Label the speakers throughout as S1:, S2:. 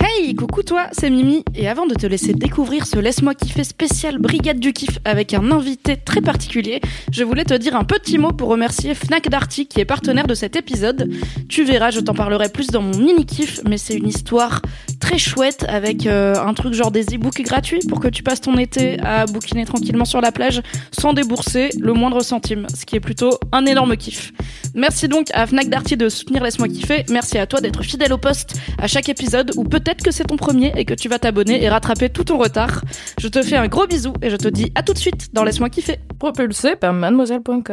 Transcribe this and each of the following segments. S1: Hey, coucou toi, c'est Mimi. Et avant de te laisser découvrir ce Laisse-moi kiffer spécial Brigade du Kiff avec un invité très particulier, je voulais te dire un petit mot pour remercier Fnac Darty qui est partenaire de cet épisode. Tu verras, je t'en parlerai plus dans mon mini kiff, mais c'est une histoire très chouette avec euh, un truc genre des e-books gratuits pour que tu passes ton été à bouquiner tranquillement sur la plage sans débourser le moindre centime, ce qui est plutôt un énorme kiff. Merci donc à Fnac Darty de soutenir Laisse-moi kiffer. Merci à toi d'être fidèle au poste à chaque épisode ou peut-être que c'est ton premier et que tu vas t'abonner et rattraper tout ton retard. Je te fais un gros bisou et je te dis à tout de suite dans Laisse-moi kiffer.
S2: propulsé par mademoiselle.com.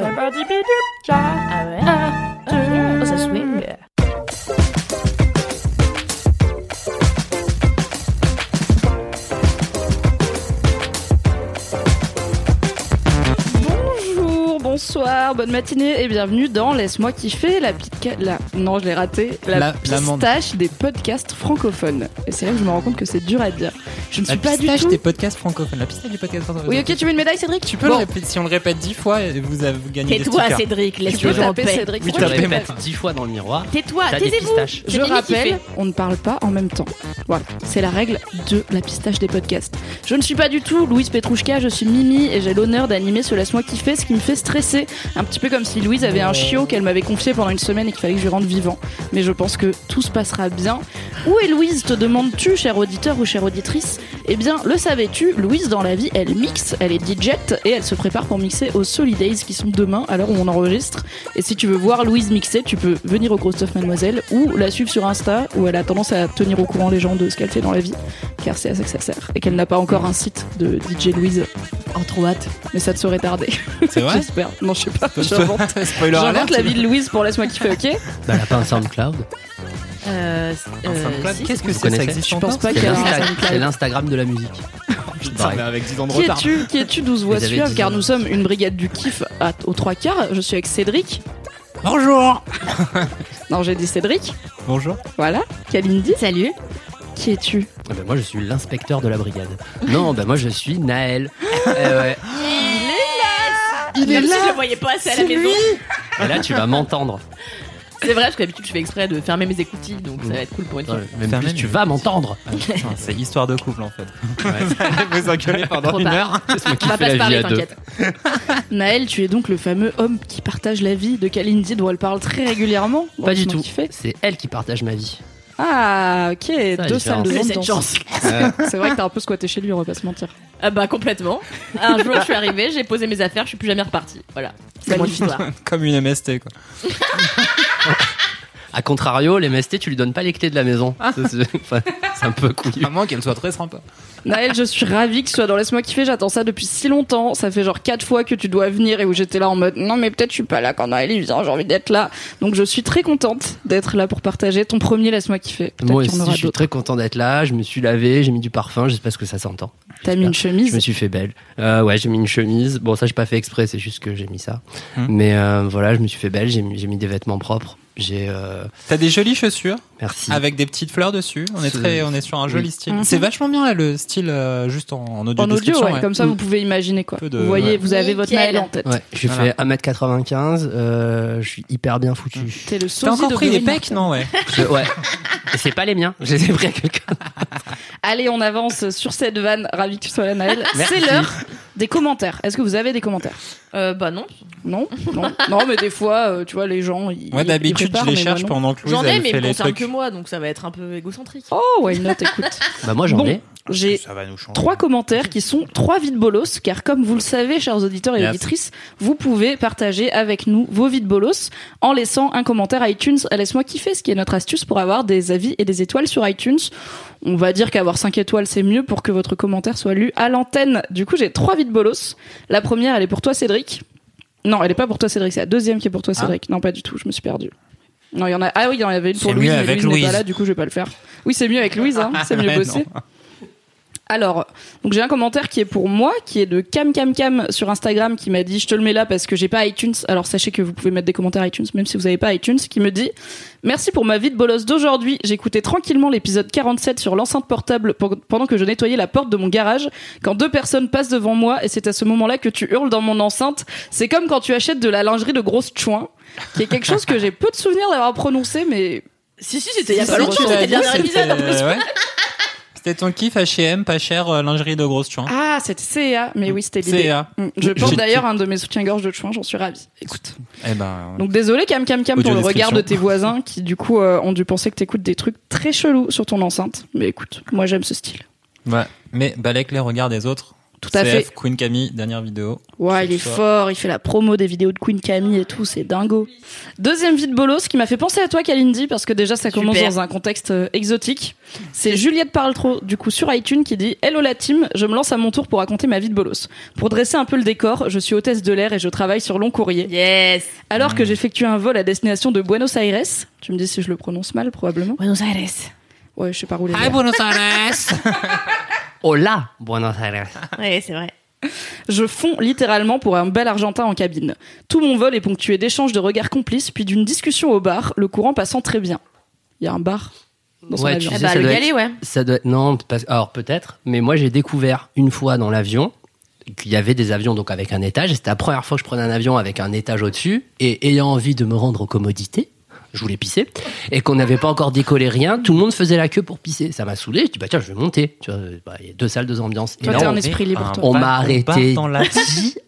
S1: Bonjour, bonsoir, bonne matinée et bienvenue dans Laisse-moi kiffer la pica... la- Non, je l'ai raté. La,
S3: La- l'amande.
S1: pistache des podcasts francophones. Et c'est là que je me rends compte que c'est dur à dire. Je ne suis
S3: La
S1: pas du
S3: pistache
S1: tout...
S3: des podcasts francophones. La pistache du podcast francophone.
S1: Oui, ok, tu veux une médaille, Cédric
S3: Tu peux
S1: Bon,
S3: le répéter. Si on le répète dix fois, vous, avez- vous gagnez des
S4: Tais-toi,
S3: stickers.
S4: Cédric,
S1: Tu
S4: laisse-le
S1: peux
S4: en
S1: taper
S4: paix.
S1: Cédric.
S5: Oui, tu
S1: Pourquoi
S3: t'as
S1: tu
S5: peux
S1: le fais
S5: mettre dix fois dans le miroir.
S4: Tais-toi,
S5: T'as des
S4: taisez-vous.
S5: pistaches.
S1: Je rappelle, on ne parle pas en même temps. Voilà, c'est la règle de la pistache des podcasts. Je ne suis pas du tout Louise Petrouchka, je suis Mimi et j'ai l'honneur d'animer ce Laisse-moi kiffer, ce qui me fait stresser. Un petit peu comme si Louise avait un chiot qu'elle m'avait confié pendant une semaine et qu'il fallait que je lui rende vivant. Mais je pense que tout se passera bien. Où est Louise, te demandes-tu, cher auditeur ou chère auditrice Eh bien, le savais-tu, Louise, dans la vie, elle mixe, elle est DJ et elle se prépare pour mixer aux Solidays qui sont demain à l'heure où on enregistre. Et si tu veux voir Louise mixer, tu peux venir au Gros Stuff Mademoiselle ou la suivre sur Insta où elle a tendance à tenir au courant les gens de ce qu'elle fait dans la vie, car c'est à ça que ça sert. Et qu'elle n'a pas encore un site de DJ Louise en trop hâte, mais ça te serait tardé.
S3: C'est vrai
S1: J'espère. Non, je sais pas. J'invente
S3: Spoiler
S1: j'invente
S3: alert.
S1: la vie de Louise pour laisse-moi kiffer, ok
S5: Bah, elle a pas un SoundCloud.
S4: Euh,
S3: Un SoundCloud,
S4: si,
S3: Qu'est-ce que
S5: Vous
S3: c'est Ça Bah,
S5: connaissez
S3: existe
S1: Je pense
S3: encore
S1: pas
S5: C'est
S1: qu'elle a un
S5: l'Insta-
S1: SoundCloud.
S5: c'est l'Instagram de la musique.
S3: Putain, mais avec 10 ans de
S1: Qui
S3: retard.
S1: es-tu Qui es-tu, 12 voix
S5: Vous avez
S1: suaves
S5: 10
S1: Car
S5: ans.
S1: nous sommes une brigade du kiff à- aux trois quarts. Je suis avec Cédric.
S3: Bonjour
S1: Non, j'ai dit Cédric.
S3: Bonjour.
S1: Voilà. Kalindi.
S4: Salut.
S1: Qui es-tu
S5: Ah bah, moi, je suis l'inspecteur de la brigade. Non, bah moi, je suis Naël. Euh, ouais.
S1: Il
S4: Même si je le voyais pas assez à la maison.
S5: Et là, tu vas m'entendre.
S4: C'est vrai, parce qu'habitude, je fais exprès de fermer mes écoutilles, donc ça va être cool pour une fois.
S5: Ouais, Même
S3: Fermez,
S5: plus,
S3: mais-
S5: tu vas m'entendre.
S3: Ah, putain, C'est histoire de couple en fait. vous engueulez pendant
S4: Trop
S3: une
S4: tard.
S3: heure.
S5: Laisse-moi
S4: On
S5: kiffer
S4: va pas
S5: la
S4: se
S5: vie à
S4: parler,
S5: deux.
S4: t'inquiète.
S1: Naël, tu es donc le fameux homme qui partage la vie de Kalindi, dont elle parle très régulièrement.
S5: Pas du
S1: Heureusement
S5: tout.
S1: qu'il fait.
S5: C'est elle qui partage ma vie.
S1: Ah, ok.
S5: la
S1: Deux
S5: différence.
S1: salles de
S5: Mais
S1: vente.
S4: c'est
S1: dans-
S4: une chance.
S1: C'est vrai que t'as un peu squatté chez lui, on va pas se mentir.
S4: Ah bah, complètement. Un jour, je suis arrivée, j'ai posé mes affaires, je suis plus jamais repartie. Voilà. C'est mon
S1: Magnifique.
S4: histoire.
S3: Comme une MST quoi.
S5: A contrario, les MST, tu lui donnes pas les clés de la maison. Ça, C'est enfin, c'est un peu couillu.
S3: À moins qu'elle soit très sympa.
S1: Naël, je suis ravie que tu sois dans Laisse-moi kiffer, j'attends ça depuis si longtemps. Ça fait genre quatre fois que tu dois venir et où j'étais là en mode non, mais peut-être je suis pas là quand Naël il vient, j'ai envie d'être là. Donc je suis très contente d'être là pour partager ton premier Laisse-moi kiffer. Peut-être
S5: Moi
S1: qu'il y en
S5: aussi,
S1: aura
S5: je suis
S1: d'autres.
S5: très content d'être là. Je me suis lavé, j'ai mis du parfum. J'espère que ça s'entend.
S1: T'as mis une chemise.
S5: Je me suis fait belle. Euh, ouais, j'ai mis une chemise. Bon, ça, j'ai pas fait exprès, c'est juste que j'ai mis ça.
S3: Hmm.
S5: Mais euh, voilà, je me suis fait belle. J'ai mis, j'ai mis des vêtements propres. J'ai. euh,
S3: T'as des jolies chaussures
S5: merci.
S3: avec des petites fleurs dessus. On est
S5: C'est-
S3: très, on est sur un joli
S5: Oui.
S3: style.
S1: Mhm.
S3: C'est vachement bien là le style euh, juste en, en audio.
S1: En audio,
S3: description,
S1: ouais,
S3: ouais.
S1: comme ça
S5: Mm.
S1: vous pouvez imaginer quoi.
S3: Peu de-
S1: Vous voyez,
S3: ouais.
S1: vous avez votre
S4: Nickel.
S1: Naël en tête.
S5: Ouais, j'ai
S3: Voilà.
S5: fait 1m95. euh, je suis hyper bien foutu.
S1: T'es le
S3: T'as
S1: sosie
S3: encore
S1: de
S3: pris des
S1: Bruno
S3: pecs
S1: Martin.
S3: non ouais.
S5: Je- ouais. Et c'est pas les miens. Je les ai pris à quelqu'un.
S1: Allez, on avance sur cette vanne. Ravi que tu sois là, Naël.
S5: Merci.
S1: C'est l'heure des commentaires. Est-ce que vous avez des commentaires
S4: Euh, bah non.
S1: Non, non, non, mais des fois, euh, tu vois, les gens. Ils,
S3: Moi
S1: ils
S3: d'habitude
S1: préparent,
S3: je les
S1: mais moi,
S3: cherche
S1: non.
S3: pendant que Louise
S4: J'en ai,
S3: elle
S4: mais
S3: fait
S4: ils
S3: les
S4: concernent
S3: trucs.
S4: que moi, donc ça va être un peu égocentrique.
S1: Oh, why not Écoute,
S5: Bah, moi, j'en
S1: Bon.
S5: ai.
S1: j'ai
S3: Ça va nous changer.
S1: trois commentaires qui sont trois vides bolos, car comme vous le savez, chers auditeurs et
S5: Yes.
S1: auditrices, vous pouvez partager avec nous vos vides bolos en laissant un commentaire à iTunes. à Laisse-moi kiffer, ce qui est notre astuce pour avoir des avis et des étoiles sur iTunes. On va dire qu'avoir 5 étoiles, c'est mieux pour que votre commentaire soit lu à l'antenne. Du coup, j'ai trois vides bolos. La première, elle est pour toi, Cédric. Non, elle est pas pour toi, Cédric. C'est la deuxième qui est pour toi, Cédric. Non, pas du tout. Je me suis perdue. Non, il y en a. Ah oui, il y en avait une pour
S6: C'est
S1: Louise,
S6: mieux
S1: mais
S6: avec
S1: Louise, n'est pas
S6: Louise.
S1: là, du coup, je vais pas le faire. Oui, c'est mieux avec Louise. Hein.
S6: Ah,
S1: C'est mieux
S3: Mais
S1: bossé. Alors, donc j'ai un commentaire qui est pour moi, qui est de Cam Cam Cam sur Instagram, qui m'a dit je te le mets là parce que j'ai pas iTunes. Alors sachez que vous pouvez mettre des commentaires iTunes, même si vous n'avez pas iTunes, qui me dit merci pour ma vie de bolosse d'aujourd'hui. J'écoutais tranquillement l'épisode 47 sur l'enceinte portable pour- pendant que je nettoyais la porte de mon garage quand deux personnes passent devant moi et c'est à ce moment-là que tu hurles dans mon enceinte. C'est comme quand tu achètes de la lingerie de grosse chouin, qui est quelque chose que j'ai peu de souvenirs d'avoir prononcé, mais
S4: Si, si, c'était il y
S6: Ah,
S4: a
S1: Si,
S4: pas
S1: si,
S4: longtemps,
S1: tu l'as
S4: c'était le
S1: dit,
S4: dernier
S1: c'était-
S4: épisode.
S1: après,
S6: euh, ouais. C'était ton kiff H&M, pas cher, euh, lingerie de grosse chouin.
S1: ah c'était CA, mais oui c'était l'idée.
S6: CA.
S1: Mm. Je porte
S6: J'ai-
S1: d'ailleurs un de mes soutiens-gorge de chouin, j'en suis ravie. Écoute.
S6: Eh ben,
S1: Donc désolé Cam Cam Cam
S6: Audio
S1: pour le regard de tes
S6: description.
S1: voisins qui du coup euh, ont dû penser que t'écoutes des trucs très chelous sur ton enceinte. Mais écoute, moi j'aime ce style.
S6: ouais. Mais balèque les regards des autres.
S1: Tout à
S6: CF,
S1: fait.
S6: Queen Camille, dernière vidéo.
S1: Ouais, il est
S6: Ça.
S1: fort, il fait la promo des vidéos de Queen Camille et tout, c'est dingo. Deuxième vie de bolos qui m'a fait penser à toi Kalindi parce que déjà ça commence
S4: Super.
S1: dans un contexte euh, exotique. C'est Juliette parle trop du coup sur iTunes qui dit "Hello la team, je me lance à mon tour pour raconter ma vie de bolos. Pour dresser un peu le décor, je suis hôtesse de l'air et je travaille sur long courrier.
S4: Yes.
S1: Alors
S5: Hmm.
S1: que j'effectue un vol à destination de Buenos Aires, tu me dis si je le prononce mal probablement.
S4: Buenos Aires.
S1: Ouais, je sais pas où les
S6: Buenos Aires
S5: Hola, Oh Buenos Aires.
S4: Ouais, c'est vrai.
S1: Je fonds littéralement pour un bel argentin en cabine. Tout mon vol est ponctué d'échanges de regards complices, puis d'une discussion au bar, le courant passant très bien. Il y a un bar dans son
S5: Ouais,
S1: avion.
S5: tu
S4: Ah
S5: sais,
S4: bah,
S5: ça
S4: le
S5: doit
S4: galet,
S5: être-
S4: ouais.
S5: Ça doit être- non, parce- alors peut-être, mais moi j'ai découvert une fois dans l'avion qu'il y avait des avions donc avec un étage. et C'était la première fois que je prenais un avion avec un étage au-dessus et ayant envie de me rendre aux commodités. Je voulais pisser et qu'on n'avait pas encore décollé rien. Tout le monde faisait la queue pour pisser. Ça m'a saoulé. Je dis bah tiens, je vais monter. Tu vois, bah, il y a deux salles, deux ambiances. Et
S1: Toi,
S5: là,
S1: t'es
S5: on-
S1: un esprit libre, toi.
S5: on m'a
S6: part
S5: arrêté
S6: dans la-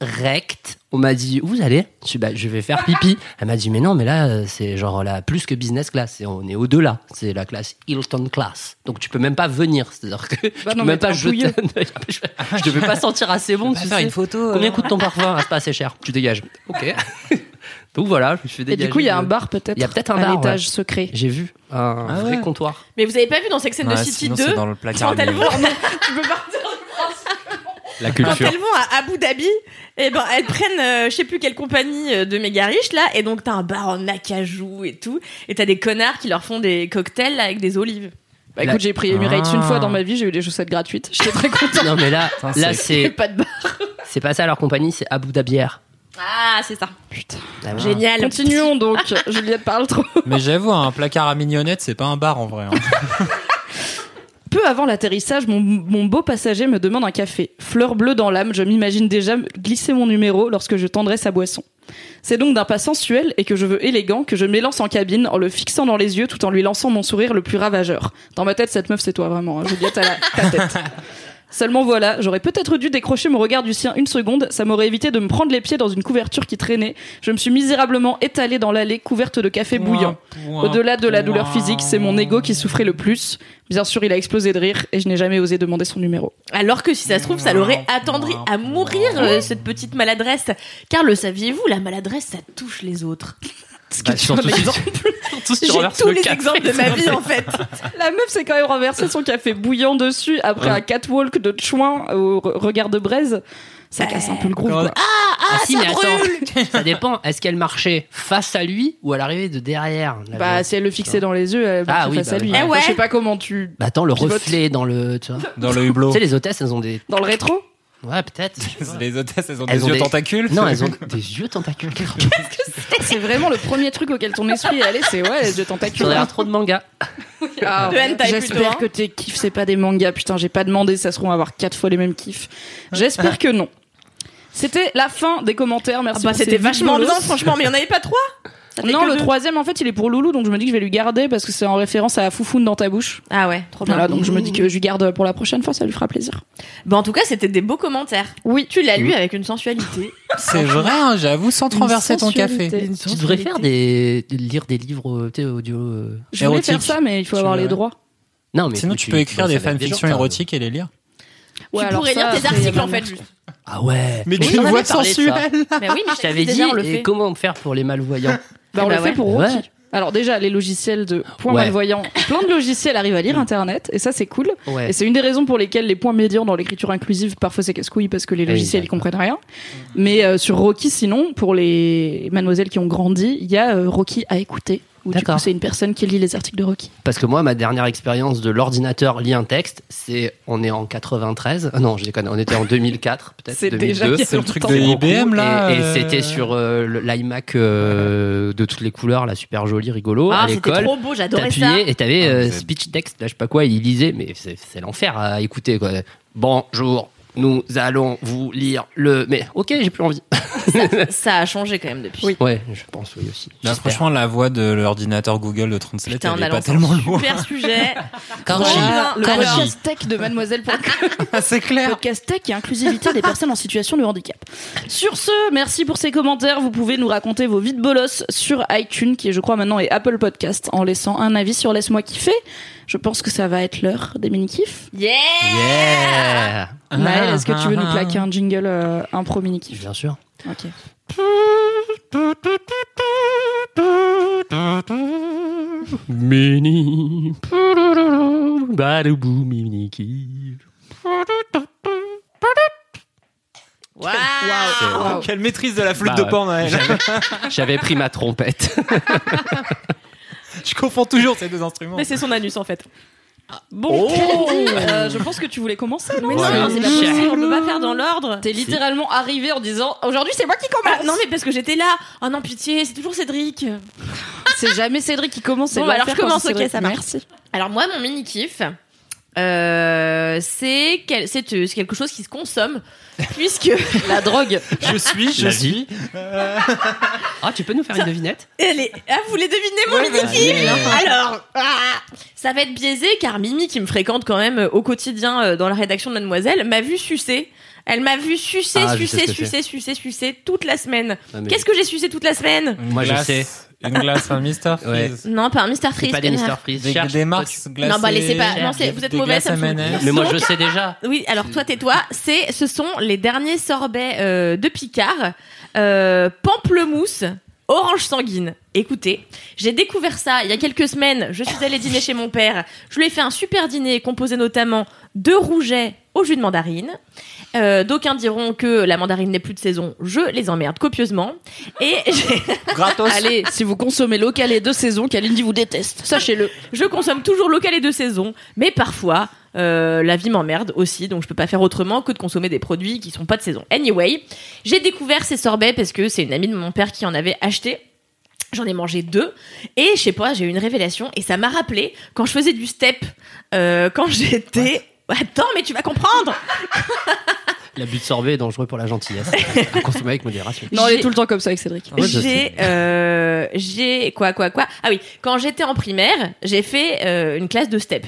S5: direct. On m'a dit où vous allez Je suis bah, je vais faire pipi. Elle m'a dit mais non mais là euh, c'est genre là plus que business class, c'est- on est au-delà, c'est la classe Hilton class. Donc tu peux même pas venir, c'est-à-dire que
S1: Bah
S5: tu
S1: non,
S5: peux
S1: mais
S5: même pas
S1: t'es embrouillé.
S5: jeter un œil. je, je devais pas sentir assez bon, tu sais.
S1: euh.
S6: photo.
S5: Combien coûte ton parfum Ah, C'est pas assez cher. Tu dégages. OK. Donc voilà, je me suis
S1: Et
S5: dégagé.
S1: du coup, il y a
S5: de-
S1: un bar peut-être.
S5: Il y a peut-être un
S1: à
S5: bar,
S1: l'étage secret.
S5: J'ai vu un
S6: Ah
S5: vrai
S6: ouais.
S5: comptoir.
S4: Mais vous avez pas vu dans Sex and the City 2
S6: dans le placard.
S4: quand elles
S6: lui.
S4: vont, tu peux partir du principe.
S3: La
S4: quand
S3: culture.
S4: elles vont à Abu Dhabi, et ben elles prennent euh, je sais plus quelle compagnie euh, de méga riches là, et donc t'as un bar en acajou et tout, et t'as des connards qui leur font des cocktails là, avec des olives.
S1: Bah écoute, j'ai pris Emirates
S6: Ah.
S1: une fois dans ma vie, j'ai eu des chaussettes gratuites. J'étais très contente.
S5: Non mais là
S6: Putain,
S5: là
S1: Il y avait
S5: c'est
S1: pas de bar.
S5: c'est pas ça leur compagnie, c'est Abu Dhabi Air.
S4: Ah c'est ça.
S1: Putain.
S4: Génial.
S1: Continuons donc. Juliette parle trop.
S6: Mais j'avoue, un placard à mignonnette, c'est pas un bar en vrai. hein.
S1: Peu avant l'atterrissage, mon, mon beau passager me demande un café. Fleur bleue dans l'âme, je m'imagine déjà glisser mon numéro lorsque je tendrai sa boisson. C'est donc d'un pas sensuel et que je veux élégant que je m'élance en cabine en le fixant dans les yeux tout en lui lançant mon sourire le plus ravageur. Dans ma tête, cette meuf, c'est toi vraiment. hein. Juliette, à la, ta tête. Seulement voilà, j'aurais peut-être dû décrocher mon regard du sien une seconde, ça m'aurait évité de me prendre les pieds dans une couverture qui traînait. Je me suis misérablement étalée dans l'allée couverte de café bouillant. Au-delà de la douleur physique, c'est mon ego qui souffrait le plus. Bien sûr, il a explosé de rire et je n'ai jamais osé demander son numéro.
S4: Alors que si ça se trouve, ça l'aurait attendri à mourir euh, cette petite maladresse. Car le saviez-vous, la maladresse ça touche les autres.
S5: Bah, surtout si- surtout si tu
S4: J'ai
S5: renverses
S4: tous
S5: le
S4: les
S5: café.
S4: exemples de ma vie en fait.
S1: La meuf s'est quand même renversé son café bouillant dessus après un catwalk de chouin au re- regard de braise. Ça casse un peu le groove. quoi.
S5: Ah, si,
S4: ça
S5: mais attends, ça dépend. Est-ce qu'elle marchait face à lui ou à l'arrivée de derrière la
S1: Bah,
S5: vieille
S1: si elle le fixait dans les yeux, elle va
S5: Ah
S1: être
S5: oui,
S1: face
S5: bah
S1: à
S5: oui.
S1: lui.
S4: Eh
S1: Enfin,
S4: ouais.
S1: Je sais pas comment tu.
S5: Bah, attends, le
S1: Pivote.
S5: reflet dans le. Tu vois.
S6: Dans le hublot.
S5: Tu sais, les hôtesses, elles ont des.
S1: Dans le rétro
S5: Ouais, peut-être.
S6: Les hôtesses, elles ont
S5: Elles
S6: des
S5: ont
S6: yeux
S5: des-
S6: tentacules.
S5: Non, elles ont des yeux tentaculaires. J'en
S1: C'est vraiment le premier truc auquel ton esprit est allé, c'est ouais, je tentacule.
S5: regarde trop de mangas.
S1: Ah,
S4: De hentai plutôt, hein.
S1: J'espère que tes kiffs, c'est pas des mangas. Putain, j'ai pas demandé, ça se trouve, on va avoir quatre fois les mêmes kiffs. J'espère que non. C'était la fin des commentaires, merci.
S4: bah
S1: pour ces
S4: c'était vachement
S1: vidéos.
S4: bien franchement, mais il y en avait pas trois. Ça fait
S1: Non,
S4: que
S1: le
S4: deux.
S1: troisième, en fait, il est pour Loulou, donc je me dis que je vais lui garder parce que c'est en référence à la foufoune dans ta bouche.
S4: Ah ouais, trop bien.
S1: Voilà, donc je me dis que je lui garde pour la prochaine fois, ça lui fera plaisir.
S4: Bah en tout cas, c'était des beaux commentaires.
S1: Oui.
S4: Tu l'as lu avec une sensualité.
S6: C'est vrai, hein, j'avoue, sans te renverser ton
S1: sensualité.
S6: café.
S5: Tu devrais faire des. lire des livres, euh, tu sais, audio. euh.
S1: Je voulais
S6: Érotique.
S1: faire ça, mais il faut
S6: Tu
S1: avoir
S6: veux-
S1: les droits.
S5: Non, mais.
S6: Sinon, tu peux écrire
S5: bah, ça
S6: des
S5: va être
S6: fanfictions
S5: gens,
S4: hein.
S5: enfin,
S6: érotiques et les lire.
S1: Ouais,
S4: tu
S1: alors
S4: pourrais
S1: ça,
S4: lire tes
S1: après, il y a
S4: articles en
S1: plein
S4: fait.
S1: de-
S4: juste.
S5: Ah ouais.
S6: Mais
S5: Oui,
S6: d'une
S5: j'en avais
S6: voix
S5: parlé de ça.
S6: sensuelle.
S4: Mais oui, mais
S5: Je t'avais dit,
S4: on le
S5: et
S4: fait.
S5: comment faire pour les malvoyants
S1: Bah, on
S4: Eh
S1: le
S4: bah
S1: fait
S4: ouais.
S1: pour Rocky.
S5: Ouais.
S1: Alors déjà, les logiciels de points
S5: Ouais.
S1: malvoyants, plein de logiciels arrivent à
S4: Mm.
S1: lire Internet, et ça c'est cool.
S5: Ouais.
S1: Et c'est une des raisons pour lesquelles les points médians dans l'écriture inclusive, parfois c'est casse-couille parce que les
S5: Oui,
S1: logiciels ils
S5: d'accord.
S1: comprennent rien. Mais euh, sur Rocky, sinon, pour les mademoiselles qui ont grandi, il y a euh, Rocky à écouter. Où du
S5: D'accord.
S1: coup, c'est une personne qui lit les articles de Rocky.
S5: Parce que moi, ma dernière expérience de l'ordinateur lit un texte, c'est on est en 93. Ah non, je déconne, on était en 2004, peut-être.
S1: C'est déjà
S5: 2002.
S1: il y a
S6: C'est le truc
S1: longtemps.
S6: de
S5: Beaucoup.
S6: IBM là.
S5: Et, et
S6: euh,
S5: c'était sur euh, le- l'iMac euh, de toutes les couleurs, là, super joli, rigolo,
S4: Ah,
S5: à
S4: c'était
S5: l'école.
S4: trop beau, j'adorais ça.
S5: T'appuyais et t'avais
S3: Ah,
S5: euh,
S3: mais c'est-
S5: speech text, là, je sais pas quoi, il lisait, mais c'est c'est l'enfer à écouter. Quoi. Bonjour, nous allons vous lire le. Mais ok, j'ai plus envie.
S4: Ça a changé quand même depuis.
S5: Ouais, je pense, oui aussi.
S6: Là,
S5: J'espère.
S6: franchement, la voix de l'ordinateur Google de Translate,
S4: Putain,
S6: elle
S4: on a
S6: est pas
S4: lancé
S6: tellement
S4: un
S6: loin.
S4: super sujet.
S6: Ah,
S5: Corgi.
S4: Voilà,
S1: le
S4: alors-
S1: podcast tech de mademoiselle.com.
S6: C'est clair.
S1: podcast tech et inclusivité des personnes en situation de handicap. Sur ce, merci pour ces commentaires. Vous pouvez nous raconter vos vies de bolos sur iTunes, qui je crois maintenant est Apple Podcast, en laissant un avis sur Laisse-moi kiffer. Je pense que ça va être l'heure des mini-kifs.
S4: Yeah!
S5: Yeah
S1: Maëlle, est-ce que tu veux nous plaquer un jingle, euh, un pro mini-kiff
S5: Bien sûr.
S1: Ok.
S5: Mini. Badoubou, mini kiff.
S4: Wow. Oh.
S1: Waouh.
S6: Quelle maîtrise de la flûte de
S5: Bah,
S6: pan, Maël.
S5: J'avais- J'avais pris ma trompette.
S6: Je confonds toujours ces deux instruments.
S4: Mais c'est son anus en fait.
S1: Ah, Bon, Euh, je pense que tu voulais commencer, non
S4: Mais non,
S5: Ouais.
S4: non, c'est pas possible, on peut pas faire dans l'ordre.
S1: T'es littéralement arrivé en disant aujourd'hui c'est moi qui commence.
S4: Ah, non, mais parce que j'étais là. Oh non, pitié, c'est toujours Cédric.
S1: c'est jamais Cédric qui commence. c'est
S4: Bon, bah, alors
S1: l'enfer
S4: je
S1: quand
S4: commence,
S1: c'est
S4: ok,
S1: Cédric.
S4: ça marche.
S1: Merci.
S4: Alors moi, mon mini kiff, euh, c'est quel- c'est, euh, c'est quelque chose qui se consomme, puisque
S1: La drogue.
S6: Je suis, je
S5: Vas-y.
S6: suis.
S5: Ah, tu peux nous faire une devinette
S4: elle est. Ah, vous voulez deviner mon
S6: Ouais,
S4: mini kiff
S6: vas-y.
S4: Alors, ah, ça va être biaisé car Mimi, qui me fréquente quand même euh, au quotidien euh, dans la rédaction de Mademoiselle, m'a vu sucer. Elle m'a vu sucer,
S5: Ah, je sais
S4: sucer,
S5: ce que
S4: sucer, sucer, sucer toute la semaine.
S5: Ah, mais-
S4: Qu'est-ce que j'ai sucé toute la semaine
S6: Une
S5: Moi, je
S6: glace-
S5: sais.
S6: Une glace, un Mister
S5: Ouais.
S6: Freeze.
S4: Non, pas un Mr.
S5: C'est
S4: Freeze.
S5: pas des
S4: connard.
S5: Mr. Freeze.
S6: Des,
S5: Cherche,
S6: des
S5: toi,
S6: Mars glacées.
S4: Non, bah, laissez pas- non, c'est- vous êtes
S6: des
S4: mauvais,
S6: glaces
S4: ça me fout-
S5: tu-
S6: M&M's.
S5: Mais moi, je sais déjà.
S4: Oui, alors toi tais-toi. C'est, ce sont les derniers sorbets euh, de Picard, Euh, pamplemousse, orange sanguine. Écoutez, j'ai découvert ça il y a quelques semaines. Je suis allée dîner chez mon père. Je lui ai fait un super dîner composé notamment de rouget au jus de mandarine. Euh, D'aucuns diront que la mandarine n'est plus de saison. Je les emmerde copieusement. Et j'ai-
S6: Gratos.
S1: Allez, si vous consommez local et de saison, Kalindi vous déteste. Sachez-le.
S4: je consomme toujours local et de saison, mais parfois euh, la vie m'emmerde aussi, donc je peux pas faire autrement que de consommer des produits qui sont pas de saison. Anyway, j'ai découvert ces sorbets parce que c'est une amie de mon père qui en avait acheté. J'en ai mangé deux et je sais pas, j'ai eu une révélation et ça m'a rappelé quand je faisais du step, euh, quand j'étais. Attends, mais tu vas comprendre.
S5: Ah L'abus de sorbet est dangereux pour la gentillesse. À consommer avec modération.
S1: Non, elle
S4: J'ai-
S1: est tout le temps comme ça avec Cédric.
S5: Ouais, je
S4: j'ai,
S5: sais.
S4: euh, j'ai quoi, quoi, quoi Ah oui, quand j'étais en primaire, j'ai fait euh, une classe de step.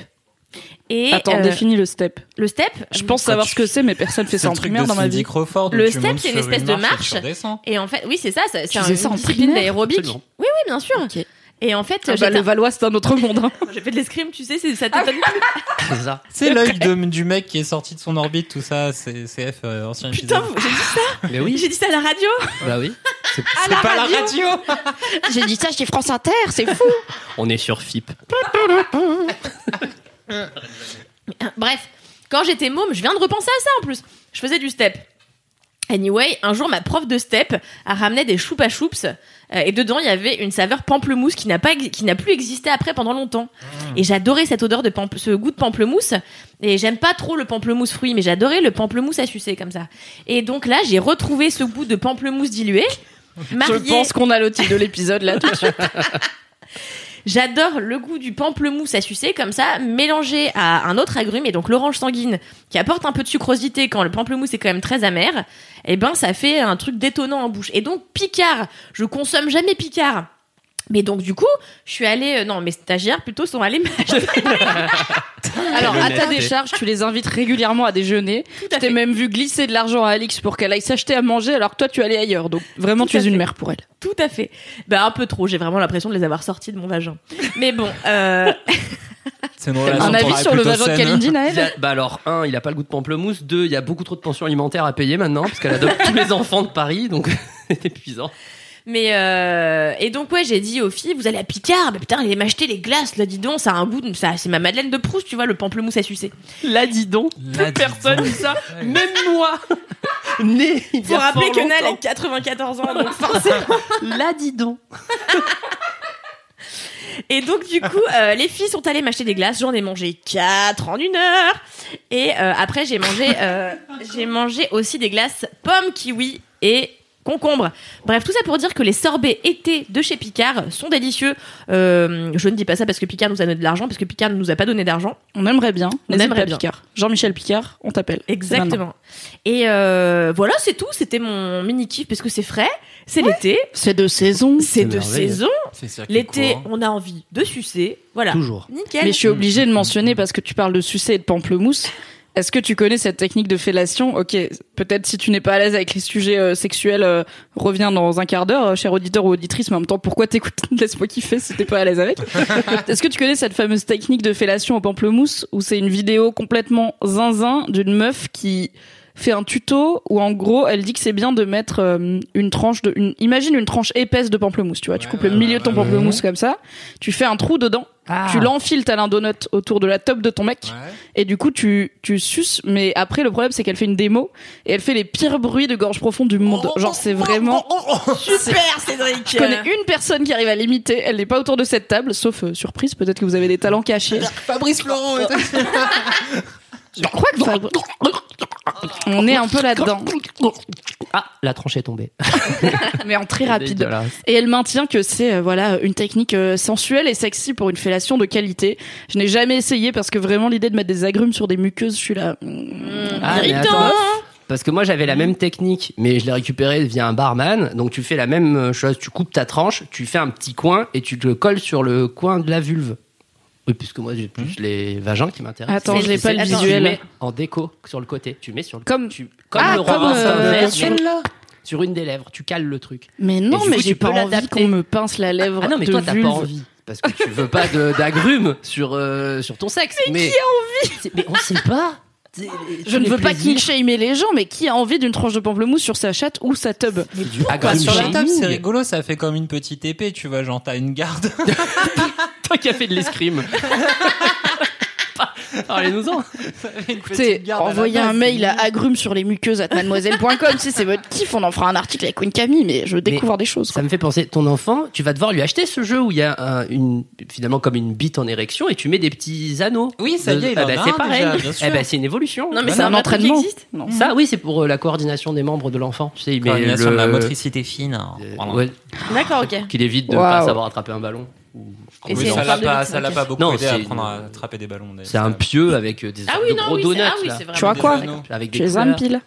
S4: Et
S1: Attends,
S4: euh,
S1: définis le step.
S4: le step.
S1: Je pense savoir ce que c'est, mais personne fait
S6: C'est
S1: ça
S6: le
S1: en
S6: truc
S1: primaire
S6: de
S1: dans ma
S6: Cindy
S1: vie.
S6: Crawford. où
S4: Le
S6: tu
S4: step,
S6: montes
S4: c'est une
S6: sur
S4: espèce de
S6: marche et
S4: marche.
S6: tu redescends.
S4: Et en fait, oui, c'est ça, ça- c'est
S1: faisais
S4: une
S1: ça en
S4: discipline
S1: primaire
S4: d'aérobic. Oui,
S5: Absolument.
S4: oui, bien sûr.
S1: Ok.
S4: Et en fait,
S1: Ah bah,
S4: j'étais-
S1: le Ah Valois, c'est un autre monde. hein.
S4: j'ai fait de l'escrime, tu sais, c'est- ça t'étonne pas.
S5: C'est ça.
S6: C'est l'œil de- du mec qui est sorti de son orbite, tout ça. C'est CF, euh, ancien
S4: Putain,
S6: épisode.
S4: j'ai dit,
S5: Mais Ah oui,
S4: j'ai dit ça à la radio.
S5: bah oui. C'est-
S6: C'est pas la radio
S1: J'ai dit ça chez France Inter, c'est fou.
S5: On est sur FIP.
S4: Bref, quand j'étais môme, je viens de repenser à ça en plus. Je faisais du step. Anyway, un jour, ma prof de step a ramené des choupa choups euh, et dedans, il y avait une saveur pamplemousse qui n'a pas, ex- qui n'a plus existé après pendant longtemps.
S1: Mmh.
S4: Et j'adorais cette odeur de pample, ce goût de pamplemousse. Et j'aime pas trop le pamplemousse fruit, mais j'adorais le pamplemousse à sucer comme ça. Et donc là, j'ai retrouvé ce goût de pamplemousse dilué.
S1: Je
S4: marié-
S1: pense qu'on a le titre de l'épisode là tout de suite.
S4: J'adore le goût du pamplemousse à sucer comme ça, mélangé à un autre agrume et donc l'orange sanguine qui apporte un peu de sucrosité quand le pamplemousse est quand même très amer. Et ben ça fait un truc détonnant en bouche. Et donc Picard, je consomme jamais Picard. Mais donc du coup, je suis allée euh, non mes stagiaires plutôt sont allés m'acheter.
S1: Alors, à ta
S5: L'honnêteté.
S1: décharge, tu les invites régulièrement à déjeuner.
S4: à
S1: Je t'ai
S4: fait.
S1: même vu glisser de l'argent à Alix pour qu'elle aille s'acheter à manger alors que toi tu allais ailleurs. Donc, vraiment,
S4: Tout
S1: tu
S4: à
S1: es une
S4: fait.
S1: mère pour elle.
S4: Tout à fait. Bah un peu trop. J'ai vraiment l'impression de les avoir sortis de mon vagin. Mais bon. euh,
S6: C'est une
S1: Un
S6: relation
S1: avis
S6: pareille,
S1: sur le
S6: plutôt
S1: vagin de
S6: saine.
S1: Kalindi, Naël
S5: Il a- bah alors, un, il a pas le goût de pamplemousse. Deux, il y a beaucoup trop de pensions alimentaires à payer maintenant, parce qu'elle adopte tous les enfants de Paris, donc c'est épuisant.
S4: Mais euh, et donc ouais, j'ai dit aux filles, vous allez à Picard, mais putain, allez m'acheter les glaces, là dis donc, ça a un goût, de- ça, c'est ma Madeleine de Proust, tu vois, le pamplemousse à sucer. Là dis donc,
S6: Là, dis
S4: personne
S6: donc.
S4: dit ça,
S6: Ouais.
S4: même moi.
S5: Né il y
S4: Faut
S5: a
S4: rappeler
S5: fort
S4: que Nal
S5: longtemps.
S4: a 94 ans, donc forcément.
S5: Là, dis donc.
S4: Et donc du coup, euh, les filles sont allées m'acheter des glaces, j'en ai mangé quatre en une heure. Et euh, après j'ai mangé, euh, j'ai mangé aussi des glaces pommes, kiwi et concombre. Bref, tout ça pour dire que les sorbets été de chez Picard sont délicieux. Euh, je ne dis pas ça parce que Picard nous a donné de l'argent, parce que Picard ne nous a pas donné d'argent.
S1: On aimerait bien.
S4: On
S1: N'hésite
S4: aimerait
S1: pas,
S4: bien.
S1: Picard. Jean-Michel Picard, on t'appelle. C'est maintenant.
S4: Exactement. Et euh, voilà, c'est tout. C'était mon mini kiff parce que c'est frais, c'est l'été,
S1: C'est de saison.
S4: c'est
S5: C'est
S4: de
S5: merveilleux.
S4: saison.
S6: C'est circuit
S4: L'été,
S6: court.
S4: on a envie de sucer. Voilà.
S5: Toujours.
S4: Nickel.
S1: Mais je suis obligée de mentionner parce que tu parles de sucer et de pamplemousse. Est-ce que tu connais cette technique de fellation Ok, peut-être si tu n'es pas à l'aise avec les sujets euh, sexuels, euh, reviens dans un quart d'heure, euh, cher auditeur ou auditrice, mais en même temps, pourquoi t'écoutes Laisse-moi kiffer si t'es pas à l'aise avec. Est-ce que tu connais cette fameuse technique de fellation au pamplemousse où c'est une vidéo complètement zinzin d'une meuf qui fait un tuto où en gros elle dit que c'est bien de mettre euh, une tranche de une imagine une tranche épaisse de pamplemousse tu vois tu
S6: Ouais,
S1: coupes
S6: ouais,
S1: le milieu de ton
S6: ouais, ouais,
S1: pamplemousse comme ça tu fais un trou dedans tu l'enfiles à l'un donut autour de la top de ton mec
S6: Ah. Ouais.
S1: et du coup tu tu suces mais après le problème c'est qu'elle fait une démo et elle fait les pires bruits de gorge profonde du
S5: Oh,
S1: monde
S6: Oh,
S1: genre c'est vraiment
S4: Super, Cédric.
S1: je connais une personne qui arrive à l'imiter elle n'est pas autour de cette table sauf euh, surprise peut-être que vous avez des talents cachés
S6: Fabrice Laurent est-
S1: je crois que Fab- on est un peu là-dedans
S5: Ah, la tranche est tombée.
S1: mais en très rapide Et elle maintient que c'est euh, voilà une technique euh, sensuelle et sexy pour une fellation de qualité. Je n'ai jamais essayé parce que vraiment l'idée de mettre des agrumes sur des muqueuses, je suis là. hmm.
S4: Mmh,
S5: Ah, mais
S4: irritant.
S5: attends. Parce que moi j'avais la même technique, mais je l'ai récupérée via un barman. Donc tu fais la même chose, tu coupes ta tranche, tu fais un petit coin et tu te le colles sur le coin de la vulve. Oui, puisque moi j'ai plus les vagins qui m'intéressent.
S1: Attends,
S5: Mais
S1: j'ai
S5: tu
S1: pas
S5: sais,
S1: le
S5: attends,
S1: visuel.
S5: Tu mets en déco sur le côté, tu mets sur le
S1: Comme-
S5: tu, comme
S1: Ah,
S5: le
S1: comme,
S5: Robinson
S1: euh,
S5: vert,
S1: sur-
S5: sur une des lèvres, tu cales le truc.
S1: Mais non,
S5: Et du
S1: mais
S5: coup,
S1: j'ai
S5: tu
S1: pas
S5: peux
S1: envie
S5: l'adapter.
S1: qu'on me pince la lèvre
S5: Ah non, mais
S1: de
S5: toi t'as
S1: vulve.
S5: pas envie. Parce que tu veux pas de- d'agrumes sur, euh, sur ton sexe. Mais, qui a envie Mais on sait pas. C'est-
S1: Je ne
S5: les
S1: veux pas
S5: plaisirs.
S1: kill-shamer les gens, mais qui a envie d'une tranche de pamplemousse sur sa chatte ou sa tub
S5: C'est du
S6: Pas
S5: agrume
S6: sur la table,
S5: shaming.
S6: c'est rigolo, ça fait comme une petite épée, tu vois, genre t'as une garde.
S5: Toi qui as fait de l'escrime. Parlez-nous-en.
S6: une petite
S1: Écoutez,
S6: garde à la
S1: envoyez
S6: base,
S1: un mail
S6: c'est
S1: à agrumes sur les muqueuses mademoiselle.com si c'est votre kiff, on en fera un article avec Queen Camille, mais je découvre des choses.
S5: Ça me fait penser, ton enfant, tu vas devoir lui acheter ce jeu où il y a un- une, finalement comme une bite en érection et tu mets des petits anneaux.
S6: Oui, ça y est, il
S5: Ah
S6: en
S5: bah,
S6: a
S5: c'est
S6: un
S5: pareil.
S6: déjà, bien sûr.
S5: Eh ben, c'est une évolution.
S4: Non, mais
S1: Voilà.
S4: c'est
S1: Un
S4: un, vrai truc qui
S1: entraînement.
S4: existe.
S1: Non.
S5: Ça, oui, c'est pour euh, la coordination des membres de l'enfant. Tu sais, il met
S6: Coordination
S5: le-
S6: de la motricité fine. hein.
S5: euh,
S6: Voilà.
S5: ouais,
S4: D'accord, ok.
S5: qu'il évite de
S1: Waouh.
S5: pas savoir attraper un ballon. ou-
S4: Et
S6: Oui,
S4: c'est-
S6: ça
S4: on
S6: l'a
S4: parle de
S6: pas,
S4: médecine,
S6: ça l'a
S4: ok.
S6: pas beaucoup
S5: Non,
S6: aidé à
S5: c'est-
S6: apprendre à attraper des ballons. d'ailleurs.
S5: C'est un pieu avec euh, des
S4: Ah
S5: sortes
S4: oui,
S5: de
S4: non,
S5: gros
S4: oui,
S5: donuts.
S4: c'est ah oui,
S5: là,
S4: c'est vrai.
S1: Tu vois
S6: Des
S1: quoi
S6: anneaux.
S5: avec des
S1: Tu es
S5: couleurs.
S1: un pile.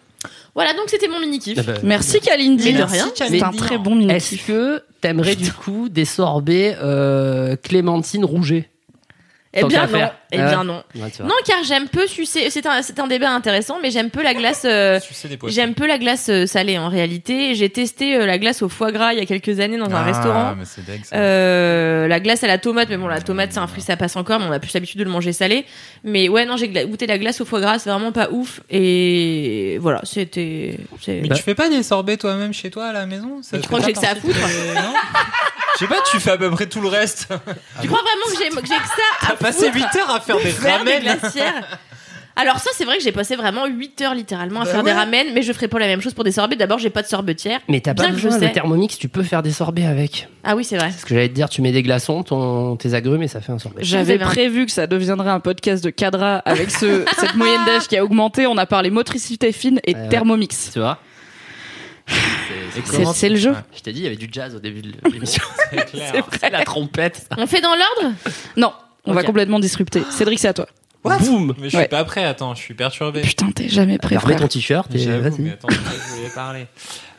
S4: Voilà, donc c'était mon mini kiff.
S5: Ah bah,
S1: Merci Kalindi.
S4: Mais de rien.
S1: C'est un
S6: Kalindi.
S1: très bon mini
S5: Est-ce que t'aimerais du coup des sorbets euh, clémentine rouget
S4: eh
S5: tant
S4: bien
S5: qu'à
S4: non.
S5: faire.
S4: Eh
S5: Ah
S4: bien
S5: ouais.
S4: non.
S5: Ouais, tu vois.
S4: Non, car j'aime peu sucer. C'est un, c'est un débat intéressant, mais j'aime peu la glace. euh,
S6: Sucer des poissons.
S4: J'aime peu la glace euh, salée en réalité. J'ai testé euh, la glace au foie gras il y a quelques années dans un
S6: Ah,
S4: restaurant.
S6: mais c'est dingue, ça.
S4: Euh, la glace à la tomate, mais bon, la tomate c'est un fruit, ça passe encore, mais on a plus l'habitude de le manger salé. Mais ouais, non, j'ai gla- goûté la glace au foie gras, c'est vraiment pas ouf. Et voilà, c'était. c'est-
S6: Mais tu fais pas des sorbets toi-même chez toi à la maison ça
S4: Mais
S6: fait
S4: tu crois que
S6: pas
S4: j'ai que ça à
S6: partie de- Non Je sais pas, tu fais à peu près tout le reste.
S4: Tu crois vraiment que j'ai que j'ai que ça à
S6: T'as passé
S4: foutre
S6: 8 heures à faire des
S4: faire des
S6: ramen.
S4: glacières. Alors ça, c'est vrai que j'ai passé vraiment 8 heures littéralement à
S6: Bah
S4: faire des
S6: ouais.
S4: ramen, mais je ferai pas la même chose pour des sorbets. D'abord, j'ai pas de sorbetière.
S5: Mais t'as pas
S4: Bien que je
S5: besoin de
S4: sais.
S5: Thermomix, tu peux faire des sorbets avec.
S4: Ah oui, c'est vrai.
S5: Parce que j'allais te dire, tu mets des glaçons, ton, tes agrumes et ça fait un sorbet.
S1: J'avais
S4: Vous avez un-
S1: prévu que ça deviendrait un podcast de cadra avec ce, cette moyenne d'âge qui a augmenté. On a parlé motricité fine et
S5: Ah. Ouais, ouais.
S1: thermomix.
S5: Tu vois C'est- c'est-
S1: C'est c'est le jeu.
S5: Je t'ai dit, il y avait du jazz au début de l'émission.
S6: C'est clair.
S5: C'est la trompette.
S4: On fait dans l'ordre
S1: Non, on va
S5: Ok.
S1: complètement disrupter. Cédric, c'est à toi.
S5: Boum
S6: Mais je suis
S1: Ouais.
S6: pas prêt, attends, je suis perturbé.
S1: Putain, t'es jamais
S6: Ah,
S1: prêt.
S5: Après
S1: frère.
S5: ton t-shirt et
S6: J'avoue, mais
S5: vas-y.
S6: attends, de quoi je voulais parler.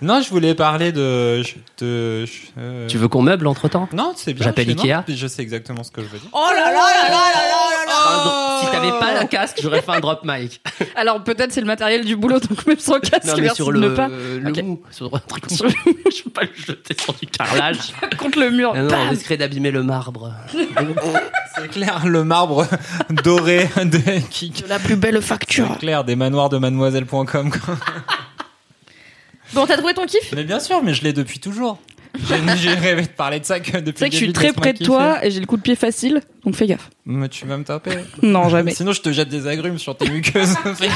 S6: Non, je voulais parler de. je- de- je- euh,
S5: Tu veux qu'on meuble entre temps
S6: Non, c'est bien.
S5: J'appelle
S6: c'est- non,
S5: Ikea.
S6: Je sais exactement ce que je veux dire. Oh,
S4: Oh là là là là là là
S5: Si t'avais
S1: Oh.
S5: pas un casque, j'aurais fait un drop mic.
S1: Alors peut-être c'est le matériel du boulot, donc même sans casque,
S5: Non, mais
S1: merci
S5: sur
S1: de
S5: le,
S1: ne pas.
S5: le
S1: Ok.
S5: mou, sur un truc
S1: Sur-
S5: Je peux pas le jeter sur du carrelage.
S1: Contre le mur.
S5: Ah non, on
S1: Bam
S5: risquerait d'abîmer le marbre.
S6: C'est clair, le marbre doré de qui
S1: de la plus belle facture.
S6: C'est clair, des manoirs de mademoiselle.com. quoi.
S4: Bon, t'as trouvé ton kiff
S6: Mais bien sûr, mais je l'ai depuis toujours. J'ai j'ai rêvé de parler de ça que depuis.
S1: C'est vrai que
S6: le
S1: je suis
S6: début
S1: très
S6: laisse-moi
S1: près de
S6: kiffer.
S1: toi et j'ai le coup de pied facile, donc fais gaffe.
S6: Mais tu vas me taper.
S1: Non, jamais.
S6: Sinon, je te jette des agrumes sur tes muqueuses.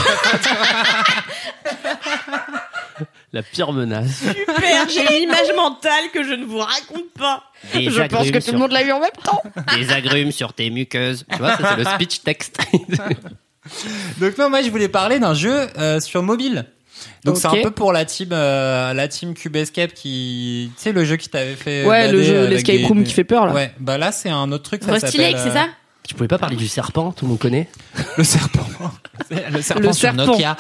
S5: La pire menace.
S4: Super, j'ai une image mentale que je ne vous raconte pas.
S5: Des
S1: Je pense
S5: agrumes
S1: que tout le
S5: sur-
S1: monde l'a eu en même temps.
S5: Des agrumes sur tes muqueuses. Tu vois, ça c'est le speech texte.
S6: Donc non, moi je voulais parler d'un jeu euh, sur mobile. Donc c'est
S1: Ok.
S6: un peu pour la team, euh, la team Cube Escape qui, tu sais le jeu qui t'avait fait.
S1: Ouais,
S6: bader,
S1: le jeu,
S6: euh, la
S1: l'escape
S6: game-
S1: room qui fait peur là.
S6: Ouais, bah là c'est un autre truc. Ça
S4: Rusty
S6: s'appelle,
S4: Lake, c'est
S6: euh,
S4: ça
S5: tu pouvais pas parler du serpent, tout le monde connaît
S6: Le serpent. le serpent
S1: Le
S6: sur
S1: serpent.
S6: Nokia.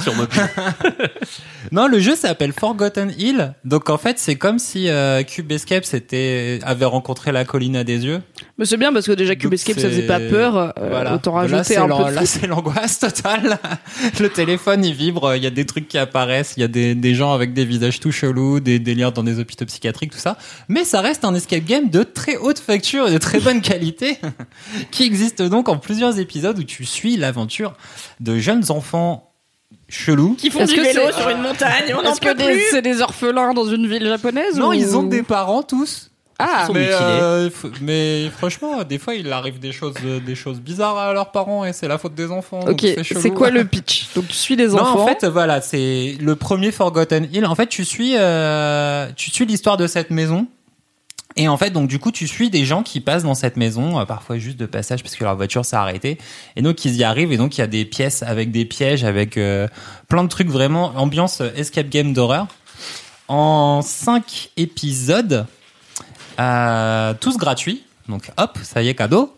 S6: non, le jeu s'appelle Forgotten Hill. Donc en fait c'est comme si euh, Cube Escape c'était avait rencontré la colline à des yeux.
S1: Mais c'est bien parce que déjà Cube
S6: Donc,
S1: Escape ça
S6: c'est-
S1: faisait pas peur. euh,
S6: Voilà.
S1: Autant
S6: Là,
S1: rajouter
S6: c'est
S1: un
S6: l'an-
S1: peu de
S6: Là,
S1: fou.
S6: c'est l'angoisse totale. Le téléphone, il vibre. Il y a des trucs qui apparaissent. Il y a des, des gens avec des visages tout chelous, des délires dans des hôpitaux psychiatriques, tout ça. Mais ça reste un escape game de très haute facture et de très bonne qualité, qui existe donc en plusieurs épisodes où tu suis l'aventure de jeunes enfants chelous.
S4: Qui font
S1: Est-ce
S4: du
S1: que
S4: vélo
S1: c'est-
S4: sur une montagne, on n'en
S1: Est-ce que
S4: peut
S1: des-
S4: plus.
S1: c'est des orphelins dans une ville japonaise
S6: Non,
S1: ou-
S6: ils ont des parents tous.
S1: Ah,
S5: Ils sont
S6: mais,
S5: mutilés.
S6: euh, f- mais franchement, des fois, il arrive des choses, euh, des choses bizarres à leurs parents et c'est la faute des enfants. donc
S1: ok. C'est
S6: chelou.
S1: quoi le pitch Donc tu suis les
S6: Non,
S1: enfants.
S6: en fait, voilà, c'est le premier Forgotten Hill. En fait, tu suis, euh, tu suis l'histoire de cette maison. Et en fait, donc du coup, tu suis des gens qui passent dans cette maison, euh, parfois juste de passage parce que leur voiture s'est arrêtée. Et donc ils y arrivent. Et donc il y a des pièces avec des pièges, avec euh, plein de trucs vraiment ambiance euh, escape game d'horreur. En cinq épisodes, euh, tous gratuits. Donc hop, ça y est, cadeau.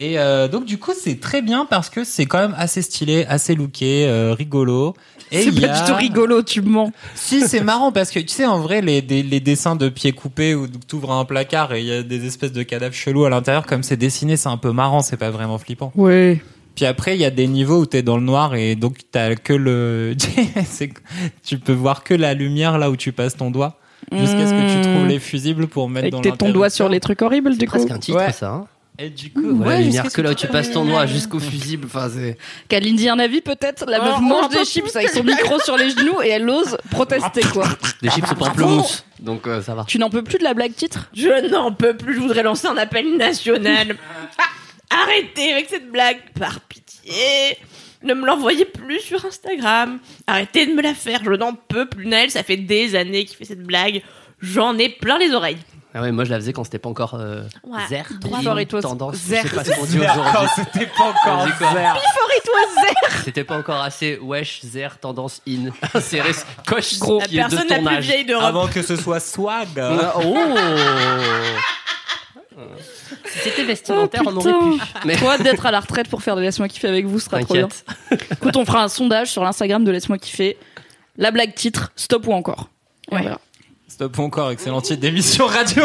S6: Et euh, donc du coup c'est très bien parce que c'est quand même assez stylé, assez looké, euh, rigolo. Et
S1: c'est
S6: il y
S1: pas
S6: a-
S1: du tout rigolo, tu mens.
S6: si, c'est marrant parce que tu sais, en vrai, les, des- les dessins de pieds coupés où t'ouvres un placard et il y a des espèces de cadavres chelous à l'intérieur, comme c'est dessiné, c'est un peu marrant, c'est pas vraiment flippant.
S1: Ouais.
S6: Puis après, il y a des niveaux où t'es dans le noir et donc t'as que le. c'est- tu peux voir que la lumière là où tu passes ton doigt jusqu'à ce que tu trouves les fusibles pour mettre
S1: Et
S6: dans
S1: que t'aies ton doigt sur les trucs horribles du coup.
S5: Presque un titre,
S6: Ouais.
S5: ça. hein.
S6: Et du coup,
S5: Ouais,
S6: ouais,
S5: la
S6: jusqu'à
S5: lumière
S6: ce
S5: que là où
S6: tu-
S5: tu passes ton doigt jusqu'au fusible. Enfin, c'est.
S1: Kalindi un avis peut-être La meuf
S4: Oh,
S1: mange
S4: on
S1: des
S4: peut
S1: chips avec son micro sur les genoux et elle ose protester
S4: Ah,
S1: quoi.
S5: Des chips au pamplemousse. Donc euh, ça va.
S1: Tu n'en peux plus de la blague titre
S4: Je n'en peux plus, je voudrais lancer un appel national. Ah, Arrêtez avec cette blague, par pitié. Ne me l'envoyez plus sur Instagram. Arrêtez de me la faire, je n'en peux plus. Naël, ça fait des années qu'il fait cette blague. J'en ai plein les oreilles.
S5: Ah ouais, moi je la faisais quand c'était pas encore euh,
S4: Ouais.
S5: zer,
S1: Droit.
S5: une
S1: Fort et toi,
S5: tendance.
S1: zer.
S5: Je sais pas ce qu'on dit
S6: D'accord,
S5: aujourd'hui.
S6: c'était pas encore
S5: On dit quoi
S6: clair.
S5: C'était pas encore assez wesh, zer, tendance in. C'est res- coche
S1: Gros.
S4: La
S5: qui est de
S4: personne la
S5: ton
S4: plus
S5: âge.
S4: vieille d'Europe.
S6: Avant que ce soit swag.
S5: Ah, Oh Si c'était vestimentaire, on aurait pu. Oh, Mais
S1: Toi d'être à la retraite pour faire de Laisse-moi kiffer avec vous ce sera trop bien.
S5: t'inquiète.
S1: Écoute, on fera un sondage sur l'Instagram de Laisse-moi kiffer. La blague titre, stop ou encore Et on verra.
S6: Stop encore, excellent titre d'émission radio.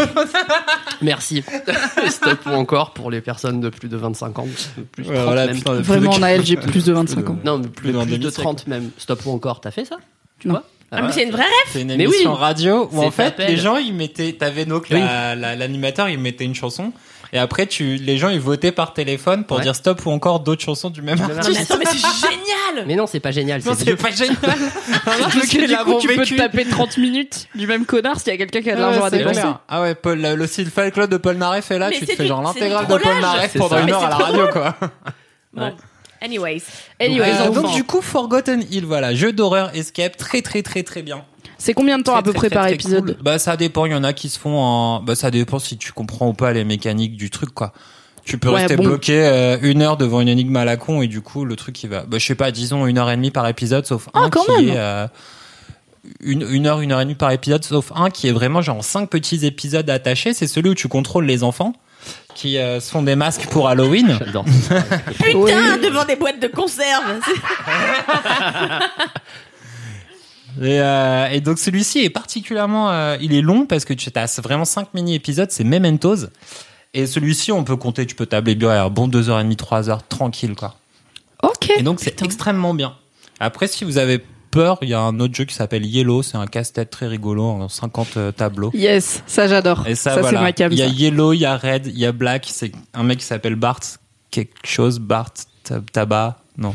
S5: Merci. Stop ou encore pour les personnes de plus de 25 ans. de Plus de 30
S6: Voilà,
S5: même.
S6: putain, de plus de
S1: Vraiment, Naël, j'ai plus de
S6: Plus
S1: 25
S6: de-
S1: ans.
S5: Non, mais plus,
S6: Plus d'un
S5: plus de
S6: demi-siècle.
S5: 30 même. Stop ou encore, t'as fait ça Tu
S1: Non.
S5: vois
S4: Ah, mais c'est une vraie rêve.
S6: C'est une
S5: Mais
S6: émission
S5: oui.
S6: radio où en
S5: C'est
S6: fait
S5: t'appelles.
S6: les gens ils mettaient, t'avais donc
S5: Oui.
S6: la- la- l'animateur il mettait une chanson et après tu les gens ils votaient par téléphone pour
S5: Ouais.
S6: dire stop ou encore d'autres chansons du même
S5: Du même
S6: artiste.
S4: Non, mais attends, mais c'est génial.
S5: Mais non, c'est pas génial.
S6: Non
S5: c'est
S6: c'est
S5: vieux.
S6: pas génial.
S1: Parce que
S6: Le mec,
S1: du
S6: il a
S1: coup,
S6: bon
S1: tu peux te
S6: vécu.
S1: taper 30 minutes du même connard s'il y a quelqu'un qui a de l'argent à
S6: Ouais, c'est
S1: dépenser.
S6: clair. Ah ouais, Paul, le, le style Fall Club de Paul Naref est là,
S4: Mais
S6: tu te
S4: c'est
S6: fais
S4: du-
S6: genre
S4: c'est du
S6: l'intégrale de Paul
S4: trollage.
S6: Naref
S5: C'est
S6: pendant
S5: ça.
S6: une
S4: Mais
S6: heure
S4: c'est
S6: à la
S4: trop
S6: radio quoi.
S5: Ouais.
S4: Bon. Anyways.
S1: Anyway,
S6: Euh,
S1: les
S6: donc
S1: enfants.
S6: du coup Forgotten Hill voilà, jeu d'horreur escape très très très très bien.
S1: C'est combien de temps à peu
S6: Très, très,
S1: près
S6: très,
S1: par
S6: très
S1: épisode
S6: cool. Bah ça dépend, il y en a qui se font en bah ça dépend si tu comprends ou pas les mécaniques du truc quoi. Tu peux
S1: Ouais,
S6: rester
S1: bon.
S6: bloqué euh, une heure devant une énigme à la con et du coup le truc il va bah je sais pas disons une heure et demie par épisode sauf
S1: Ah,
S6: un
S1: quand
S6: qui
S1: même.
S6: est euh, une, une heure une heure et demie par épisode sauf un qui est vraiment genre en cinq petits épisodes attachés c'est celui où tu contrôles les enfants qui euh, se font des masques pour Halloween.
S5: J'adore.
S4: Putain,
S1: Oui.
S4: devant des boîtes de conserve.
S6: Et, euh, et donc celui-ci est particulièrement, euh, il est long parce que tu as vraiment 5 mini épisodes, c'est Mementos. Et celui-ci, on peut compter, tu peux tabler bien, alors bon 2h30, 3h, tranquille quoi.
S1: Ok.
S6: Et donc c'est extrêmement bien. Après, si vous avez peur, il y a un autre jeu qui s'appelle Yellow, c'est un casse-tête très rigolo en 50 euh, tableaux.
S1: Yes, ça j'adore.
S6: Et ça,
S1: Ça, c'est
S6: voilà.
S1: ma cam.
S6: il y a
S1: ça.
S6: Yellow, il y a Red, il y a Black, c'est un mec qui s'appelle Bart, quelque chose, Bart, Tab- Tabac, non.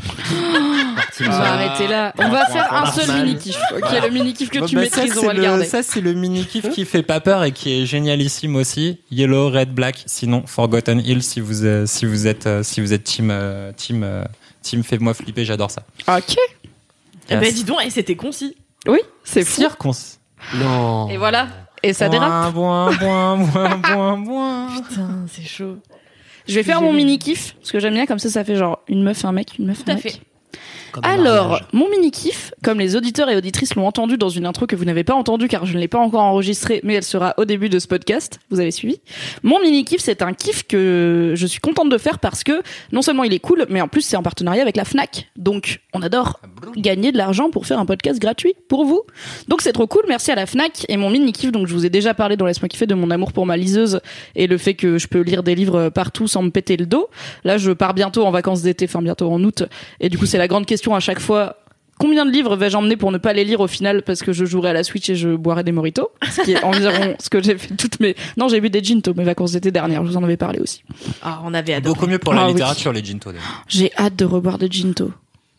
S1: On va arrêter là. On va faire un seul mini-kiff. Ok, le mini-kiff que
S6: Bon,
S1: tu
S6: bah, ça,
S1: maîtrises, on
S6: c'est
S1: va le
S6: le-
S1: garder.
S6: Ça, c'est le mini-kiff qui fait pas peur et qui est génialissime aussi. Yellow, Red, Black, sinon Forgotten Hill, si vous, euh, si vous êtes, euh, si vous êtes team, euh, team, euh, team Fais-moi flipper, j'adore ça.
S1: Ok.
S4: Eh ben
S6: Yes.
S4: dis donc, et c'était concis.
S1: Oui, c'est fou.
S6: Circons.
S5: Non.
S1: Et voilà. Et ça dérape.
S6: Boin, boin, boin, boin, boin.
S4: Putain, c'est chaud.
S1: Je vais faire mon mini-kiff, parce que j'aime bien, comme ça, ça fait genre une meuf, un mec, une meuf,
S4: Tout
S1: un
S4: à
S1: mec.
S4: fait.
S5: Comme un
S1: Alors,
S5: mariage.
S1: mon mini-kiff, comme les auditeurs et auditrices l'ont entendu dans une intro que vous n'avez pas entendue car je ne l'ai pas encore enregistrée, mais elle sera au début de ce podcast, vous avez suivi. Mon mini-kiff, c'est un kiff que je suis contente de faire parce que non seulement il est cool, mais en plus c'est en partenariat avec la FNAC. Donc, on adore gagner de l'argent pour faire un podcast gratuit pour vous. Donc, c'est trop cool, merci à la FNAC. Et mon mini-kiff, donc je vous ai déjà parlé dans Laisse-moi kiffer de mon amour pour ma liseuse et le fait que je peux lire des livres partout sans me péter le dos. Là, je pars bientôt en vacances d'été, enfin bientôt en août, et du coup, c'est la grande question à chaque fois. Combien de livres vais-je emmener pour ne pas les lire au final parce que je jouerai à la Switch et je boirai des moritos Ce qui est environ ce que j'ai fait toutes mes... Non, j'ai bu des ginto mes vacances d'été dernières, je vous en avais parlé aussi.
S4: Ah, on avait adoré.
S6: Beaucoup mieux pour la
S1: Ah oui.
S6: littérature, les Ginto. d'ailleurs.
S1: J'ai hâte de reboire des ginto.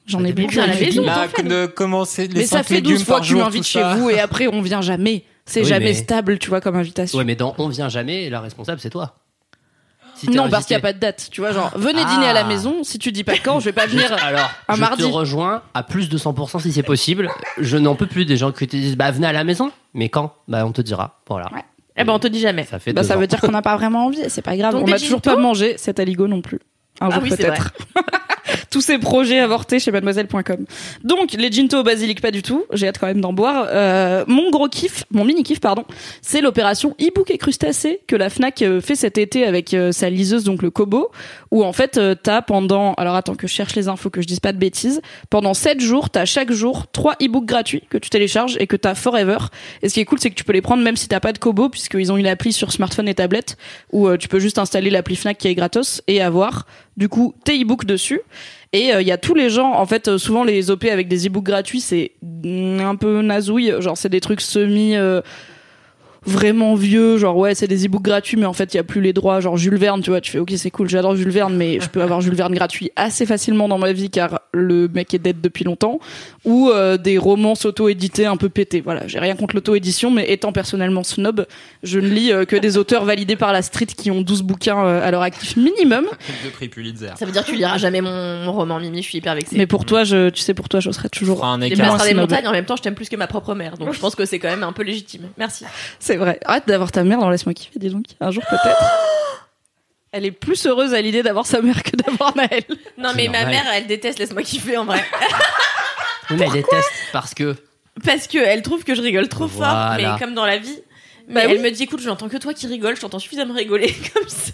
S1: J'en ai bu
S4: bien à la
S1: depuis
S4: maison.
S1: dix ans.
S6: Là,
S4: t'en fais,
S6: Bah, de commencer les
S1: Mais ça
S6: cinq
S1: fait
S6: légumes
S1: 12 fois
S6: par
S1: que tu
S6: jour,
S1: m'invites
S6: tout
S1: chez
S6: ça.
S1: vous et après on vient jamais. C'est
S5: Oui,
S1: jamais
S5: mais-
S1: stable, tu vois, comme invitation.
S5: Ouais, mais dans On vient jamais, et la responsable, c'est toi. Si t'es
S1: non, parce
S5: invité- Ah.
S1: qu'il n'y a pas de date. Tu vois, genre, venez dîner à la maison, si tu dis pas quand, je vais pas venir.
S5: Alors,
S1: un
S5: je
S1: mardi.
S5: te rejoins à plus de 100% si c'est possible. Je n'en peux plus des gens qui te disent bah venez à la maison, mais quand Bah on te dira. Voilà.
S1: Ouais.
S4: Eh ben on te dit jamais.
S5: Ça fait
S1: Bah,
S5: deux
S1: ça
S5: ans.
S1: veut dire qu'on n'a pas vraiment envie, et c'est pas grave.
S4: Donc,
S1: on n'a
S4: des
S1: toujours
S4: gin
S1: pas
S4: tonic
S1: mangé cet aligot non plus. Un
S4: Ah
S1: jour
S4: oui, c'est
S1: peut-être. Tous ces projets avortés chez mademoiselle.com. Donc, les ginto au basilic, pas du tout. J'ai hâte quand même d'en boire. Euh, mon gros kiff, mon mini kiff, pardon, c'est l'opération e-book et crustacés que la FNAC euh, fait cet été avec euh, sa liseuse, donc le Kobo, où en fait, euh, t'as pendant, alors attends que je cherche les infos, que je dise pas de bêtises, pendant 7 jours, t'as chaque jour 3 e-books gratuits que tu télécharges et que t'as forever. Et ce qui est cool, c'est que tu peux les prendre même si t'as pas de Kobo, puisqu'ils ont une appli sur smartphone et tablette, où euh, tu peux juste installer l'appli FNAC qui est gratos et avoir, du coup, tes e-books dessus. Et il y a tous les gens, en fait, euh, souvent les OP avec des e-books gratuits, c'est un peu nazouille, genre c'est des trucs semi... euh, vraiment vieux genre ouais c'est des e-books gratuits mais en fait il y a plus les droits genre Jules Verne tu vois tu fais ok c'est cool j'adore Jules Verne mais je peux avoir Jules Verne gratuit assez facilement dans ma vie car le mec est dead depuis longtemps ou euh, des romans auto-édités un peu pétés voilà j'ai rien contre l'auto-édition mais étant personnellement snob je ne lis euh, que des auteurs validés par la street qui ont 12 bouquins euh, à leur actif minimum
S6: De prix Pulitzer.
S4: Ça veut dire que tu liras jamais mon, mon roman, Mimi, je suis hyper vexée.
S1: mais pour toi je tu sais pour toi je serai toujours
S6: Fera un
S4: Les
S6: écart.
S1: masses-
S4: Masters des
S1: Snob.
S4: montagnes, en même temps, je t'aime plus que ma propre mère, donc je pense que c'est quand même un peu légitime. Merci.
S1: C'est vrai. Arrête d'avoir ta mère dans Laisse-moi kiffer, dis donc. Un jour peut-être. Elle est plus heureuse à l'idée d'avoir sa mère que d'avoir Naël.
S4: Non,
S5: C'est
S4: mais ma
S5: normal.
S4: mère, elle déteste, laisse-moi kiffer en vrai.
S5: Oui, mais elle déteste parce que
S4: Parce que elle trouve que je rigole trop
S5: Voilà.
S4: fort, mais comme dans la vie. Mais
S1: Bah
S4: elle
S1: oui.
S4: me dit, écoute, je n'entends que toi qui rigole, je t'entends suffisamment rigoler comme ça.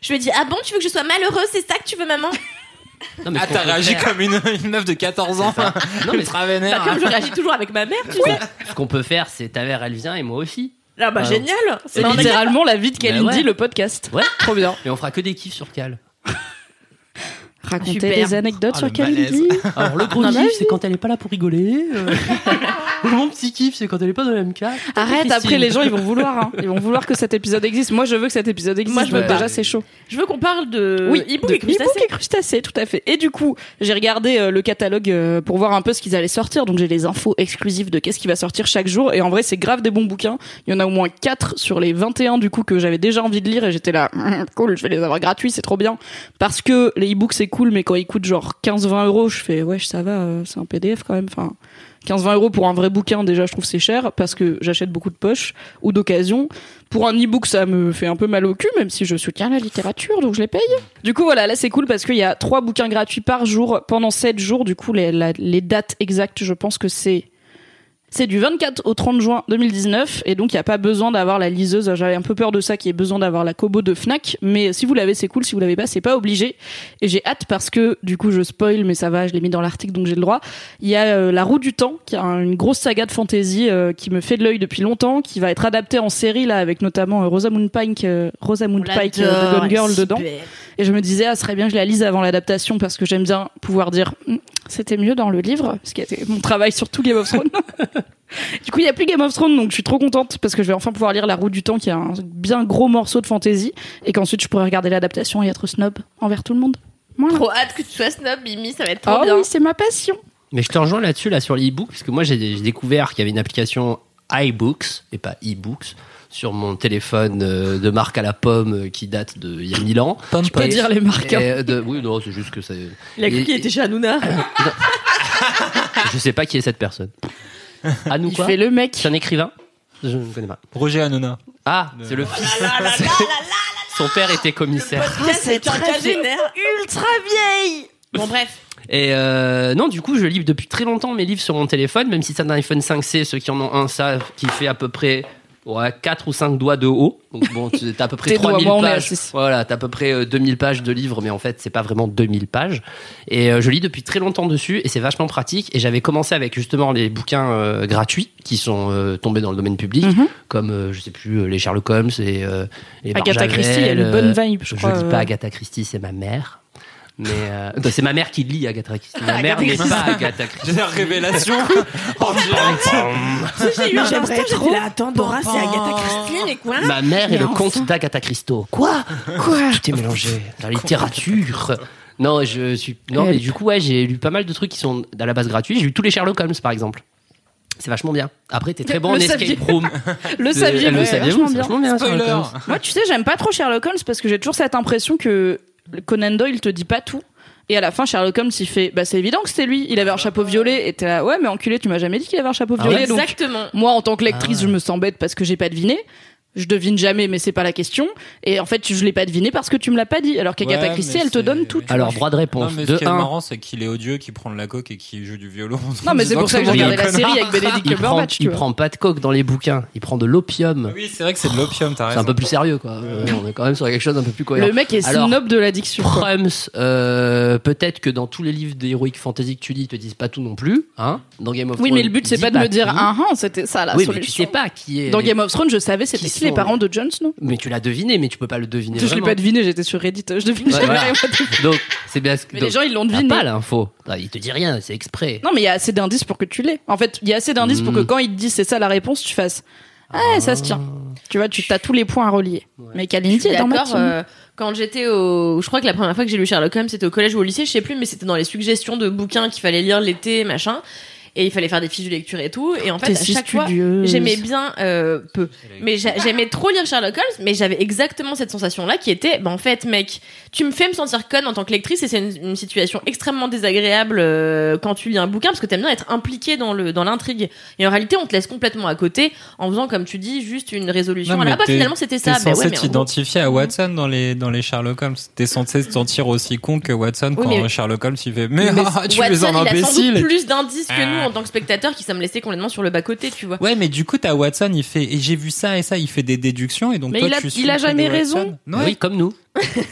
S4: Je lui ai dit, ah bon, tu veux que je sois malheureuse, c'est ça que tu veux, maman
S5: non mais
S6: Ah,
S5: ce qu'on
S6: t'as
S5: peut
S6: réagi
S5: faire-
S6: comme une, une meuf de 14 ans.
S5: Non mais
S6: ultra
S4: Bah,
S6: vénère.
S4: Comme je réagis toujours avec ma mère, tu sais.
S5: ce qu'on peut faire c'est ta mère elle vient et moi aussi.
S4: Ah bah
S5: Ah non.
S4: génial
S1: C'est
S5: Bah, on est-
S1: littéralement la vie de Kalindi,
S5: Bah ouais.
S1: le podcast.
S5: Ouais.
S1: Trop bien.
S5: Mais on fera que des kiffs sur Cal.
S1: Raconter
S4: Super.
S1: des anecdotes
S5: Ah,
S1: sur
S5: le malaise.
S1: Kalindi.
S5: Alors le gros
S1: Non, mais
S5: kiff c'est quand elle est pas là pour rigoler. euh. Mon petit kiff c'est quand elle est pas dans la même case.
S1: Arrête,
S5: Christine.
S1: après les gens ils vont vouloir. hein. Ils vont vouloir que cet épisode existe. Moi je veux que cet épisode existe.
S4: Moi, je veux
S1: donc
S4: pas.
S1: Déjà c'est chaud.
S4: Je veux qu'on parle de
S1: oui,
S4: hibou
S1: de
S4: et crustacés.
S1: hibou et crustacés, tout à fait. Et du coup, j'ai regardé euh, le catalogue euh, pour voir un peu ce qu'ils allaient sortir. Donc j'ai les infos exclusives de qu'est-ce qui va sortir chaque jour. Et en vrai, c'est grave des bons bouquins. Il y en a au moins 4 sur les 21 du coup que j'avais déjà envie de lire et j'étais là, Hum, cool, je vais les avoir gratuits, c'est trop bien. Parce que les e-books c'est cool, mais quand ils coûtent genre 15-20 euros, je fais ouais, ça va, euh, c'est un PDF quand même. Enfin, 15-20 euros pour un vrai bouquin, déjà je trouve c'est cher parce que j'achète beaucoup de poches ou d'occasion. Pour un e-book, ça me fait un peu mal au cul, même si je soutiens la littérature, donc je les paye. Du coup, voilà, là c'est cool parce qu'il y a trois bouquins gratuits par jour pendant sept jours. Du coup, les, la- les dates exactes, je pense que c'est c'est du 24 au 30 juin 2019 et donc il n'y a pas besoin d'avoir la liseuse. J'avais un peu peur de ça, qu'il y ait besoin d'avoir la Kobo de Fnac, mais si vous l'avez, c'est cool. Si vous l'avez pas, c'est pas obligé. Et j'ai hâte parce que du coup, je spoil, mais ça va, je l'ai mis dans l'article, donc j'ai le droit. Il y a euh, La Roue du Temps, qui est un- une grosse saga de fantasy euh, qui me fait de l'œil depuis longtemps, qui va être adaptée en série là avec notamment euh, Rosamund Pike, euh, Rosamund Pike euh, de Gone Girl dedans. Et je me disais, ah, ce serait bien que je la lise avant l'adaptation parce que j'aime bien pouvoir dire, Hmm, c'était mieux dans le livre, ce qui était mon travail sur tout Game of Thrones. du coup, il n'y a plus Game of Thrones, donc je suis trop contente parce que je vais enfin pouvoir lire La Roue du Temps, qui est un bien gros morceau de fantasy, et qu'ensuite je pourrais regarder l'adaptation et être snob envers tout le monde. Voilà.
S4: Trop hâte que tu sois snob, Mimi, ça va être trop
S1: Oh
S4: bien.
S1: oui, c'est ma passion.
S5: Mais je te rejoins là-dessus, là, sur l'e-book, parce que moi, j'ai j'ai découvert qu'il y avait une application iBooks, et pas e-books, sur mon téléphone euh, de marque à la pomme euh, qui date de il y a 1000 ans.
S6: Pomme,
S1: Pas
S6: pomme.
S1: dire les marques.
S5: Et,
S1: hein.
S5: euh, de- oui, non, c'est juste que c'est.
S4: Il a cru
S5: Et-
S4: qu'il était chez Hanouna.
S5: Je sais pas qui est cette personne. À nous
S1: Il
S5: quoi
S1: fait le mec.
S5: C'est un écrivain Je ne connais pas.
S6: Roger Hanouna.
S5: Ah, c'est le fils. Son père était commissaire.
S4: Ah, c'est quinquagénaire.
S1: Ultra vieille.
S4: Bon, bref.
S5: Et euh, non, du coup, je lis depuis très longtemps mes livres sur mon téléphone, même si c'est un iPhone 5C, ceux qui en ont un savent qui fait à peu près ouais, 4 ou 5 doigts de haut. Donc bon, tu- t'as à peu près
S1: Tes doigts,
S5: 3000
S1: moi, on est à
S5: pages.
S1: six.
S5: Voilà, t'as à peu près euh, 2000 pages de livres, mais en fait, c'est pas vraiment 2000 pages. Et euh, je lis depuis très longtemps dessus, et c'est vachement pratique. Et j'avais commencé avec justement les bouquins euh, gratuits qui sont euh, tombés dans le domaine public,
S1: Mhm.
S5: comme euh, je sais plus euh, les Sherlock Holmes et euh, les
S1: Agatha
S5: Barjavel,
S1: Christie, elle a une
S5: euh,
S1: bonne vibe, je crois.
S5: lis pas
S1: euh.
S5: Agatha Christie, c'est ma mère. Mais euh, non, c'est ma mère qui lit Agatha Christie. Ma mère n'est pas Agatha Christie.
S6: J'ai la révélation en direct.
S4: J'ai eu un instant, j'étais là, attends, Dora,
S6: Pam,
S4: c'est Agatha
S6: pam.
S4: Christie, mais quoi
S5: Ma mère
S1: Mais
S5: est le
S1: enfin.
S5: comte d'Agatha Christo. Quoi
S1: Quoi
S5: Tout est mélangé. La littérature. Non, je suis. Non, mais du coup, ouais, j'ai lu pas mal de trucs qui sont à la base gratuits. J'ai lu tous les Sherlock Holmes, par exemple. C'est vachement bien. Après, t'es très bon
S1: Le
S5: en
S1: saviez-
S5: escape room.
S1: Le
S5: C'est-
S1: saviez,
S5: le
S1: ouais,
S5: saviez-vous
S1: vachement
S5: C'est
S1: bien.
S5: vachement bien. Sherlock
S6: Spoiler.
S5: Holmes.
S1: Moi, tu sais, j'aime pas trop Sherlock Holmes parce que j'ai toujours cette impression que Conan Doyle te dit pas tout. Et à la fin, Sherlock Holmes, il fait Bah, c'est évident que c'était lui. Il avait un chapeau violet. Et t'es là, ouais, mais enculé, tu m'as jamais dit qu'il avait un chapeau
S5: Ah
S1: violet.
S5: ouais
S1: donc,
S4: Exactement.
S1: moi, en tant que lectrice,
S5: Ah ouais.
S1: je me sens bête parce que j'ai pas deviné. Je devine jamais, mais c'est pas la question. Et en fait, je l'ai pas deviné parce que tu me l'as pas dit. Alors qu'Agatha
S6: Ouais,
S1: Christie,
S6: mais
S1: elle te
S6: c'est-
S1: donne tout.
S5: Alors, droit de
S6: Non,
S5: réponse.
S6: mais ce
S5: de
S6: qui est
S5: 1.
S6: marrant, c'est qu'il est odieux, qui prend de la coque et qui joue du violon.
S1: Non, mais c'est pour ça que j'ai
S5: monde
S1: regardé
S5: est
S1: la série avec Benedict
S5: Il prend,
S1: Cumberbatch, tu
S5: il
S1: vois.
S5: prend pas de coke dans les bouquins. Il prend de l'opium.
S6: Oui, c'est vrai que c'est de l'opium, t'as
S5: C'est
S6: raison.
S5: un
S1: Ah,
S5: peu plus sérieux, quoi. Euh, on est quand même sur quelque chose d'un peu plus cohérent.
S1: Le mec est
S5: Alors,
S1: snob de l'addiction. quoi.
S5: Prums, euh, peut-être que dans tous les livres d'Heroic Fantasy que tu lis, ils te disent pas tout non plus. Hein dans Game of
S1: Oui,
S5: Thrones,
S1: mais le but, c'est
S5: dis
S1: pas de me dire
S5: tout.
S1: Ah, ah, c'était ça la
S5: Oui, mais tu
S1: solution.
S5: sais pas qui est.
S1: Dans
S5: mais-
S1: Game of Thrones, je savais c'était
S5: Qui
S1: qui les
S5: sont-
S1: parents de Jon Snow.
S5: Mais tu l'as deviné, mais tu peux pas le deviner.
S1: Je l'ai
S5: vraiment.
S1: pas deviné, j'étais sur Reddit. Je devine
S5: Ouais,
S1: jamais.
S5: voilà.
S1: moi, tout.
S5: Donc, c'est bien.
S1: Mais
S5: donc,
S1: les gens, ils l'ont
S5: t'as
S1: deviné.
S5: pas l'info. Ah, Il te dit rien, c'est exprès.
S1: Non, mais il y a assez d'indices pour que tu l'aies. En fait, il y a assez d'indices
S6: Hmm.
S1: pour que
S5: Mm.
S1: quand il te dit c'est ça la réponse, tu fasses. Ah, ça se tient. Tu vois, tu as tous les points à relier. Mais
S4: Je
S1: Kalindi
S4: suis
S1: est dans ma
S4: d'accord.
S1: team.
S4: euh, quand j'étais au, je crois que la première fois que j'ai lu Sherlock Holmes, c'était au collège ou au lycée, je sais plus, mais c'était dans les suggestions de bouquins qu'il fallait lire l'été, machin, et il fallait faire des fiches de lecture et tout. Et en fait,
S1: T'es
S4: à
S1: si
S4: chaque fois,
S1: studieuse.
S4: j'aimais bien euh, peu, mais j'a- j'aimais trop lire Sherlock Holmes, mais j'avais exactement cette sensation-là qui était, bah en fait, mec, tu me fais me sentir conne en tant que lectrice, et c'est une, une situation extrêmement désagréable euh, quand tu lis un bouquin parce que t'aimes bien être impliqué dans le dans l'intrigue. Et en réalité, on te laisse complètement à côté en faisant, comme tu dis, juste une résolution.
S6: Non,
S4: à la-
S6: mais
S4: Ah bah
S6: t'es-
S4: finalement, c'était ça.
S6: T'es
S4: Bah ouais,
S6: censé
S4: mais en gros,
S6: t'identifier à Watson dans les, dans les Sherlock Holmes. T'es censé te sentir aussi con que Watson
S4: Oui,
S6: quand
S4: mais-
S6: Sherlock Holmes il fait Mais, ah, tu es
S4: Watson,
S6: un
S4: il a sans doute
S6: imbécile
S4: plus d'indices que
S6: Ah.
S4: nous en tant que spectateurs qui sommes laissés complètement sur le bas-côté, tu vois.
S6: Ouais, mais du coup, t'as Watson, il fait Et j'ai vu ça et ça, il fait des déductions et donc
S1: Mais
S6: toi,
S1: il a-
S6: tu suis
S1: il a
S6: le truc
S1: jamais
S6: de Watson.
S1: raison.
S6: Ouais,
S5: Oui, comme nous.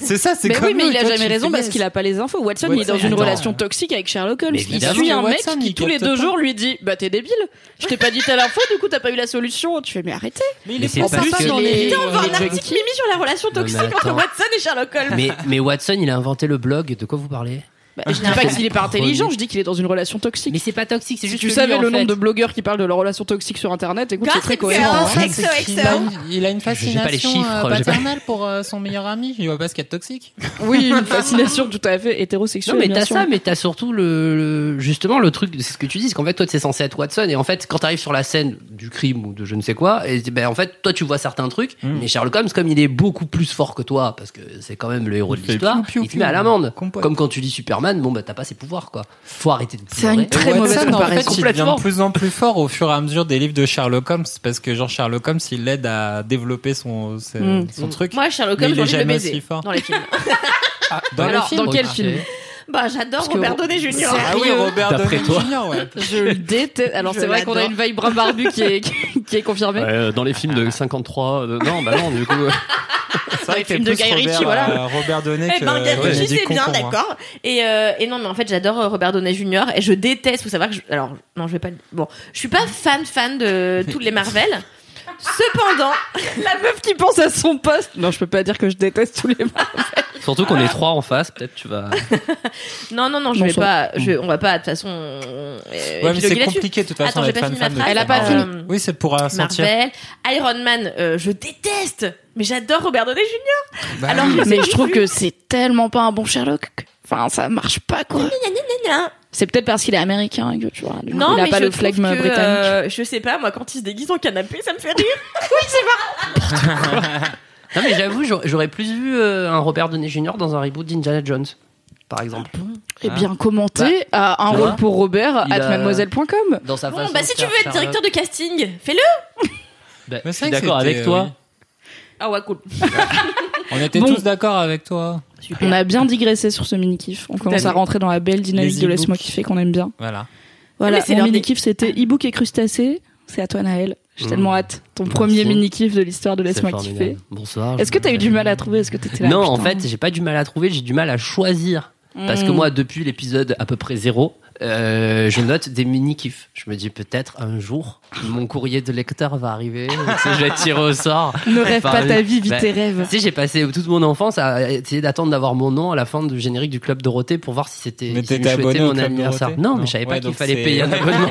S6: c'est ça, c'est
S1: Mais
S6: comme
S1: oui, mais
S6: nous,
S1: il a
S6: toi, tu
S1: jamais
S6: fais
S1: raison parce
S6: yes.
S1: qu'il a pas les infos. Watson, il est
S6: Watson,
S1: dans une
S6: attends.
S1: relation toxique avec Sherlock Holmes.
S5: Mais
S1: Il
S5: évidemment.
S1: suit un mec
S6: Watson,
S1: qui
S6: il
S1: tous les
S6: capte
S1: deux
S6: pas.
S1: jours lui dit Bah t'es débile, je t'ai pas dit telle info, du coup t'as pas eu la solution. Tu fais Mais arrêtez.
S6: Mais il
S5: Mais
S6: est
S5: c'est
S6: pas
S5: parce que-
S6: dans
S1: Il est-
S6: les.
S4: Putain, on voit
S1: les
S4: un article
S1: junkies.
S4: Mimi sur la relation
S5: Non, mais
S4: toxique entre
S5: attends.
S4: Watson et Sherlock Holmes.
S5: Mais, mais Watson, il a inventé le blog. De quoi vous parlez
S1: Bah,
S6: Ah,
S1: je dis pas qu'il est pas
S5: Premier.
S1: intelligent, je dis qu'il est dans une relation toxique.
S5: Mais c'est pas toxique, c'est
S1: Si
S5: juste.
S1: tu
S5: que lui,
S1: savais
S5: en
S1: le nombre
S5: fait-
S1: de blogueurs qui parlent de leur relation toxique sur internet, écoute, c'est très
S4: Gossip
S1: cohérent.
S4: Girl.
S1: hein.
S6: Ouais, c'est
S4: XOXO.
S6: qu'il a une- Il a une
S5: pas les
S6: fascination
S5: chiffres,
S6: euh,
S5: j'ai pas-
S6: paternelle pour euh, son meilleur ami. Il voit pas ce qu'il y a de toxique.
S1: Oui, une fascination tout à fait hétérosexuelle.
S5: Non mais
S1: bien
S5: t'as
S1: sûr.
S5: ça, mais t'as surtout le, le- justement le truc, c'est ce que tu dis, c'est qu'en fait toi t'es censé être Watson et en fait quand t'arrives sur la scène du crime ou de je ne sais quoi, et ben en fait toi tu vois certains trucs,
S6: Mm.
S5: mais Sherlock Holmes comme il est beaucoup plus fort que toi parce que c'est quand même le héros
S6: Il
S5: de
S6: fait
S5: l'histoire,
S6: piou, piou,
S5: il te met à
S6: piou.
S5: l'amende.
S6: Compote.
S5: Comme quand tu dis Superman, bon bah t'as pas ses pouvoirs quoi. Faut arrêter de.
S1: C'est
S5: pleurer.
S1: une très
S6: Watson,
S1: mauvaise
S6: en fait,
S1: comparaison.
S6: il devient
S5: Complètement.
S6: de plus en plus fort au fur et à mesure des livres de Sherlock Holmes parce que genre Sherlock Holmes il l'aide à développer son son-
S1: Mm.
S6: son truc.
S4: Moi, Sherlock
S6: Mais
S4: Holmes,
S6: il
S4: j'ai
S6: est
S4: envie de le
S6: jamais
S4: baiser
S6: aussi fort.
S4: dans les films.
S6: Dans
S1: Alors,
S6: le film.
S1: dans quel
S5: Ok.
S1: film
S4: bah, j'adore
S1: que
S4: Robert
S1: Ro-
S4: Downey Jr.
S6: Ah oui, Robert
S5: D'après
S6: Downey
S5: toi.
S6: Jr. Ouais.
S1: Je le déteste. Alors
S4: Je
S1: c'est vrai qu'on a
S4: l'adore.
S1: une veille brun barbu qui est, qui, est confirmée.
S5: euh, dans les films de 53, non bah non du coup.
S6: C'est vrai
S1: les
S6: que t'es
S1: films de
S6: plus
S1: Guy
S6: Robert,
S1: Ritchie, voilà.
S6: euh, Robert Downey
S4: Eh
S6: que
S4: ben, Guy Ritchie,
S6: Benedict
S4: c'est bien,
S6: Cumberbatch.
S4: d'accord. Et, euh, et non, mais en fait, j'adore euh, Robert Downey Jr. Et je déteste, faut savoir que je- Alors, non, je vais pas... le- Bon, je suis pas fan, fan de toutes les Marvel. Cependant,
S1: La meuf qui pense à son poste. Non, je peux pas dire que je déteste tous les Marvel.
S5: Surtout qu'on est trois en face, peut-être tu vas.
S4: Non, non, non, je
S1: Non,
S4: vais
S1: ça- Mm.
S4: pas. Je, on va pas, de toute façon. euh,
S6: Ouais, mais
S4: épiloguer
S6: c'est
S4: là-dessus.
S6: compliqué de toute façon
S4: Attends, j'ai
S6: d'être
S4: pas
S6: fan
S4: fini ma
S6: fan de
S4: phrase.
S1: Elle a pas
S6: Marvel.
S4: fini.
S6: Oui, c'est pour sentir.
S4: Marvel, Iron Man, euh, je déteste, mais j'adore Robert Downey Jr. Alors, que
S1: Mais
S4: c'est
S1: je trouve
S4: plus-
S1: que c'est tellement pas un bon Sherlock. que- Enfin, ça marche pas quoi. C'est peut-être parce qu'il est américain que tu vois. du coup,
S4: Non,
S1: il a
S4: mais
S1: pas
S4: je
S1: le
S4: trouve
S1: flegme
S4: que,
S1: britannique.
S4: euh, je sais pas, moi, quand il se déguise en canapé, ça me fait rire.
S5: Non mais j'avoue, j'aurais- j'aurais plus vu euh, un Robert Downey Jr. dans un reboot d'Indiana Jones, par exemple.
S1: Eh
S4: Ah.
S1: bien, commenter
S4: Bah,
S1: à un
S5: tu
S1: rôle
S5: vois,
S1: pour Robert
S5: il
S1: at
S5: a-
S1: mademoiselle.com.
S5: Dans sa
S4: Bon,
S5: façon
S4: bah,
S5: de
S4: si tu
S5: faire
S4: veux être
S5: Sherlock.
S4: directeur de casting, fais-le.
S5: Bah,
S6: Mais c'est
S5: je suis
S6: vrai que
S5: d'accord
S6: c'était,
S5: avec
S1: euh,
S5: toi.
S4: Ah ouais, cool.
S6: On était
S1: Bon.
S6: tous d'accord avec toi.
S1: On a bien digressé sur ce mini-kiff. On commence
S4: fait.
S1: à rentrer dans la belle dynamique
S6: Les
S1: de laisse-moi
S6: e-books.
S1: kiffer qu'on aime bien.
S6: Voilà.
S1: Voilà,
S4: mais c'est
S1: mon
S4: leur
S1: mini-kiff c'était e-book et crustacés. C'est à toi, Naël. J'ai
S5: Mmh.
S1: tellement hâte. Ton
S5: Merci.
S1: premier mini-kiff de l'histoire de
S5: C'est
S1: laisse-moi
S5: formidable.
S1: kiffer.
S5: Bonsoir.
S1: Est-ce que t'as eu du mal à trouver Est-ce que t'étais là
S5: Non, en
S1: putain
S5: fait, j'ai pas du mal à trouver, j'ai du mal à choisir. Parce que
S1: Mmh.
S5: moi, depuis l'épisode à peu près zéro, euh, je note des mini-kiffs. Je me dis peut-être un jour, mon courrier de lecteur va arriver, tu sais, je vais tirer au sort.
S1: Ne rêve pas
S5: Enfin,
S1: ta vie, vis
S5: bah,
S1: tes rêves.
S5: Tu sais, j'ai passé toute mon enfance à essayer d'attendre d'avoir mon nom à la fin du générique du Club Dorothée pour voir si c'était
S6: Mais
S5: si
S6: t'étais
S5: je
S6: abonné
S5: souhaitais
S6: au
S5: mon
S6: Club
S5: anniversaire.
S6: Dorothée
S5: Non,
S6: Non.
S5: mais je savais
S6: Ouais,
S5: pas qu'il
S6: donc
S5: fallait
S6: c'est-
S5: payer un abonnement.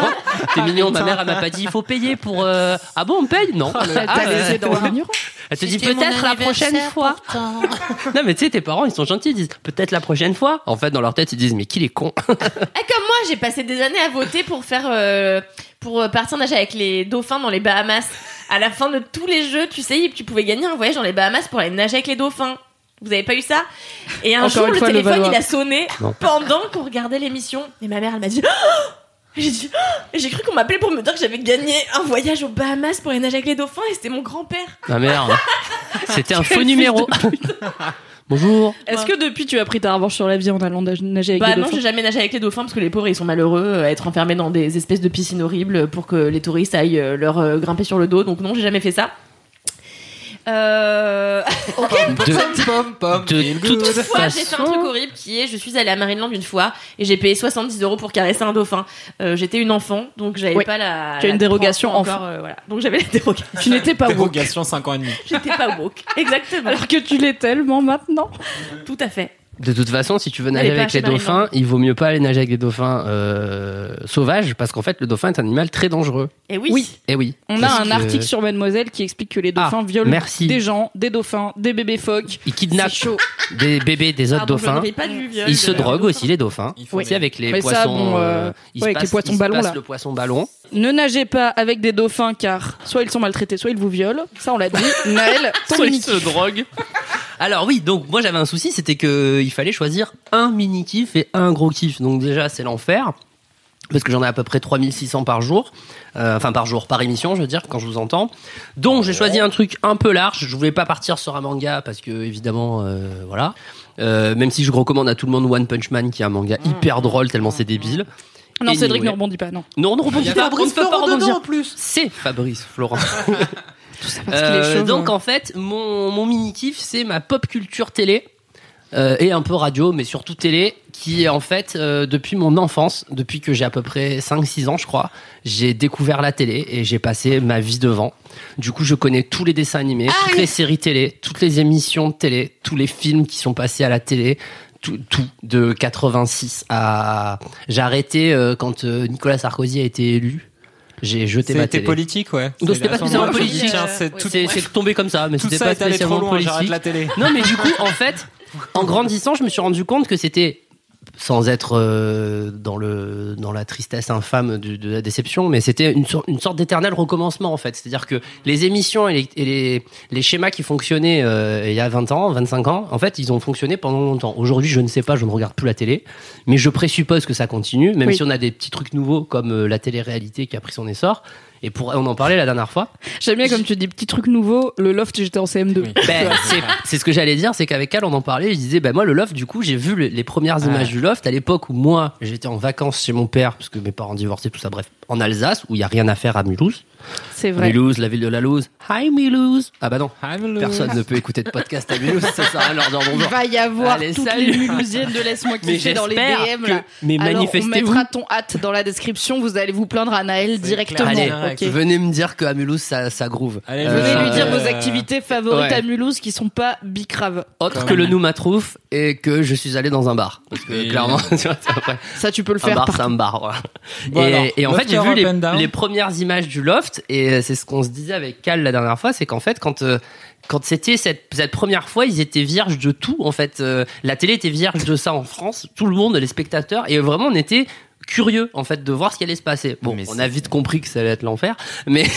S5: T'es mignon, ma mère, elle m'a pas dit il faut payer pour. euh, Ah bon, on paye
S4: Oh,
S5: Non.
S1: T'as
S5: Ah,
S1: laissé
S5: euh,
S1: dans l'ignorance.
S5: elle te dit peut-être la prochaine fois. non, mais tu sais, tes parents, ils sont gentils, ils disent peut-être la prochaine fois. En fait, dans leur tête, ils disent mais qu'il est con.
S4: Ah, comme moi, j'ai passé des années à voter pour faire, euh, pour euh, partir nager avec les dauphins dans les Bahamas. À la fin de tous les jeux, tu sais, tu pouvais gagner un voyage dans les Bahamas pour aller nager avec les dauphins. Vous avez pas eu ça Et un
S1: Encore
S4: jour,
S1: une
S4: le
S1: fois, le
S4: téléphone,
S1: Valois.
S4: il a sonné
S5: Non.
S4: pendant qu'on regardait l'émission. Et ma mère, elle m'a dit. Ah J'ai dit, Ah Et j'ai cru qu'on m'appelait pour me dire que j'avais gagné un voyage aux Bahamas pour aller nager avec les dauphins et c'était mon grand-père.
S5: Ma mère, c'était un faux
S1: fils
S5: numéro. Bonjour.
S1: Est-ce que depuis tu as pris ta revanche sur la vie en allant nage- nager avec
S4: Bah
S1: des
S4: non,
S1: dauphins
S4: j'ai jamais nagé avec les dauphins parce que les pauvres ils sont malheureux euh, à être enfermés dans des espèces de piscines horribles pour que les touristes aillent euh, leur euh, grimper sur le dos. Donc non, j'ai jamais fait ça. Euh...
S5: De,
S6: Pom, pom,
S5: de toute
S4: Une fois, j'ai fait un truc
S5: façon,
S4: horrible qui est je suis allée à Marineland une fois et j'ai payé 70 euros pour caresser un dauphin. Euh, J'étais une enfant donc j'avais
S1: Oui.
S4: pas la.
S1: Tu as
S4: la
S1: une dérogation
S4: tranche
S1: enfant.
S4: encore, euh, voilà. Donc j'avais la dérogation.
S1: Tu n'étais pas woke.
S6: Dérogation 5 ans et demi.
S4: J'étais pas woke. Exactement.
S1: Alors que tu l'es tellement maintenant.
S4: Tout à fait.
S5: de toute façon, si tu veux
S4: Allez,
S5: nager
S4: pas
S5: avec
S4: chez
S5: les dauphins,
S4: Marie-Laure.
S5: il vaut mieux pas aller nager avec des dauphins euh, sauvages parce qu'en fait, le dauphin est un animal très dangereux.
S4: Et oui.
S5: Eh oui.
S1: On a
S5: Parce
S1: un
S5: que
S1: article sur Mademoiselle qui explique que les dauphins
S5: Ah,
S1: violent
S5: merci.
S1: des gens, des dauphins, des bébés phoques.
S5: Il kidnappe des bébés des autres
S4: Pardon, je ne
S5: dauphins.
S4: ris pas du viol.
S5: Ils se
S4: de leur
S5: droguent
S4: dauphin.
S5: aussi les dauphins.
S6: Il faut
S5: Oui.
S6: bien.
S5: avec les
S1: Mais
S5: poissons.
S1: ça, bon,
S5: euh,
S1: euh,
S5: ils
S1: ouais, avec
S5: se
S1: les
S5: passent-
S1: poissons
S5: ils se
S1: ballons,
S5: passent
S1: là.
S5: le poisson ballon.
S1: Ne nagez pas avec des dauphins car soit ils sont maltraités, soit ils vous violent. Ça, on l'a dit. Naël, ton
S5: Soit il
S1: mini-kiff.
S5: se drogue. Alors oui, donc moi j'avais un souci, c'était que euh, il fallait choisir un mini kiff et un gros kiff. Donc déjà c'est l'enfer parce que j'en ai à peu près 3600 par jour, Euh, enfin par jour, par émission, je veux dire, quand je vous entends. Donc j'ai choisi un truc un peu large, je voulais pas partir sur un manga parce que évidemment, euh, voilà. Euh, même si je recommande à tout le monde One Punch Man qui est un manga
S6: Mm.
S5: hyper drôle tellement c'est débile.
S1: Non, Cédric
S5: Anyway.
S1: ne rebondit pas, non.
S5: Non, on ne
S6: Il y
S5: rebondit
S6: a
S5: pas, on ne
S6: Fabrice
S5: peut pas
S6: Florent dedans
S5: rebondir.
S6: en plus.
S5: C'est Fabrice Florent.
S1: parce qu'il est
S5: Euh,
S1: chauve,
S5: donc
S1: hein.
S5: en fait, mon, mon mini kiff, c'est ma pop culture télé. euh, et un peu radio, mais surtout télé, qui est en fait, euh, depuis mon enfance, depuis que j'ai à peu près 5-6 ans, je crois, j'ai découvert la télé et j'ai passé ma vie devant. Du coup, je connais tous les dessins animés, toutes les séries télé, toutes les émissions de télé, tous les films qui sont passés à la télé, tout, tout de 86 à... J'ai arrêté euh, quand euh, Nicolas Sarkozy a été élu. J'ai jeté ma
S6: C'était
S5: télé.
S6: politique, ouais.
S5: Donc, c'était pas
S6: la-
S5: spécialement
S6: Je me dis,
S5: politique.
S6: tiens, c'est tout-
S5: C'est c'est tombé comme ça, mais
S6: Tout
S5: c'était
S6: ça
S5: pas
S6: est allé
S5: spécialement
S6: trop loin, j'arrête
S5: politique.
S6: la télé.
S5: Non, mais du coup, en fait, en grandissant, je me suis rendu compte que c'était sans être euh, dans le dans la tristesse infâme du- de la déception, mais c'était une, sor- une sorte d'éternel recommencement en fait. C'est-à-dire que les émissions et les, et les, les schémas qui fonctionnaient euh, il y a 20 ans, 25 ans, en fait, ils ont fonctionné pendant longtemps. Aujourd'hui, je ne sais pas, je ne regarde plus la télé, mais je présuppose que ça continue, même
S1: Oui.
S5: si on a des petits trucs nouveaux comme euh, la télé-réalité qui a pris son essor. Et pour, on en parlait la dernière fois.
S1: J'aime bien comme tu dis, petit truc nouveau, le loft, j'étais en CM2.
S6: Oui.
S5: Ben, c'est- c'est ce que j'allais dire, c'est qu'avec elle, on en parlait. Je disais, ben moi, le loft, du coup, j'ai vu le- les premières images du loft à l'époque où moi, j'étais en vacances chez mon père, parce que mes parents divorçaient, tout ça, bref, en Alsace, où il n'y a rien à faire à Mulhouse.
S1: C'est vrai.
S5: Mulhouse, la ville de la Louse. Hi Mulhouse Ah bah non,
S6: I'm
S5: personne ne peut écouter de podcast à Mulhouse, ça sert à rien de leur dire
S1: Il
S5: bonjour.
S1: va y avoir
S5: Allez,
S1: toutes
S5: salut.
S1: les mulhousiennes de Laisse-moi
S5: Mais
S1: kiffer dans les
S5: j'espère
S1: DM
S5: que-
S1: là.
S5: mais
S1: Alors, on
S5: manifestez-vous.
S1: mettra ton hâte dans la description, vous allez vous plaindre à Naël directement.
S5: clair. Allez,
S1: ok
S4: ok.
S5: Venez me dire qu'à Mulhouse, ça, ça groove.
S6: Allez,
S5: Euh,
S1: Venez lui dire
S6: euh,
S1: vos activités favorites
S5: ouais.
S1: à Mulhouse qui sont pas bicrave.
S5: Autre
S6: Quand
S5: que le
S6: même.
S5: noumatrouf et que je suis allé dans un bar. Parce que
S6: Et-
S5: clairement, tu vois, après,
S1: Ça, tu peux le
S5: un
S1: faire.
S5: bar,
S1: par-
S5: c'est un bar. voilà.
S6: Bon,
S5: et,
S6: alors,
S5: et en
S6: Loft
S5: fait, j'ai
S6: Up
S5: vu les,
S6: and Down.
S5: les premières images du loft et euh, c'est ce qu'on se disait avec Cal la dernière fois, c'est qu'en fait, quand euh, quand c'était cette, cette première fois, ils étaient vierges de tout. En fait, Euh, la télé était vierge de ça en France. Tout le monde, les spectateurs, et vraiment, on était curieux en fait de voir ce qui allait se passer. Bon,
S6: Mais
S5: on
S6: c'est-
S5: a vite compris que ça allait être l'enfer, mais que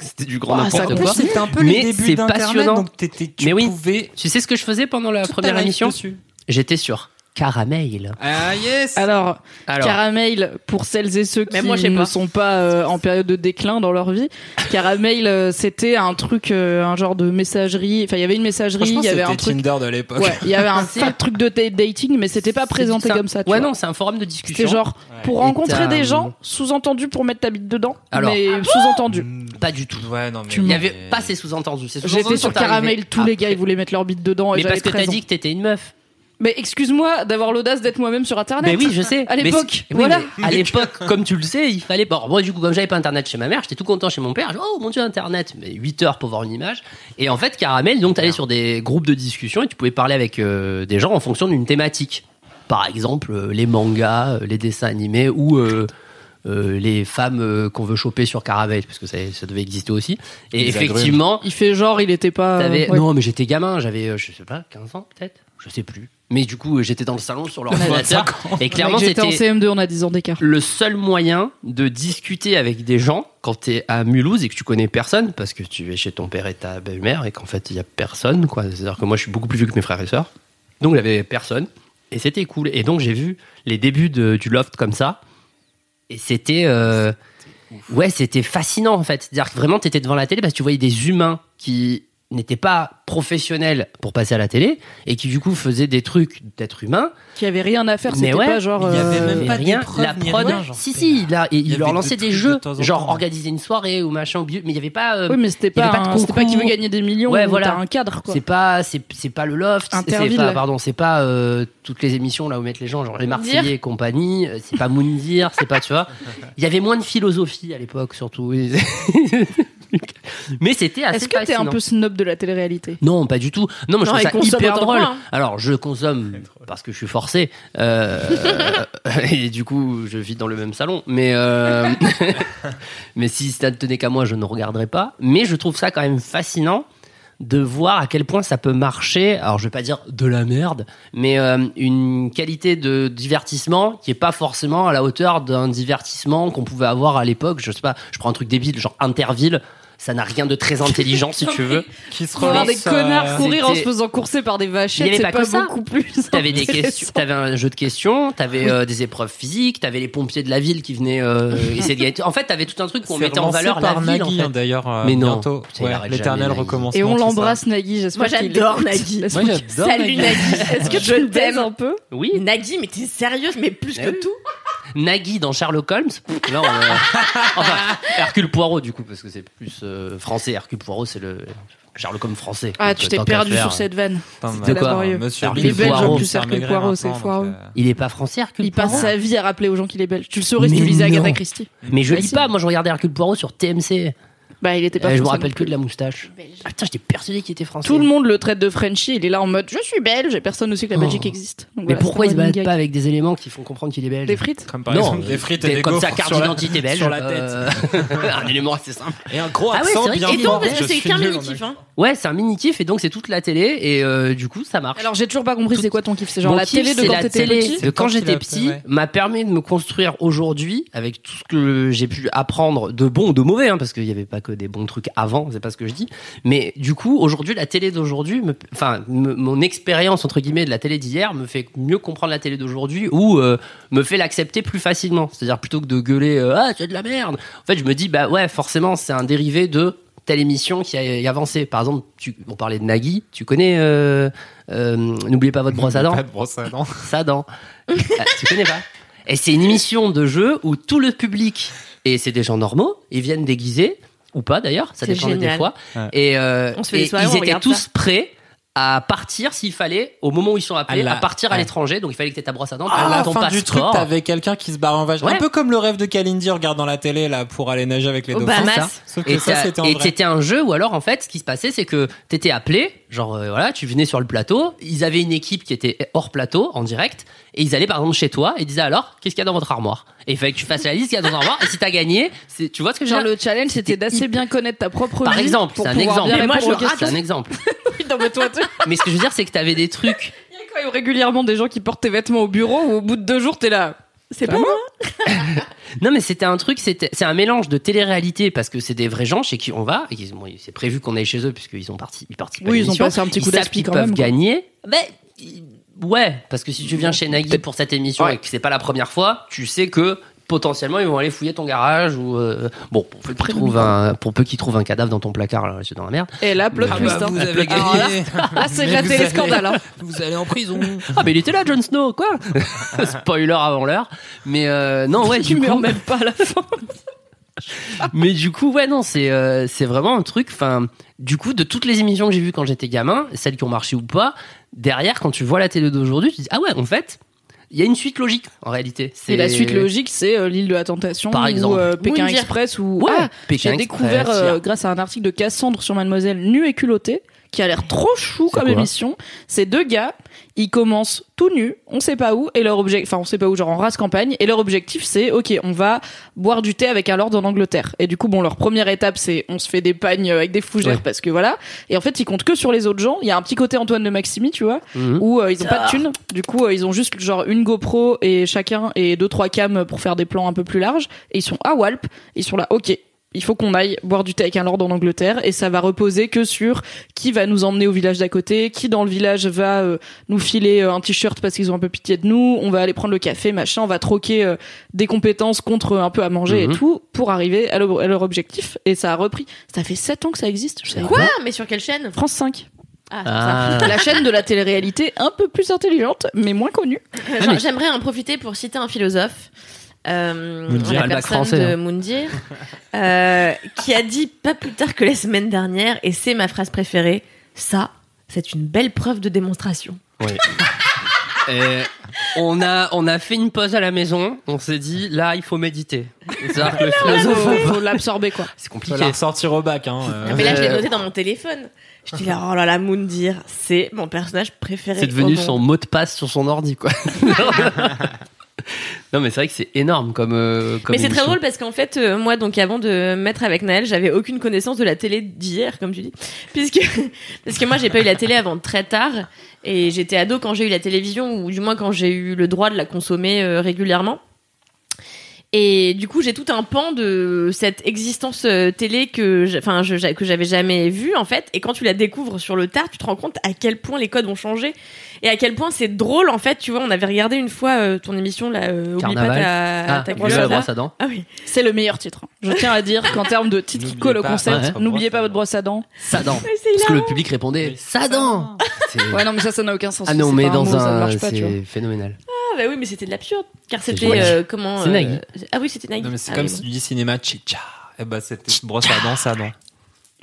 S5: c'était du grand
S1: Ah, ça
S5: n'importe
S1: compte.
S5: quoi.
S6: c'était un peu
S5: Mais
S6: les
S5: c'est
S6: débuts d'internet
S5: passionnant.
S6: donc t'étais- tu
S5: Mais oui.
S6: pouvais
S5: Tu sais ce que je faisais pendant la
S6: toute ta
S5: première
S6: life
S5: émission
S6: dessus.
S5: J'étais sur Caramel.
S6: Ah yes.
S1: Alors,
S5: Alors,
S1: Caramel, pour celles et ceux qui
S4: Mais moi, je sais
S1: ne
S4: pas.
S1: sont pas euh, en période de déclin dans leur vie, Caramel, euh, c'était un truc, euh, un genre de messagerie. Enfin, il y avait une messagerie,
S6: Franchement,
S1: il y avait un
S6: c'était
S1: truc.
S6: Tinder de l'époque.
S1: Ouais, il y avait un
S5: C'est-
S1: fat truc de da- dating, mais c'était pas
S5: c'est-
S1: présenté
S5: c'est un-
S1: comme ça. tu
S5: Ouais,
S1: vois.
S5: non, c'est un forum de discussion.
S1: C'était genre pour
S5: Et
S1: rencontrer
S5: t'as,
S1: des
S5: euh,
S1: gens, sous-entendu pour mettre ta bite dedans,
S5: Alors.
S1: mais sous-entendu.
S5: Pas du tout.
S6: Ouais, non, mais
S1: Tu
S5: Il n'y
S1: mens.
S5: avait pas ces sous-entendus. ces
S1: J'étais
S5: sous-entendus
S1: sur
S5: sont arrivés
S1: Caramel, tous les gars
S5: après.
S1: ils voulaient mettre leur bite dedans. Et
S5: Ah, Mais parce
S1: j'avais
S5: que
S1: 13
S5: t'as
S1: ans.
S5: dit que t'étais une meuf.
S1: Mais excuse-moi d'avoir l'audace d'être moi-même sur internet.
S5: Mais oui, je sais.
S1: Ah, À
S5: Mais
S1: l'époque,
S5: c'est- oui,
S1: voilà.
S5: mais à l'époque, comme tu le sais, il fallait. Bon, moi, du coup, comme j'avais pas internet chez ma mère, j'étais tout content chez mon père. Je dis, oh mon dieu, internet. Mais 8 heures pour voir une image. Et en fait, Caramel, donc, t'allais sur des groupes de discussion et tu pouvais parler avec euh, des gens en fonction d'une thématique. Par exemple, euh, les mangas, euh, les dessins animés ou. euh, euh, les femmes euh, qu'on veut choper sur Caramel, parce que ça, ça devait exister aussi. Et
S6: Les agrumes.
S5: effectivement,
S1: Il fait genre, il était pas. euh,
S5: T'avais-
S1: ouais.
S5: Non, mais j'étais gamin, j'avais, euh, je sais pas, 15 ans peut-être Je sais plus. Mais du coup, euh, j'étais dans le salon sur l'ordinateur. et clairement,
S1: J'étais en
S5: c'était
S1: CM2, on a 10 ans d'écart.
S5: le seul moyen de discuter avec des gens quand t'es à Mulhouse et que tu connais personne, parce que tu es chez ton père et ta belle-mère et qu'en fait, il y a personne, quoi. C'est-à-dire que moi, je suis beaucoup plus vieux que mes frères et sœurs. Donc, j'avais personne. Et c'était cool. Et donc, j'ai vu les débuts de- du loft comme ça. Et c'était. euh, Ouais, c'était fascinant en fait. C'est-à-dire que vraiment, tu étais devant la télé parce que tu voyais des humains qui n'étaient pas professionnels pour passer à la télé et qui du coup faisaient des trucs d'être humains.
S1: Qui avait rien à faire,
S5: Mais
S1: c'était
S5: ouais.
S1: pas genre.
S6: Il y avait
S1: euh,
S6: même
S5: Mais
S6: pas
S5: rien,
S6: d'épreuve
S5: la
S6: ni
S5: prod.
S6: rien, genre.
S5: si, si, il, a- il
S6: avait
S5: leur
S6: des
S5: lançait des
S6: trucs
S5: jeux,
S6: de temps en
S5: genre
S6: temps.
S5: organiser une soirée ou machin, au bio- mais il n'y avait pas. euh,
S1: Oui, mais c'était
S5: il y
S1: pas,
S5: avait pas de
S1: un- c'était pas qui
S5: concours.
S1: veut gagner des millions,
S5: Ouais,
S1: ou
S5: voilà.
S1: t'as un cadre quoi.
S5: c'est pas, c'est c'est pas le loft, c'est- c'est
S1: Interville.
S5: pas, pardon, c'est pas euh, toutes les émissions là où mettent les gens, genre les Marseillais et compagnie, euh, c'est pas Moundir, c'est pas, tu vois. Il y avait moins de philosophie à l'époque surtout. mais c'était assez
S1: Est-ce que t'es un
S5: fascinant.
S1: peu snob de la télé-réalité
S5: Non, pas du tout. Non, mais je
S4: Non, elle
S5: trouve ça
S4: consomme
S5: hyper
S4: autant que
S5: drôle.
S4: moi, hein.
S5: Alors, je consomme parce que je suis forcé. euh, et du coup, je vis dans le même salon. Mais, euh, mais si ça ne tenait qu'à moi, je ne regarderais pas. Mais je trouve ça quand même fascinant de voir à quel point ça peut marcher. Alors, je vais pas dire de la merde, mais euh, une qualité de divertissement qui est pas forcément à la hauteur d'un divertissement qu'on pouvait avoir à l'époque. Je sais pas, je prends un truc débile, genre Interville. Ça n'a rien de très intelligent, si tu veux.
S6: Qui se
S1: Faut voir des
S6: relance, euh,
S1: connards courir en se
S5: c'était-
S1: faisant courser par des
S5: Il y
S1: vachettes,
S5: avait
S1: c'est
S5: pas
S1: pas
S5: que ça.
S1: beaucoup plus.
S5: T'avais des
S1: intéressant.
S5: questions, t'avais un jeu de questions, t'avais euh, des épreuves physiques, t'avais les pompiers de la ville qui venaient euh, essayer de gagner. En fait, t'avais tout un truc qu'on
S6: c'est
S5: mettait en
S6: relancé
S5: valeur la
S6: par
S5: ville.
S6: Nagui,
S5: en fait.
S6: hein, d'ailleurs, euh,
S5: Mais non.
S6: bientôt.
S5: Putain, il
S6: Ouais,
S5: arrête
S6: l'éternel
S5: jamais, Nagui.
S6: recommencement.
S1: Et on
S6: tout ça.
S1: l'embrasse Nagui, j'espère
S4: Moi,
S1: qu'il
S4: j'adore
S1: écoute.
S4: Nagui.
S6: Moi,
S1: Laisse-moi-
S6: j'adore
S4: Salut
S6: Nagui.
S4: Nagui.
S1: Est-ce que
S4: Je
S1: tu le baises
S4: t'aime.
S1: un peu
S6: hein.
S5: Oui,
S4: Nagui, mais t'es sérieuse, mais plus
S5: Mais
S4: que
S5: oui.
S4: tout.
S5: Nagui dans Sherlock Holmes. Pff, Là, on, euh, enfin, Hercule Poirot du coup parce que c'est plus euh, français. Hercule Poirot, c'est le Sherlock Holmes français.
S1: Ah,
S5: Donc,
S1: tu
S5: euh,
S1: t'es
S5: tant qu'à
S1: perdu
S5: faire,
S1: sur
S5: euh,
S1: cette vanne.
S6: Pas mal.
S5: De quoi hein, Ah,
S1: laborieux.
S6: Monsieur
S5: Hercule
S6: Hercule
S5: Poirot.
S6: Poirot,
S5: Il est belge, en
S1: plus,
S6: c'est un
S1: Hercule
S6: maigret
S1: Poirot,
S6: maintenant,
S1: c'est
S6: donc,
S1: foireux.
S6: euh,
S5: Il est pas français, Hercule
S1: Il
S5: Poirot.
S1: passe sa vie à rappeler aux gens qu'il est belge. Tu le saurais si
S5: Mais
S1: tu lisais
S5: non.
S1: Agatha Christie.
S5: Mais je
S1: Ah,
S5: lis
S1: si.
S5: pas. Moi, je regardais Hercule Poirot sur TMC.
S1: Bah, il était pas
S5: Euh, je me
S1: français
S5: rappelle
S1: non
S5: que
S1: plus.
S5: de la moustache. Ah, putain, j'étais persuadé qu'il était français.
S1: Tout le monde le traite de Frenchy, il est là en mode je suis belge et personne ne sait que la
S5: Oh.
S1: Belgique existe. Donc
S5: Mais
S1: voilà,
S5: pourquoi
S1: c'est
S5: il se
S1: un running
S5: balade
S1: gag.
S5: pas avec des éléments qui font comprendre qu'il est belge
S1: Des frites
S6: Comme par
S5: non, euh,
S6: exemple des frites et des
S5: comme
S6: gaufres
S5: sa carte
S6: sur la-
S5: d'identité belge.
S6: sur la tête.
S5: euh, un élément assez simple.
S6: Et un gros
S5: Ah ouais,
S6: accent
S5: c'est vrai
S6: bien
S5: qu'il
S4: Et
S5: est
S6: fort.
S4: donc,
S5: mort,
S6: Je
S4: c'est
S6: suis
S4: qu'un
S6: nul en
S4: mini-kiff. Hein.
S5: Ouais, c'est un mini kiff et donc c'est toute la télé et euh, du coup ça marche.
S1: Alors j'ai toujours pas compris c'est quoi ton kiff, c'est genre
S5: Mon
S1: la
S5: kiff,
S1: télé de
S5: c'est
S1: quand
S5: la
S1: t'étais
S5: télé
S1: petit
S5: de quand
S6: Quand il
S5: j'étais
S6: a-
S5: petit
S6: ouais.
S5: m'a permis de me construire aujourd'hui avec tout ce que j'ai pu apprendre de bon ou de mauvais hein, parce qu'il n'y avait pas que des bons trucs avant c'est pas ce que je dis mais du coup aujourd'hui la télé d'aujourd'hui me- enfin me- mon expérience entre guillemets de la télé d'hier me fait mieux comprendre la télé d'aujourd'hui ou euh, me fait l'accepter plus facilement c'est-à-dire plutôt que de gueuler euh, ah c'est de la merde en fait je me dis bah ouais forcément c'est un dérivé de telle émission qui a avancé par exemple tu, on parlait de Nagui tu connais euh, euh, n'oubliez pas votre brosse à dents
S6: Pas de Ah, brosse à dents.
S5: ça dans. Ah, tu connais pas Et c'est une émission de jeu où tout le public, et c'est des gens normaux, ils viennent déguisés, ou pas d'ailleurs, ça
S4: C'est
S5: dépend des
S4: génial.
S5: fois.
S6: Ouais.
S5: Et, euh,
S4: On se fait des
S5: et
S4: soirées, on
S5: ils étaient
S4: regarde
S5: tous
S4: ça.
S5: prêts à partir s'il fallait, au moment où ils sont appelés,
S6: À
S5: à,
S6: la-
S5: partir à
S6: ouais.
S5: l'étranger. Donc il fallait que tu ta brosse à dents,
S6: Ah,
S5: t'as
S6: la
S5: ton
S6: fin du truc,
S5: passeport.
S6: t'avais quelqu'un qui se barre en vache. Un
S5: Ouais.
S6: peu comme le rêve de Kalindi en regardant la télé là pour aller nager avec les
S4: Au
S6: dauphins.
S4: Bahamas.
S6: Sauf que
S5: Et
S6: Ah, ça,
S5: t'as-
S6: c'était en
S5: et
S6: vrai.
S5: c'était un jeu où alors en fait ce qui se passait c'est que t'étais appelé, genre euh, voilà, tu venais sur le plateau, ils avaient une équipe qui était hors plateau en direct et ils allaient par exemple chez toi et disaient alors qu'est-ce qu'il y a dans votre armoire Et il fallait que tu fasses la liste qu'il y a dans ton armoire et si t'as gagné, c'est- tu vois ce que je veux
S1: Genre
S5: dire
S1: le challenge c'était d'assez bien connaître ta propre
S5: Par
S1: vie
S5: exemple,
S1: pour
S5: c'est un
S1: pouvoir
S5: exemple.
S1: bien
S4: Mais moi,
S1: répondre
S4: je
S1: aux
S4: rate
S5: C'est
S1: questions.
S5: un exemple.
S1: Non, mais toi, tu-
S5: Mais ce que je veux dire c'est que t'avais des trucs
S1: Il y a quand même régulièrement des gens qui portent tes vêtements au bureau où au bout de deux jours t'es là.
S4: C'est pas moi.
S5: Non, mais c'était un truc, c'était, c'est un mélange de télé-réalité parce que c'est des vrais gens chez qui on va. Et qui- bon, c'est prévu qu'on aille chez eux puisqu'ils ont parti, ils participent. à
S1: Oui, ils ont
S5: l'émission.
S1: passé un petit coup
S5: Ils savent
S1: d'aspi
S5: qu'ils
S1: quand
S5: peuvent
S1: même, quoi.
S5: gagner.
S4: Bah,
S5: Mais ils- ouais, parce que si tu viens
S1: Mm,
S5: chez Nagui pour cette émission et que c'est pas la première fois, tu sais que potentiellement ils vont aller fouiller ton garage ou euh, bon pour peu qu'ils trouvent un pour peu qu'ils trouvent un cadavre dans ton placard là, c'est dans la merde.
S1: Et là, plot
S6: Ah bah,
S1: twist. hein.
S6: vous avez
S1: Alors là,
S6: gagné.
S1: Ah, c'est
S6: Mais vous
S1: raté les
S6: allez-
S1: scandales. hein.
S6: Vous allez en prison.
S5: Ah mais il était là Jon Snow quoi. Spoiler avant l'heure. Mais euh, non ouais,
S1: Tu
S5: du
S1: meurs
S5: coup,
S1: même pas à la fin.
S5: Mais du coup, ouais, non, c'est euh, c'est vraiment un truc. Enfin, du coup, de toutes les émissions que j'ai vues quand j'étais gamin, celles qui ont marché ou pas, derrière, quand tu vois la télé d'aujourd'hui, tu te dis ah ouais, en fait, il y a une suite logique en réalité. C'est
S1: Et la suite logique, c'est euh, l'île de la tentation.
S5: Par
S1: Ou,
S5: exemple.
S1: euh, Pékin
S4: Moondir.
S1: Express ou.
S5: Ouais,
S1: Ah, J'ai
S5: Pékin Express,
S1: découvert, euh,
S5: hier.
S1: grâce à un article de Cassandre sur Mademoiselle nue et culottée, qui a l'air trop chou
S5: C'est
S1: comme
S5: quoi
S1: émission. Ces deux gars, ils commencent tout nus, on sait pas où, et leur objectif, enfin, on sait pas où, genre en race campagne, et leur objectif, c'est, ok, on va boire du thé avec un lord en Angleterre. Et du coup, bon, leur première étape, c'est, on se fait des pagnes avec des fougères,
S5: Ouais.
S1: parce que voilà. Et en fait, ils comptent que sur les autres gens. Il y a un petit côté Antoine de Maximi, tu vois
S5: Mhm.
S1: où euh, ils ont pas de thunes. Du coup, euh, ils ont juste genre une GoPro et chacun et deux trois cams pour faire des plans un peu plus larges. Et ils sont à Walp. Ils sont là. Ok. Il faut qu'on aille boire du thé avec un lord en Angleterre et ça va reposer que sur qui va nous emmener au village d'à côté, qui dans le village va euh, nous filer euh, un t-shirt parce qu'ils ont un peu pitié de nous, on va aller prendre le café, machin, on va troquer euh, des compétences contre un peu à manger
S5: Mhm.
S1: et tout pour arriver à leur, à leur objectif. Et ça a repris. Ça fait 7 ans que ça existe. Je savais
S5: C'est
S1: pas.
S4: Ah, mais sur quelle chaîne
S1: France 5.
S4: Ah, c'est pour ça.
S5: Ah.
S1: La chaîne de la télé-réalité un peu plus intelligente mais moins connue.
S4: Euh,
S5: Ah,
S4: genre,
S5: mais-
S4: J'aimerais en profiter pour citer un philosophe, euh,
S5: Moundir,
S4: la
S5: le bac
S4: personne
S5: français,
S4: de
S5: hein.
S4: Moundir, euh, qui a dit pas plus tard que la semaine dernière, et c'est ma phrase préférée, ça, c'est une belle preuve de démonstration.
S5: Euh, on a on a fait une pause à la maison. On s'est dit là, il faut méditer. C'est-à-dire que le philosophe,
S1: faut, faut l'absorber quoi.
S5: c'est
S6: Il faut la
S5: compliqué.
S6: ressortir au bac. Hein, euh.
S4: Ah, mais là, je l'ai
S5: Euh,
S4: noté dans mon téléphone. Je dis là, oh là là, Moundir, c'est mon personnage préféré.
S5: C'est
S4: au
S5: devenu
S4: monde.
S5: son mot de passe sur son ordi quoi. non mais c'est vrai que c'est énorme comme. euh, comme
S4: Mais c'est très
S5: émission.
S4: drôle parce qu'en fait, euh, moi, donc avant de me mettre avec Naël, j'avais aucune connaissance de la télé d'hier, comme tu dis, puisque parce que moi, j'ai pas eu la télé avant très tard, et j'étais ado quand j'ai eu la télévision, ou du moins quand j'ai eu le droit de la consommer euh, régulièrement. Et du coup, j'ai tout un pan de cette existence euh, télé que, j'ai- enfin, je- j'a- que j'avais jamais vue en fait. Et quand tu la découvres sur le tard, tu te rends compte à quel point les codes ont changé et à quel point c'est drôle en fait. Tu vois, on avait regardé une fois euh, ton émission là, euh, oublie pas
S5: Carnaval.
S4: ta,
S5: Ah,
S4: ta
S5: lui,
S4: grosse
S5: la
S4: Anna.
S5: brosse à dents.
S4: Ah oui.
S1: C'est le meilleur titre. hein. Je tiens à dire qu'en termes de titre qui
S6: N'oubliez
S1: colle au
S6: pas
S1: concept,
S6: votre
S1: n'oubliez
S6: brosse
S1: pas
S6: à
S1: votre brosse à dents.
S5: Ça dent.
S4: Mais c'est
S5: Parce que
S4: hilarant.
S5: le public répondait ça dent. C'est-
S1: Ouais non mais ça ça n'a aucun sens.
S5: Ah non,
S1: C'est
S5: mais
S1: pas
S5: dans
S1: mot, ça ne
S5: un,
S1: marche pas, tu vois.
S5: c'est phénoménal.
S4: Ah bah oui, mais c'était de l'absurde. Car
S5: C'est
S4: c'était
S5: Nagui.
S4: euh, comment
S5: C'est
S4: euh,
S5: Nagui.
S4: Ah oui, c'était Nagui.
S6: Non, mais c'est
S4: Ah
S6: comme
S4: oui,
S6: si tu dis cinéma chicha. Eh ben, c'était brosse à dents, ça, non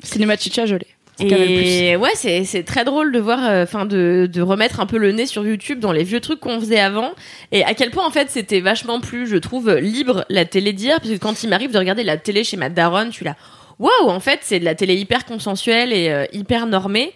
S1: Cinéma Chicha je l'ai.
S4: bon. Et ouais, c'est c'est très drôle de voir, euh, enfin de, de remettre un peu le nez sur YouTube dans les vieux trucs qu'on faisait avant et à quel point en fait c'était vachement plus, je trouve, libre la télé d'hier parce que quand il m'arrive de regarder la télé chez ma daronne, tu là, waouh, en fait c'est de la télé hyper consensuelle et euh, hyper normée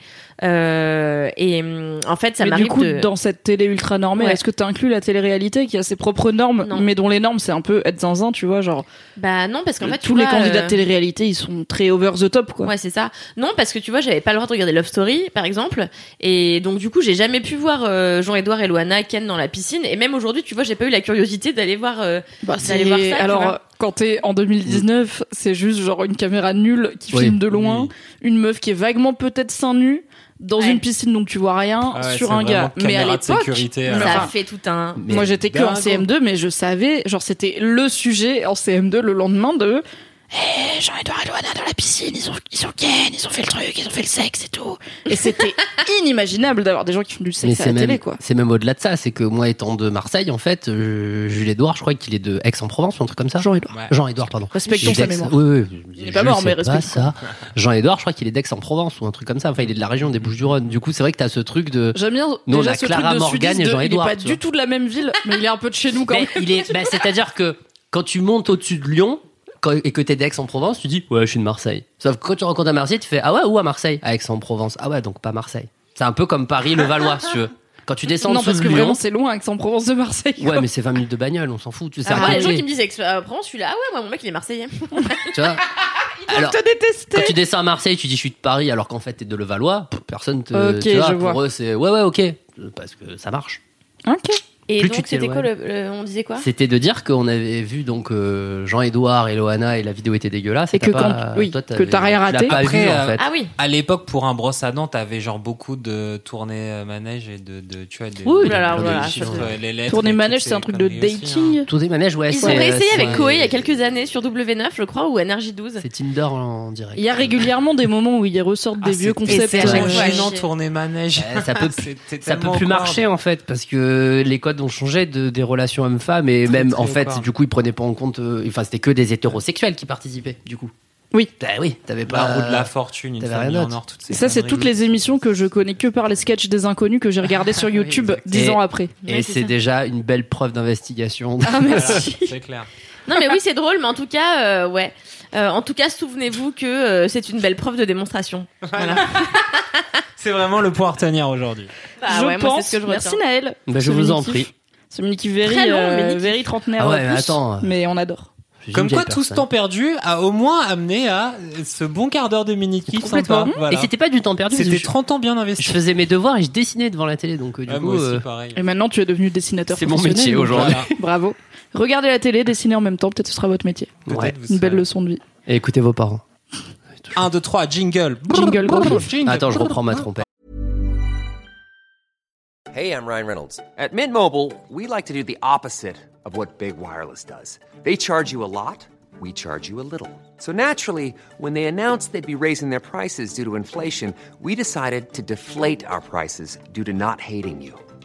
S4: Euh, et hum, en fait ça
S1: mais du
S4: m'arrive
S1: coup
S4: de...
S1: dans cette télé ultra normée,
S4: Ouais.
S1: est-ce que tu inclus la télé-réalité qui a ses propres normes
S4: Non.
S1: mais dont les normes c'est un peu être zinzin tu vois genre
S4: Bah non parce qu'en fait tu
S1: tous les
S4: vois,
S1: candidats
S4: euh,
S1: de télé-réalité ils sont très over the top quoi.
S4: Ouais, c'est ça. Non, parce que tu vois, j'avais pas le droit de regarder Love Story, par exemple. Et donc, du coup, j'ai jamais pu voir euh, Jean-Edouard et Loana Ken dans la piscine. Et même aujourd'hui, tu vois, j'ai pas eu la curiosité d'aller voir. euh,
S1: Bah,
S4: D'aller voir ça, tu
S1: alors
S4: vois.
S1: euh, quand t'es en 2019, c'est juste genre une caméra nulle qui
S5: Oui.
S1: filme de loin,
S6: Oui.
S1: une meuf qui est vaguement peut-être seins nus dans
S4: Ouais.
S1: une piscine donc tu vois rien
S6: Ah ouais,
S1: sur
S6: c'est
S1: un gars.
S6: vraiment
S1: Mais à
S6: caméra de
S1: l'époque,
S6: sécurité,
S1: mais
S6: alors.
S4: ça
S1: euh, enfin,
S4: fait tout un.
S5: Mais-
S1: moi j'étais que en
S6: dingo.
S1: CM2, mais je savais, genre c'était le sujet en CM2 le lendemain de. Hé, Jean-Edouard et Loana dans la piscine, ils ont, ils ont ken, ils ont fait le truc, ils ont fait le sexe et tout. Et c'était inimaginable d'avoir des gens qui font du
S5: Mais
S1: sexe à
S5: c'est
S1: la télé,
S5: même,
S1: quoi.
S5: c'est même au-delà de ça. C'est que moi, étant de Marseille, en fait, euh, Jules Édouard, je crois qu'il est de Aix-en-Provence ou un truc comme ça.
S1: Jean-Edouard.
S6: Ouais.
S5: Jean-Édouard, pardon.
S1: Respectons
S5: Il est
S1: sa
S5: d'Aix-
S1: mémoire.
S5: Oui, oui, je-
S1: Il est pas
S5: je
S1: mort,
S5: sais
S1: mais
S5: pas
S1: respectons.
S5: ça. Jean-Édouard, je crois qu'il est d'Aix-en-Provence ou un truc comme ça. Enfin, il est de la région des Bouches-du-Rhône. Du coup, c'est vrai que t'as ce truc de.
S1: J'aime bien
S5: Nous, on
S1: déjà
S5: a
S1: ce
S5: Clara
S1: truc de
S5: Morgan
S1: sudiste
S5: et
S1: de-
S5: Jean-Édouard,
S1: Il est pas
S5: tu
S1: du
S5: vois.
S1: tout de la même ville, mais il est un peu de chez nous quand
S5: Mais
S1: même.
S5: il est, bah, c'est-à-dire que quand tu montes au-dessus de Lyon quand- et que t'es d'Aix-en-Provence, tu dis ouais, je suis de Marseille. Sauf que quand tu rencontres un Marseillais, tu fais ah ouais, où à Marseille À Aix-en-Provence. Ah ouais, donc pas Marseille. C'est un peu comme Paris, le Valois, si tu veux. Quand tu descends en
S1: Non,
S5: dessous
S1: parce
S5: de
S1: que
S5: Lyon,
S1: vraiment, c'est loin, Aix-en-Provence de Marseille.
S5: ouais,
S1: quoi.
S5: mais c'est 20 minutes de bagnole, on s'en fout. Tu sais, c'est
S4: Ah,
S5: à
S4: moi, les gens
S5: côté,
S4: qui me disent, ex- euh, prends celui-là. Ah ouais, moi, mon mec, il est marseillais.
S5: tu vois. Alors,
S1: te détester.
S5: quand tu descends à Marseille, tu dis je suis de Paris, alors qu'en fait t'es de Levallois. pff, Personne te.
S1: Ok,
S5: tu vois,
S1: je
S5: pour
S1: vois.
S5: eux, c'est ouais, ouais, ok, parce que ça marche.
S1: Ok.
S4: Et
S5: Plus tu
S4: donc,
S5: te
S4: c'était quoi le,
S5: t'éloignes.
S4: le- On disait quoi
S5: C'était de dire qu'on avait vu donc euh, Jean-Édouard et Loana et la vidéo était dégueulasse.
S1: Et
S5: t'as
S1: que
S5: pas-
S1: quand- oui,
S5: toi,
S1: que
S5: t'avais-
S1: t'as rien
S5: tu l'as
S1: raté.
S5: pas
S6: Après,
S5: vu, en
S6: euh,
S5: fait.
S4: Ah oui.
S6: À l'époque, pour un brosse à dents, t'avais genre beaucoup de tournées euh, manèges et de, de tu vois, de,
S5: Ouh
S6: de-
S4: là là,
S6: de-
S4: voilà,
S6: des chiffres,
S4: ça,
S6: euh, les lettres
S1: Tourner
S6: et toutes
S1: manège,
S6: ces
S1: c'est un truc de
S6: conneries aussi,
S1: dating.
S6: hein.
S5: Tous des manèges, ouais.
S4: Ils ont
S5: c'est-
S4: réessayé
S5: c'est-
S4: avec Koei il y a quelques années sur W9, je crois, ou NRJ12.
S5: C'est Tinder en direct.
S1: Il y a régulièrement des moments où ils ressortent
S6: Ah,
S1: des vieux
S6: c'est
S1: concepts.
S4: à chaque
S6: tellement
S1: euh,
S4: fois.
S6: gênant,
S4: chier.
S6: tourner manège.
S5: Ouais, ça peut,
S6: Bah, C'était
S5: ça peut
S6: tellement
S5: plus
S6: awkward.
S5: marcher en fait parce que les codes ont changé de, des relations hommes-femmes et même
S6: très
S5: en fait
S6: awkward.
S5: du coup ils prenaient pas en compte. euh, Enfin c'était que des hétérosexuels qui participaient du coup.
S1: Oui.
S5: Bah oui. T'avais pas.
S6: La roue de
S1: Bah,
S6: la fortune, une
S5: t'avais
S6: famille
S5: rien
S6: en
S5: d'autre.
S6: or, toutes ces
S1: Ça, c'est
S6: conneries.
S1: toutes les émissions que je connais que par les sketchs des inconnus que j'ai regardés sur YouTube dix
S5: Et-
S1: ans après.
S5: Et
S4: Ouais, c'est
S5: c'est
S4: ça.
S5: déjà une belle preuve d'investigation.
S1: Ah,
S6: Voilà,
S1: merci.
S6: c'est clair.
S4: Non, mais oui, c'est drôle, mais en tout cas, euh, ouais. Euh, en tout cas, souvenez-vous que euh, c'est une belle preuve de démonstration.
S6: C'est vraiment le point à retenir aujourd'hui.
S4: Bah
S1: je
S4: ouais,
S1: pense.
S4: moi, c'est ce que je
S1: Merci
S4: retiens.
S1: Naël.
S5: Bah,
S1: Ce
S5: je vous en
S1: mini-kiff.
S5: prie.
S1: Ce mini-kiff very,
S4: Très long,
S1: euh,
S4: mini-kiff.
S1: very trentenaire.
S5: Ah ouais,
S1: en
S5: mais
S1: euh, plus,
S5: attends.
S1: Mais on adore.
S5: J'ai
S6: Comme
S5: une
S6: quoi,
S5: vieille
S6: tout ce
S5: personne.
S6: temps perdu a au moins amené à ce bon quart d'heure de mini-kiff
S5: Complètement.
S6: sympa. Voilà.
S5: Et c'était pas du temps perdu. parce que
S6: C'était
S5: je-
S6: 30 ans bien
S5: Je
S6: investi.
S5: faisais mes devoirs et je dessinais devant la télé, donc euh, du
S6: Ah,
S5: coup,
S6: moi aussi,
S5: euh,
S6: pareil.
S1: Et maintenant, tu es devenu dessinateur.
S5: C'est mon
S1: professionnel,
S5: métier
S1: donc,
S5: aujourd'hui.
S1: voilà. Bravo. Regardez la télé, dessinez en même temps, peut-être ce sera votre métier.
S5: ouais.
S6: Peut-être vous
S1: Une belle
S6: serez-
S1: leçon de vie.
S5: Et écoutez vos parents.
S6: 1, 2, 3, jingle.
S1: Jingle,
S6: Oh,
S1: brrr.
S6: Jingle.
S5: Attends, je reprends ma trompette.
S7: Hey, I'm Ryan Reynolds. At Mint Mobile, we like to do the opposite of what Big Wireless does. They charge you a lot, we charge you a little. So naturally, when they announced they'd be raising their prices due to inflation, we decided to deflate our prices due to not hating you.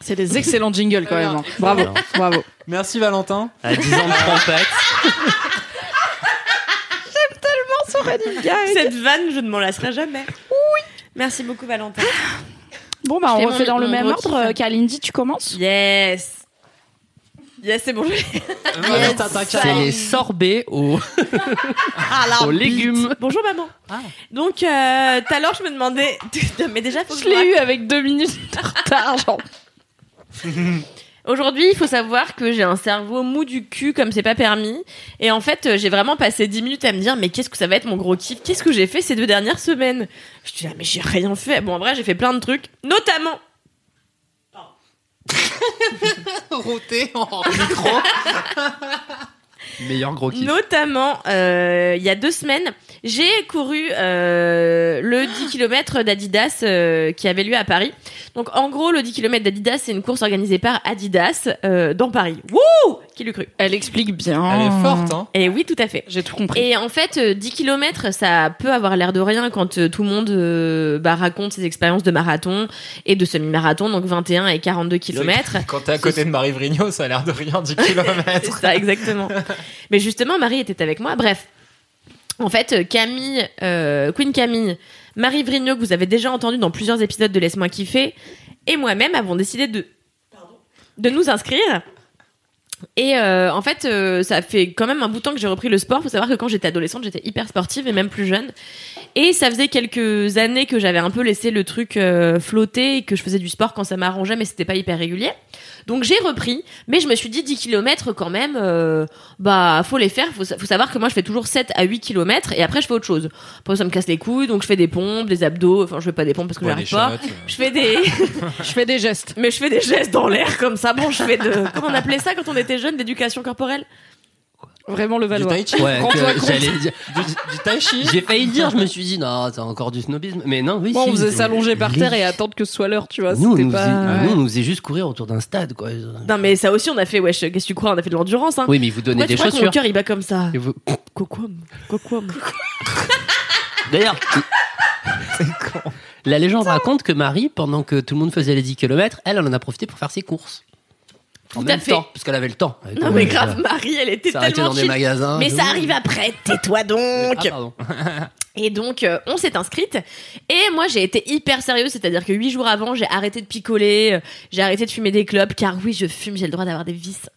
S1: C'est des excellents jingles quand même. hein. Bravo, bravo.
S6: Merci Valentin.
S5: À 10 ans de trompette.
S4: Cette vanne, je ne m'en lasserai jamais. Oui. Merci beaucoup, Valentin.
S1: Ah. Bon, bah,
S4: Je
S1: on
S4: fais mon-
S1: refait dans le
S4: mon
S1: même
S4: gros
S1: ordre.
S4: kiff.
S1: Euh, Kalindi, tu commences
S4: Yes. Yes, c'est bon.
S6: Valentin, t'inquiète.
S5: C'est les sorbets aux, aux légumes.
S4: Ah, Bonjour, maman.
S1: Ah.
S4: Donc, euh, tout à l'heure, je me demandais. Non, mais déjà, faut que
S1: Je
S4: je vous
S1: l'ai eu avec deux minutes de retard, genre.
S4: Aujourd'hui, il faut savoir que j'ai un cerveau mou du cul comme c'est pas permis. Et en fait, euh, j'ai vraiment passé 10 minutes à me dire, mais qu'est-ce que ça va être mon gros kiff Qu'est-ce que j'ai fait ces deux dernières semaines Je dis, ah, mais j'ai rien fait. Bon, en vrai, j'ai fait plein de trucs, notamment.
S6: Roté en micro.
S5: Meilleur gros kiff.
S4: Notamment, euh, il y a deux semaines, j'ai couru euh, le 10 km d'Adidas euh, qui avait lieu à Paris. Donc, en gros, le 10 km d'Adidas, c'est une course organisée par Adidas euh, dans Paris. Wouh Qui l'eût cru
S1: Elle explique bien.
S6: Elle est forte, hein.
S4: Et oui, tout à fait.
S1: J'ai tout compris.
S4: Et en fait, euh, 10 km, ça peut avoir l'air de rien quand euh, tout le monde euh, bah, raconte ses expériences de marathon et de semi-marathon, donc 21 et 42 km.
S6: Quand t'es à côté de Marie Vrigno, ça a l'air de rien, 10
S4: C'est
S6: km.
S4: ça, exactement. Mais justement, Marie était avec moi. Bref. En fait, euh, Camille, euh, Queen Camille, Marie Vrigno, que vous avez déjà entendu dans plusieurs épisodes de Laisse-moi kiffer, et moi-même avons décidé de, de nous inscrire Et euh, en fait, euh, ça fait quand même un bout de temps que j'ai repris le sport. Faut savoir que quand j'étais adolescente, j'étais hyper sportive et même plus jeune. Et ça faisait quelques années que j'avais un peu laissé le truc euh, flotter et que je faisais du sport quand ça m'arrangeait, mais c'était pas hyper régulier. Donc j'ai repris, mais je me suis dit 10 km quand même, euh, bah faut les faire. Faut, sa- faut savoir que moi je fais toujours 7 à 8 km et après je fais autre chose. Après ça me casse les couilles, donc je fais des pompes, des abdos. Enfin, je fais pas des pompes parce que
S6: Ouais, des
S4: j'arrive pas.
S6: shots, euh.
S4: Je fais des.
S8: Je fais des gestes.
S4: Mais je fais des gestes dans l'air comme ça. Bon, je fais de. Comment on appelait ça quand on était jeune D'éducation corporelle
S8: Vraiment le
S6: Du
S8: valoir.
S6: tai chi.
S5: Ouais,
S8: Rends-toi
S5: que
S8: compte.
S5: j'allais dire.
S6: Du, du tai chi.
S5: J'ai failli dire, je me suis dit, non, t'as encore du snobisme. Mais non, oui,
S8: Moi,
S5: si,
S8: on faisait
S5: je-
S8: s'allonger par terre et
S5: les-
S8: attendre que ce soit l'heure, tu vois.
S5: Nous, on
S8: C'était
S5: nous,
S8: pas.
S5: faisait, nous,
S8: Ouais.
S5: on nous faisait juste courir autour d'un stade, quoi.
S4: Non, mais ça aussi, on a fait. Wesh, qu'est-ce que tu crois On a fait de l'endurance, hein.
S5: Oui, mais vous donnez
S4: Pourquoi tu
S5: des
S4: crois que mon
S5: chaussures.
S4: cœur il bat comme ça
S5: Et vous-
S4: Coquam, coquam.
S5: D'ailleurs, la légende raconte que Marie, pendant que tout le monde faisait les 10 km, elle, elle en a profité pour faire ses courses. En
S4: Tout
S5: même
S4: à fait.
S5: temps, parce qu'elle avait le temps. Elle
S4: Non,
S5: était-
S4: mais grave, Marie, elle était
S5: S'arrêter
S4: tellement
S5: dans des
S4: chill.
S5: magasins.
S4: Mais
S5: tout.
S4: ça arrive après, tais-toi donc
S5: Ah, pardon.
S4: Et donc, euh, on s'est inscrite. Et moi, j'ai été hyper sérieuse, c'est-à-dire que huit jours avant, j'ai arrêté de picoler, euh, j'ai arrêté de fumer des clopes, car oui, je fume, j'ai le droit d'avoir des vices.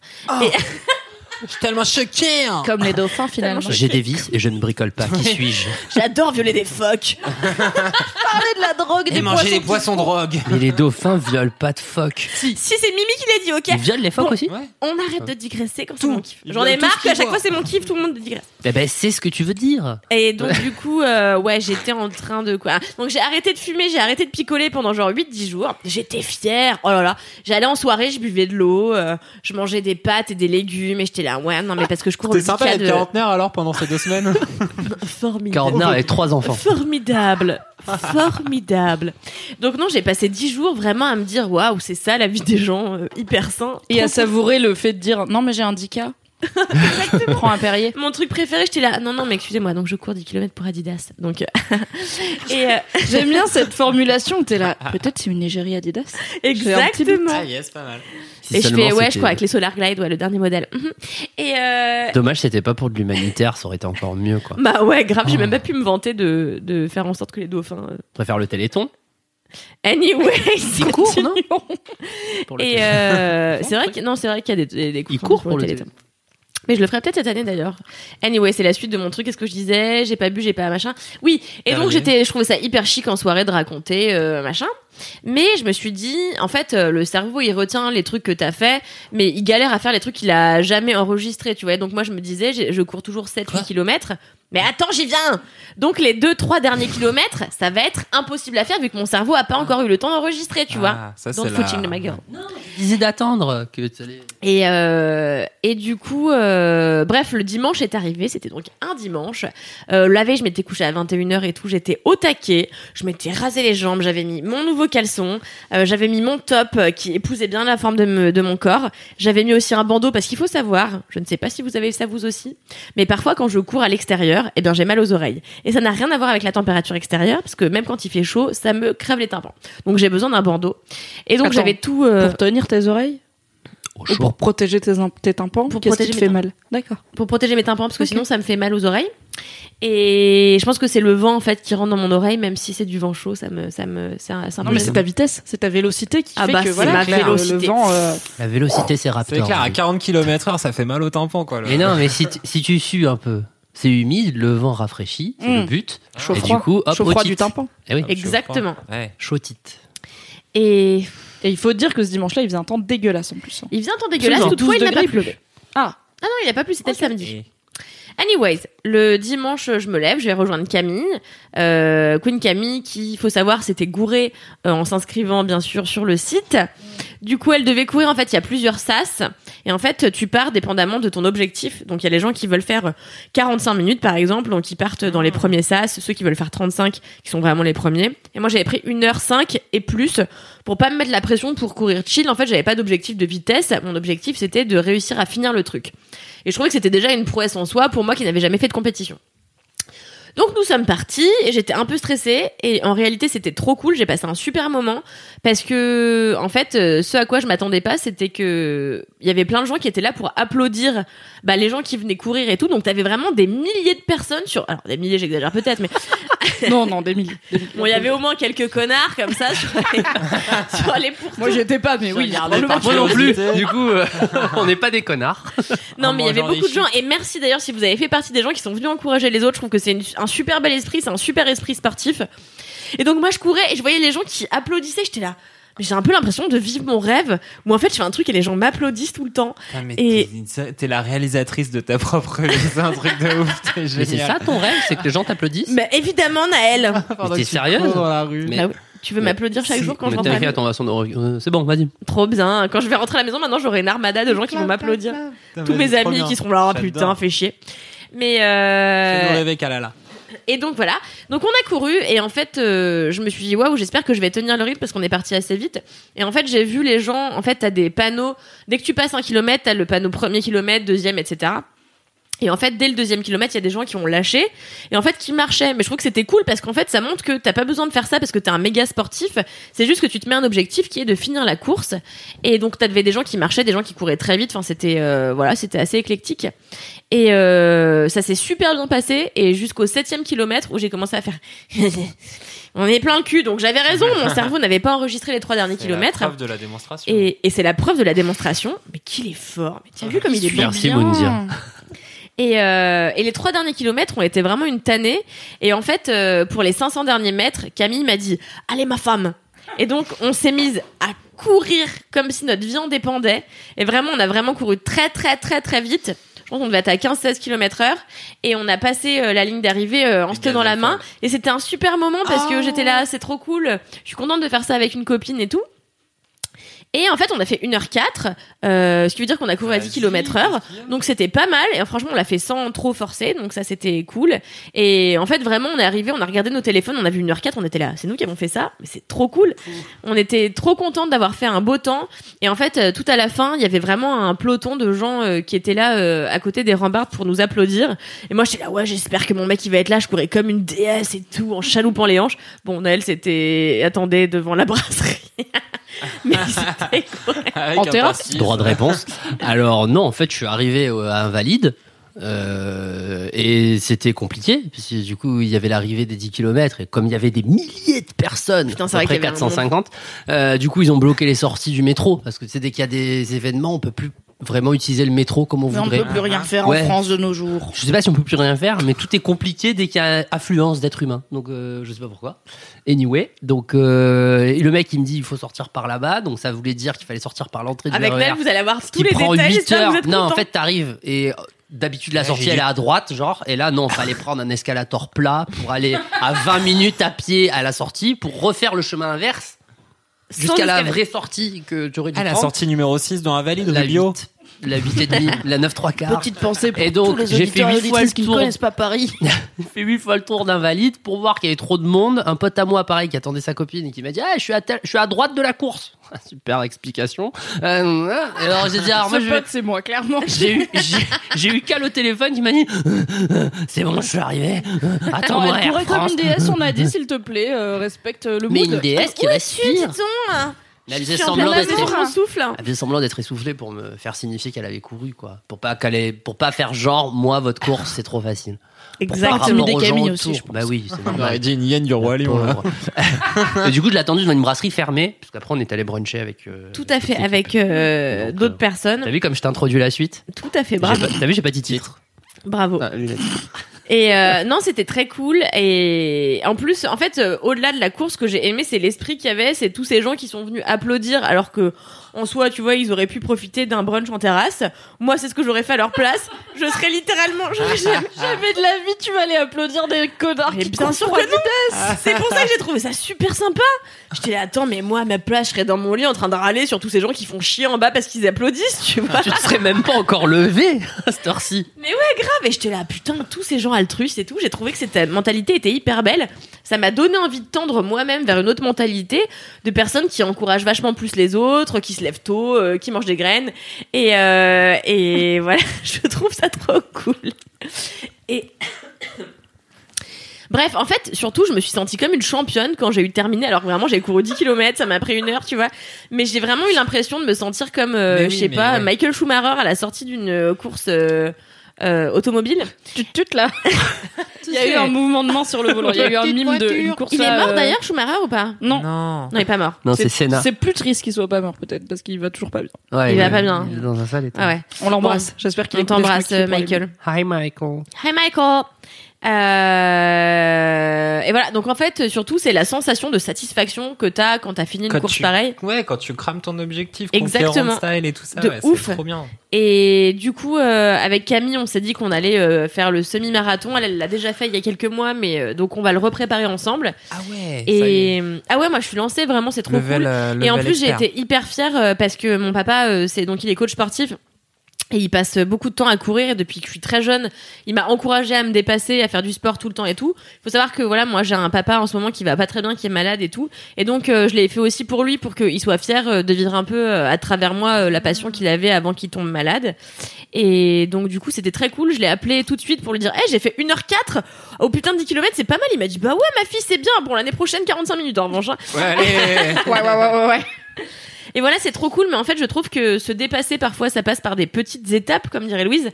S6: Je suis tellement choqué. hein.
S1: Comme les dauphins, finalement.
S5: J'ai des vis et je ne bricole pas. Qui suis-je
S4: J'adore violer des phoques. Parler de la drogue,
S6: Et
S4: des
S6: manger
S4: poissons.
S6: des poissons de drogue.
S5: Mais les dauphins violent pas de phoques.
S4: Si, c'est Mimi qui l'a dit,
S5: Ils
S4: ok
S5: violent les phoques
S4: Bon.
S5: aussi
S6: Ouais.
S4: On arrête de digresser quand c'est
S6: Tout.
S4: mon kiff.
S6: Ils
S4: J'en ai
S6: veulent tout
S4: marre
S6: ce
S4: qu'à
S6: qu'ils
S4: chaque
S6: voient.
S4: fois c'est mon kiff, tout le monde digresse.
S5: Eh ben, c'est ce que tu veux dire.
S4: Et donc du coup, euh, ouais, j'étais en train de quoi. Donc j'ai arrêté de fumer, j'ai arrêté de picoler pendant genre 8-10 jours. J'étais fière. Oh là là. J'allais en soirée, je buvais de l'eau, euh, je mangeais des pâtes et des légumes et j'étais là, ouais, non mais parce que je cours
S6: C'était
S4: le
S6: sympa
S4: week-end,
S6: d'être quarantenaire alors pendant ces deux semaines.
S4: euh, formidable.
S5: Quarantenaire avec trois enfants.
S4: Formidable, formidable. Donc non, j'ai passé 10 jours vraiment à me dire waouh, c'est ça la vie des gens euh, hyper sains.
S1: Et à savourer le fait de dire non, mais j'ai un handicap. Prends un Perrier.
S4: Mon truc préféré, j'étais là. Non, non, mais excusez-moi. Donc, je cours 10 km pour Adidas. Donc, euh, et euh,
S1: J'aime bien cette formulation. T'es là. Peut-être c'est une égérie Adidas. petit doute.
S4: exactement.
S6: Ah, yes, pas mal.
S5: Si
S4: Et je
S5: seulement
S4: fais, ouais,
S5: c'était-
S4: je crois, avec les Solar Glide, ouais, le dernier modèle. Mhm. Et euh,
S5: Dommage, c'était pas pour de l'humanitaire, ça aurait été encore mieux, quoi.
S4: bah ouais, grave, j'ai même pas pu me vanter de, de faire en sorte que les dauphins. euh,
S5: Je préfère le téléthon.
S4: Anyway,
S5: Ils courent, non
S4: continuons.
S5: Pour le
S4: Et
S5: téléthon.
S4: euh, c'est vrai que non, c'est vrai qu'il y a des, des, des
S5: Ils
S4: coupons
S5: courent pour le
S4: Téléthon. Mais je le ferai peut-être cette année d'ailleurs. Anyway, c'est la suite de mon truc. Qu'est-ce que je disais J'ai pas bu, j'ai pas machin. Oui. Et
S6: T'as
S4: donc
S6: raison.
S4: j'étais, je trouvais ça hyper chic en soirée de raconter euh, machin. Mais je me suis dit, en fait, euh, le cerveau il retient les trucs que t'as fait, mais il galère à faire les trucs qu'il a jamais enregistrés, tu vois. Donc moi je me disais, j'ai- je cours toujours 7-8 kilomètres. Mais attends, j'y viens Donc les deux, trois derniers kilomètres, ça va être impossible à faire vu que mon cerveau a pas encore eu le temps d'enregistrer, tu vois.
S6: Ah, ça,
S4: Dans
S6: c'est
S4: le
S6: la-
S4: coaching de ma gueule.
S5: Je disais d'attendre que t'allais-
S4: Et, euh, et du coup, euh, bref, le dimanche est arrivé, c'était donc un dimanche. Euh, la veille, je m'étais couchée à 21h et tout, j'étais au taquet, je m'étais rasé les jambes, j'avais mis mon nouveau caleçon, euh, j'avais mis mon top euh, qui épousait bien la forme de, me- de mon corps, j'avais mis aussi un bandeau parce qu'il faut savoir, je ne sais pas si vous avez ça vous aussi, mais parfois quand je cours à l'extérieur, eh bien j'ai mal aux oreilles. Et ça n'a rien à voir avec la température extérieure, parce que même quand il fait chaud, ça me crève les tympans. Donc j'ai besoin d'un bandeau. Et donc
S1: Attends.
S4: j'avais tout... euh,
S1: Pour tenir tes oreilles
S5: au
S1: ou
S5: chaud.
S1: pour protéger tes, im- tes tympans
S4: Pour
S1: Qu'est-ce qui
S4: protéger
S1: te
S4: mes
S1: fait
S4: tympans.
S1: mal D'accord.
S4: pour protéger mes tympans parce que
S1: Ok.
S4: sinon ça me fait mal aux oreilles. Et je pense que c'est le vent en fait qui rentre dans mon oreille, même si c'est du vent chaud, ça me, ça me, c'est un, c'est un
S1: Non,
S4: peu
S1: mais
S4: gênant.
S1: c'est ta vitesse, c'est ta vélocité qui
S4: Ah
S1: fait
S4: bah,
S1: que
S4: c'est
S1: voilà,
S4: ma
S1: que le-
S4: vélocité.
S1: le vent. euh,
S5: La vélocité, Oh, c'est raptor.
S6: C'est clair, à
S5: oui.
S6: 40 km/h, ça fait mal au tympan quoi. là.
S5: Mais non, mais si, tu- si tu sues un peu, c'est humide, le vent rafraîchit, c'est le
S1: Mm.
S5: but.
S1: Chaud
S5: Et
S1: froid.
S5: du coup, hop,
S1: Chaud froid
S5: otite.
S1: du tympan.
S5: Eh
S6: Ah,
S5: oui,
S4: Exactement.
S6: Ouais.
S5: chautite.
S4: Et
S1: Et il faut dire que ce dimanche-là, il faisait un temps dégueulasse en plus. hein.
S4: il vient un temps dégueulasse,
S1: Absolument.
S4: toutefois
S1: 12
S4: il n'a pas
S1: degrés, il
S4: plu.
S1: pleuvait. Ah,
S4: Ah non, il n'a pas plu, c'était le samedi.
S6: Et-
S4: Anyways, le dimanche, je me lève, je vais rejoindre Camille. Euh, Queen Camille, qui, il faut savoir, s'était gourée euh, en s'inscrivant, bien sûr, sur le site. Du coup, elle devait courir. En fait, il y a plusieurs sas. Et en fait, tu pars dépendamment de ton objectif. Donc, il y a les gens qui veulent faire 45 minutes, par exemple. Donc, ils partent dans les premiers sas. Ceux qui veulent faire 35, qui sont vraiment les premiers. Et moi, j'avais pris 1h05 et plus pour pas me mettre la pression pour courir chill. En fait, j'avais pas d'objectif de vitesse. Mon objectif, c'était de réussir à finir le truc. Et je trouvais que c'était déjà une prouesse en soi pour moi qui n'avait jamais fait de compétition. Donc nous sommes partis et j'étais un peu stressée et en réalité c'était trop cool, j'ai passé un super moment parce que en fait euh, ce à quoi je m'attendais pas c'était que il y avait plein de gens qui étaient là pour applaudir bah, les gens qui venaient courir et tout donc t'avais vraiment des milliers de personnes sur alors des milliers j'exagère peut-être mais
S1: Non, non, des milliers. des milliers.
S4: Bon, il y avait au moins quelques connards comme ça sur les, sur les pourtours.
S1: Moi, j'y étais pas, mais oui.
S5: Moi non plus. Du coup, euh, on n'est pas des connards.
S4: Non, mais il y avait
S6: mangeant des
S4: beaucoup de gens. Et merci d'ailleurs si vous avez fait partie des gens qui sont venus encourager les autres. Je trouve que c'est une- un super bel esprit, c'est un super esprit sportif. Et donc, moi, je courais et je voyais les gens qui applaudissaient. J'étais là. mais J'ai un peu l'impression de vivre mon rêve où en fait je fais un truc et les gens m'applaudissent tout le temps.
S6: Putain, mais t'es
S4: Et-
S6: une sa- t'es la réalisatrice de ta propre vie, c'est un truc de ouf, t'es
S5: Mais c'est ça
S6: génial.
S5: ton rêve, c'est que les gens t'applaudissent.
S4: Mais évidemment, Naël,
S5: Mais t'es sérieuse
S6: dans la rue.
S5: Mais-
S4: Bah oui, tu veux
S5: mais-
S4: m'applaudir chaque
S5: si,
S4: jour quand je
S5: mais
S4: rentre à la
S5: t'inquiète,
S4: maison.
S5: on va s'en- euh, C'est bon, vas-y.
S4: Trop bien. Quand je vais rentrer à la maison, maintenant j'aurai une armada de gens qui vont m'applaudir. Tous mes amis qui seront là, Ah,
S6: J'adore.
S4: putain, fais chier. Mais
S6: Fais-nous
S4: euh,
S6: rêver, Kalala.
S4: et donc voilà. Donc on a couru et en fait euh, je me suis dit waouh j'espère que je vais tenir le rythme parce qu'on est parti assez vite. Et en fait j'ai vu les gens en fait t'as des panneaux dès que tu passes un kilomètre t'as le panneau premier kilomètre deuxième etc. Et en fait, dès le deuxième kilomètre, il y a des gens qui ont lâché et en fait qui marchaient. Mais je trouve que c'était cool parce qu'en fait, ça montre que t'as pas besoin de faire ça parce que t'es un méga sportif. C'est juste que tu te mets un objectif qui est de finir la course. Et donc, t'avais des gens qui marchaient, des gens qui couraient très vite. Enfin, c'était euh, voilà, c'était assez éclectique. Et euh, ça s'est super bien passé. Et jusqu'au septième kilomètre où j'ai commencé à faire, on est plein le cul. Donc j'avais raison. Mon cerveau n'avait pas enregistré les trois derniers kilomètres.
S6: C'est la preuve de la démonstration.
S4: Et, et c'est la preuve de la démonstration. Mais qu'il est fort. Mais t'as vu comme il est bien.
S5: Merci, Moundir.
S4: Et, euh, et les trois derniers kilomètres ont été vraiment une tannée. Et en fait, euh, pour les 500 derniers mètres, Camille m'a dit Allez, ma femme Et donc, on s'est mise à courir comme si notre vie en dépendait. Et vraiment, on a vraiment couru très, très, très, très vite. Je pense qu'on devait être à 15-16 km heure et on a passé euh, la ligne d'arrivée euh, en se tenant la main et c'était un super moment parce que j'étais là, c'est trop cool, je suis contente de faire ça avec une copine et tout. Et en fait, on a fait 1h04, euh, ce qui veut dire qu'on a couru à 10 km heure. Donc c'était pas mal et euh, franchement on l'a fait sans trop forcer donc ça c'était cool et en fait vraiment on est arrivé on a regardé nos téléphones on a vu 1h04 on était là c'est nous qui avons fait ça mais c'est trop cool on était trop contente d'avoir fait un beau temps et en fait euh, tout à la fin il y avait vraiment un peloton de gens euh, qui étaient là euh, à côté des rambardes pour nous applaudir et moi j'étais là ouais j'espère que mon mec il va être là je courais comme une déesse et tout en chaloupant les hanches bon Naël c'était attendait devant la brasserie mais c'était cool.
S6: Avec
S1: En
S6: un
S1: terrasse
S6: passif.
S5: Droit de réponse. Alors non, en fait, je suis arrivé euh, à Invalide. euh, et c'était compliqué parce que du coup il y avait l'arrivée des 10 km et comme il y avait des milliers de personnes
S4: Putain, c'est
S5: à peu
S4: vrai
S5: près
S4: qu'il y avait un
S5: 450 euh, du coup ils ont bloqué les sorties du métro parce que c'est dès qu'il y a des événements on peut plus vraiment utiliser le métro comme on
S1: Mais on
S5: voudrait
S1: peut plus rien faire
S5: Ouais.
S1: en France de nos jours.
S5: je sais pas si on peut plus rien faire, mais tout est compliqué dès qu'il y a affluence d'êtres humains. Donc euh, je sais pas pourquoi. Anyway, donc euh, et le mec il me dit il faut sortir par là-bas, donc ça voulait dire qu'il fallait sortir par l'entrée du
S4: avec
S5: RER,
S4: Naël vous allez avoir
S5: ce
S4: tous
S5: qui
S4: les
S5: prend
S4: détails
S5: 8
S4: j'espère que
S5: heures.
S4: vous êtes
S5: non, en
S4: contents.
S5: fait t'arrives et euh, d'habitude la
S6: Ouais,
S5: sortie
S6: j'ai
S5: elle est
S6: dû-
S5: à droite, genre, et là non, fallait prendre un escalator plat pour aller à 20 minutes à pied à la sortie pour refaire le chemin inverse
S4: Sans
S5: jusqu'à la
S4: escalade.
S5: vraie sortie que tu aurais dû
S6: Ah, la
S5: prendre.
S6: sortie numéro 6 dans Invalide,
S5: la
S6: Rubio.
S5: 8, la 8 et demi, la 9 3 quarts.
S1: Petite pensée pour
S5: Et donc,
S1: tous les
S5: j'ai fait
S1: auditeurs et
S5: huit fois le
S1: auditrices qui ne
S5: tour.
S1: connaissent pas Paris.
S5: fait huit fois le tour d'invalide pour voir qu'il y avait trop de monde. Un pote à moi, pareil, qui attendait sa copine et qui m'a dit ah, je, suis à tel- je suis à droite de la course. Super explication. Euh, et alors j'ai dit Alors, moi,
S1: Ce
S5: je vais-
S1: pote, c'est moi, clairement.
S5: J'ai eu, j'ai- j'ai eu qu'à le téléphone qui m'a dit C'est bon, je suis arrivé.
S1: Non,
S5: Attends-moi,
S1: elle
S5: Air
S1: courait comme
S5: France.
S1: une déesse, on a dit, s'il te plaît, euh, respecte le
S5: Mais
S1: mood.
S5: une déesse qui respire. Mais elle faisait semblant
S4: plein
S5: d'être
S4: maison,
S5: essoufflée.
S4: on souffle.
S5: Elle faisait semblant d'être essoufflée pour me faire signifier qu'elle avait couru, quoi. Pour pas, qu'elle ait- pour pas faire genre, moi, votre course, c'est trop facile. Pour faire
S1: Exactement.
S5: rapport aux
S1: Des
S5: gens
S1: Camille aussi,
S5: autour.
S1: je pense.
S5: Bah oui, c'est
S6: On
S5: normal.
S6: aurait dit une hyène du roi Léon. là.
S5: Pauvre. Et du coup, je l'ai attendu dans une brasserie fermée, parce qu'après, on est allé bruncher avec. euh,
S4: Tout à
S5: toute
S4: fait,
S5: l'équipe.
S4: avec euh,
S5: Donc,
S4: d'autres
S5: euh,
S4: personnes.
S5: T'as vu comme je t'ai introduit la suite
S4: Tout à fait,
S5: J'ai pas-
S4: bravo.
S5: T'as vu, j'ai pas dit titre.
S4: bravo.
S5: Ah, lunettes.
S4: Et euh, non, c'était très cool. Et en plus, en fait, euh, au-delà de la course, ce que j'ai aimé, c'est l'esprit qu'il y avait, c'est tous ces gens qui sont venus applaudir, alors que en soi, tu vois, ils auraient pu profiter d'un brunch en terrasse. Moi, c'est ce que j'aurais fait à leur place. Je serais littéralement, j'aurais jamais,
S1: Jamais de la vie, tu vas aller applaudir des connards
S4: Mais
S1: qui
S4: bien
S1: courent
S4: sûr
S1: sur
S4: que
S1: la
S4: non C'est pour ça que j'ai trouvé ça super sympa. J'étais là, attends, mais moi, à ma place, je serais dans mon lit en train de râler sur tous ces gens qui font chier en bas parce qu'ils applaudissent, tu vois.
S5: Tu te serais même pas encore levé à cette heure-ci.
S4: Mais ouais, grave. Et j'étais là, putain, tous ces gens altruistes et tout. J'ai trouvé que cette mentalité était hyper belle. Ça m'a donné envie de tendre moi-même vers une autre mentalité de personnes qui encouragent vachement plus les autres, qui se lèvent tôt, euh, qui mangent des graines. Et, euh, et voilà, je trouve ça trop cool. Et. Bref, en fait, surtout, je me suis sentie comme une championne quand j'ai eu terminé. Alors que vraiment, j'ai couru 10 km, ça m'a pris une heure, tu vois. Mais j'ai vraiment eu l'impression de me sentir comme, euh,
S6: Mais oui,
S4: je sais
S6: mais
S4: pas,
S6: ouais.
S4: Michael Schumacher à la sortie d'une euh, course. euh, euh, automobile.
S1: Tu tutes là Il y a eu un mouvement de main sur le volant. Il y a eu un
S4: Petite
S1: mime de
S4: voiture.
S1: une course
S4: Il
S1: à,
S4: est mort
S1: euh,
S4: d'ailleurs, Schumacher ou pas
S1: Non.
S6: Non.
S4: Non, il est pas mort.
S5: Non, c'est Senna.
S1: C'est plus triste qu'il soit pas mort peut-être parce qu'il va toujours pas bien.
S5: Ouais,
S4: il va pas bien.
S5: Il est dans un sale état.
S4: Ah ouais.
S1: On l'embrasse. J'espère qu'il
S4: On
S1: est
S4: t'embrasse, euh, Michael.
S5: Hi Michael.
S4: Hi Michael. Euh, Et voilà, donc en fait, surtout, c'est la sensation de satisfaction que t'as quand t'as fini une
S6: Quand
S4: course
S6: tu-
S4: pareille.
S6: Ouais, quand tu crames ton objectif,
S4: Exactement.
S6: Exactement. style et tout ça,
S4: De
S6: ouais,
S4: ouf.
S6: c'est trop bien.
S4: Et du coup, euh, avec Camille, on s'est dit qu'on allait euh, faire le semi-marathon. Elle elle l'a déjà fait il y a quelques mois, mais euh, donc on va le repréparer ensemble.
S6: Ah ouais.
S4: Et ah ouais, moi je suis lancée, vraiment, c'est trop cool.
S5: euh,
S6: euh,
S4: Et en plus, j'ai été hyper fière euh, parce que mon papa, euh, c'est donc il est coach sportif. Et il passe beaucoup de temps à courir et depuis que je suis très jeune, il m'a encouragé à me dépasser, à faire du sport tout le temps et tout. Il faut savoir que voilà, moi j'ai un papa en ce moment qui va pas très bien, qui est malade et tout. Et donc euh, je l'ai fait aussi pour lui, pour qu'il soit fier euh, de vivre un peu euh, à travers moi euh, la passion qu'il avait avant qu'il tombe malade. Et donc du coup c'était très cool, je l'ai appelé tout de suite pour lui dire hey, « j'ai fait 1h04 au putain de 10 km, c'est pas mal !» Il m'a dit « Bah ouais ma fille c'est bien, bon l'année prochaine 45 minutes en revanche. hein.
S6: Ouais, allez.
S4: Ouais, ouais, ouais, ouais, ouais. Et voilà, c'est trop cool, mais en fait, je trouve que se dépasser, parfois, ça passe par des petites étapes, comme dirait Louise.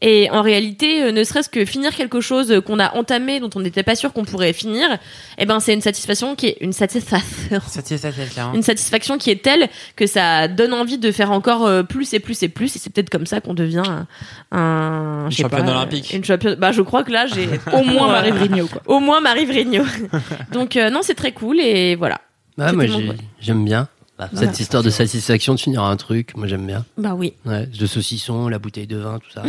S4: Et en réalité, euh, ne serait-ce que finir quelque chose euh, qu'on a entamé, dont on n'était pas sûr qu'on pourrait finir, eh ben, c'est une satisfaction qui est une satisfaction.
S6: Satisfaction.
S4: Une satisfaction qui est telle que ça donne envie de faire encore euh, plus et plus et plus. Et c'est peut-être comme ça qu'on devient un, un-
S6: Une
S4: je sais
S6: championne
S4: pas, euh,
S6: olympique.
S4: Une championne. Bah, je crois que là, j'ai
S1: Au moins
S4: Voilà.
S1: Marie Vrigno quoi.
S4: au moins Marie Vrigno. Donc, euh, non, c'est très cool et voilà.
S5: Ah,
S4: C'était
S5: moi,
S4: mon
S5: j'ai-
S4: vrai.
S5: j'aime bien.
S4: voilà.
S5: Cette histoire de satisfaction de finir un truc, moi j'aime bien.
S4: Bah oui.
S5: Ouais, de saucisson, la bouteille de vin, tout ça.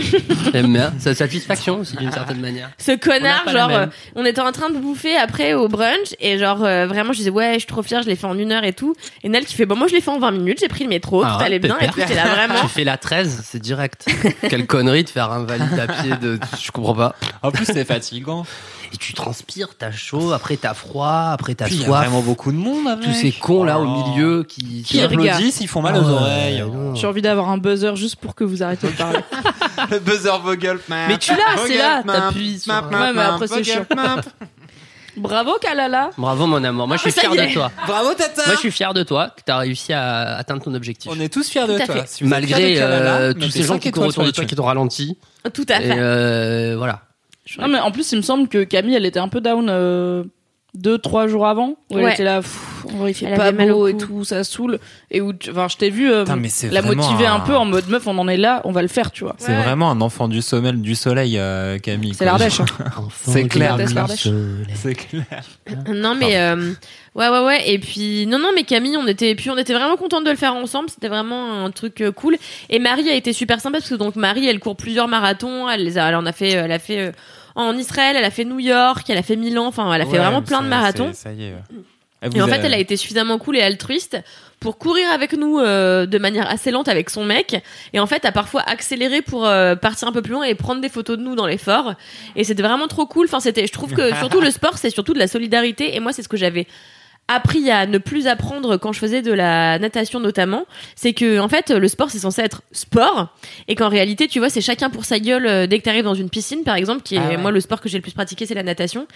S5: j'aime bien. C'est satisfaction aussi d'une certaine manière.
S4: ce connard,
S5: On n'a pas
S4: genre,
S5: la même.
S4: euh, on était en train de bouffer après au brunch et genre euh, vraiment je disais ouais je suis trop fière, je l'ai fait en une heure et tout. Et Nel qui fait bon moi je l'ai fait en 20 minutes, j'ai pris le métro,
S5: Ah
S4: tout
S5: ouais,
S4: allait bien et
S5: pépère.
S4: tout t'es là
S5: Tu
S4: vraiment.
S5: fais la 13, c'est direct. Quelle connerie de faire un valide à pied de. Je comprends pas.
S6: En plus, c'est fatigant.
S5: Et tu transpires, t'as chaud, après t'as froid, après t'as
S6: Puis, Il y a
S5: soif.
S6: vraiment beaucoup de monde. avec.
S5: Tous ces cons là
S6: Oh.
S5: au milieu qui. Oh,
S6: Qui applaudissent, ils font mal aux oreilles.
S1: J'ai envie d'avoir un buzzer juste pour que vous arrêtiez de parler.
S6: Le buzzer Vogel.
S1: Mais tu l'as, c'est là, t'appuies sur- Ouais, mais après, c'est chiant.
S6: Bravo
S1: Bravo Kalala.
S5: Bravo mon amour,
S6: Ah,
S5: moi je suis
S4: ça
S5: fier
S4: y est.
S5: de toi.
S6: Tata.
S5: Moi je suis fier de toi que t'as réussi à atteindre ton objectif.
S6: On est tous fiers de
S4: Tout à
S6: toi.
S4: fait.
S6: Si vous êtes fiers
S5: Malgré
S6: de Kalala,
S5: euh,
S6: mettez
S5: tous ces
S6: cinq
S5: gens qui
S6: étoiles
S5: courent autour
S6: sur
S5: de
S6: les
S5: toi, qui
S6: trucs.
S5: t'ont ralenti.
S4: Tout à
S5: Et
S4: fait.
S5: euh, voilà.
S1: Non mais en plus il me semble que Camille elle était un peu down euh, deux trois jours avant où elle
S4: Ouais.
S1: était là pff, en vrai, il fait
S4: Elle
S1: pas
S4: avait mal au
S1: beau et
S4: cou.
S1: tout ça saoule et où tu- enfin je t'ai vu euh,
S6: Putain, mais c'est
S1: la
S6: vraiment
S1: motiver un...
S6: un-
S1: peu en mode meuf on en est là on va le faire tu vois
S6: C'est
S4: Ouais.
S6: vraiment un enfant du sommeil, du soleil, euh, Camille.
S1: c'est
S6: quoi.
S1: l'Ardèche hein.
S5: Enfant
S6: C'est
S5: du
S6: clair.
S5: soleil.
S6: C'est clair.
S4: Non mais euh, ouais ouais ouais et puis non non mais Camille on était puis on était vraiment contente de le faire ensemble c'était vraiment un truc euh, cool et Marie a été super sympa parce que donc Marie elle court plusieurs marathons elle les a elle en a fait euh, elle a fait euh, en Israël elle a fait New York elle a fait Milan enfin elle a fait
S6: Ouais,
S4: vraiment plein de
S6: c'est-
S4: marathons
S6: c'est- Ça y est. ouais.
S4: Et
S6: vous
S4: en fait,
S6: avez-
S4: elle a été suffisamment cool et altruiste pour courir avec nous euh, de manière assez lente avec son mec. Et en fait, a parfois accéléré pour euh, partir un peu plus loin et prendre des photos de nous dans l'effort. Et c'était vraiment trop cool. Enfin, c'était. Je trouve que surtout le sport, c'est surtout de la solidarité. Et moi, c'est ce que j'avais appris à ne plus apprendre quand je faisais de la natation notamment, c'est que en fait le sport c'est censé être sport et qu'en réalité tu vois c'est chacun pour sa gueule euh, dès que t'arrives dans une piscine par exemple qui est
S6: Ah ouais.
S4: moi le sport que j'ai le plus pratiqué c'est la natation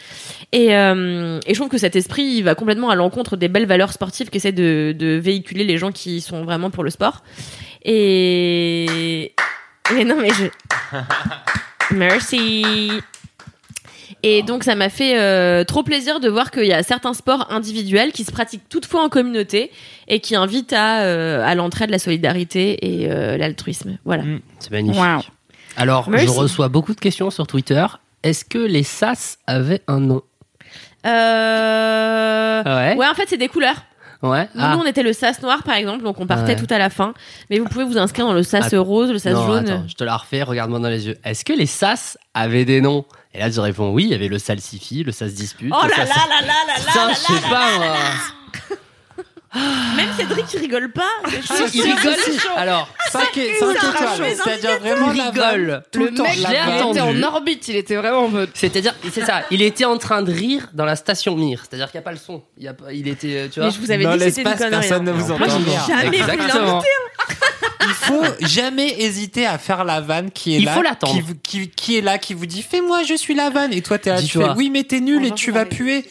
S4: et, euh, et je trouve que cet esprit il va complètement à l'encontre des belles valeurs sportives qu'essaient de, de véhiculer les gens qui sont vraiment pour le sport et mais non mais je Merci. Et donc ça m'a fait euh, trop plaisir de voir qu'il y a certains sports individuels qui se pratiquent toutefois en communauté et qui invitent à, euh, à l'entraide, la solidarité et euh, l'altruisme. Voilà.
S5: C'est magnifique. Alors,
S4: Merci.
S5: je reçois beaucoup de questions sur Twitter. Est-ce que les sas avaient un nom
S4: Euh...
S5: Ouais.
S4: Ouais, en fait c'est des couleurs.
S5: Ouais.
S4: Nous,
S5: Ah.
S4: nous, on était le sas noir par exemple, donc on partait
S5: Ouais.
S4: tout à la fin. Mais vous pouvez vous inscrire dans le sas
S5: Attends.
S4: rose, le sas
S5: non,
S4: jaune.
S5: attends, je te la refais, regarde-moi dans les yeux. Est-ce que les sas avaient des noms Et là, je réponds oui, il y avait le salsifi, le sas dispute.
S4: Oh
S5: le
S4: là là
S5: sas...
S4: là là là là
S5: Putain,
S4: là
S5: je sais pas, moi.
S4: là. Même Cédric il rigole pas. C'est chaud.
S5: Il rigole. Alors,
S6: Cinq et-
S4: Ils ont
S6: cinq
S4: rangé
S6: étoiles.
S4: les
S6: C'est-à-dire vraiment
S5: il
S6: la vanne.
S5: rigole.
S6: Tout le temps.
S5: mec,
S6: la
S5: j'ai
S6: vanne.
S5: attendu.
S1: il était en orbite il était vraiment en mode
S5: C'est-à-dire, c'est ça, il était en train de rire dans la station Mire. C'est-à-dire qu'il n'y a pas le son. Il, y a pas- il était, euh, tu vois.
S4: Mais je vous avais
S6: Dans
S4: dit que c'était une
S6: l'espace,
S4: connerie.
S6: personne ne
S4: hein.
S6: vous
S4: Moi, j'ai
S6: entend.
S4: jamais voulu
S5: Exactement.
S4: l'inviter.
S6: Il faut jamais hésiter à faire la vanne qui est
S5: Il
S6: là.
S5: faut l'attendre.
S6: Qui, vous- qui, qui est là, qui vous dit fais-moi, je suis la vanne. Et toi, t'es là, tu
S5: Dis-toi.
S6: fais oui, mais t'es nul et tu vas puer.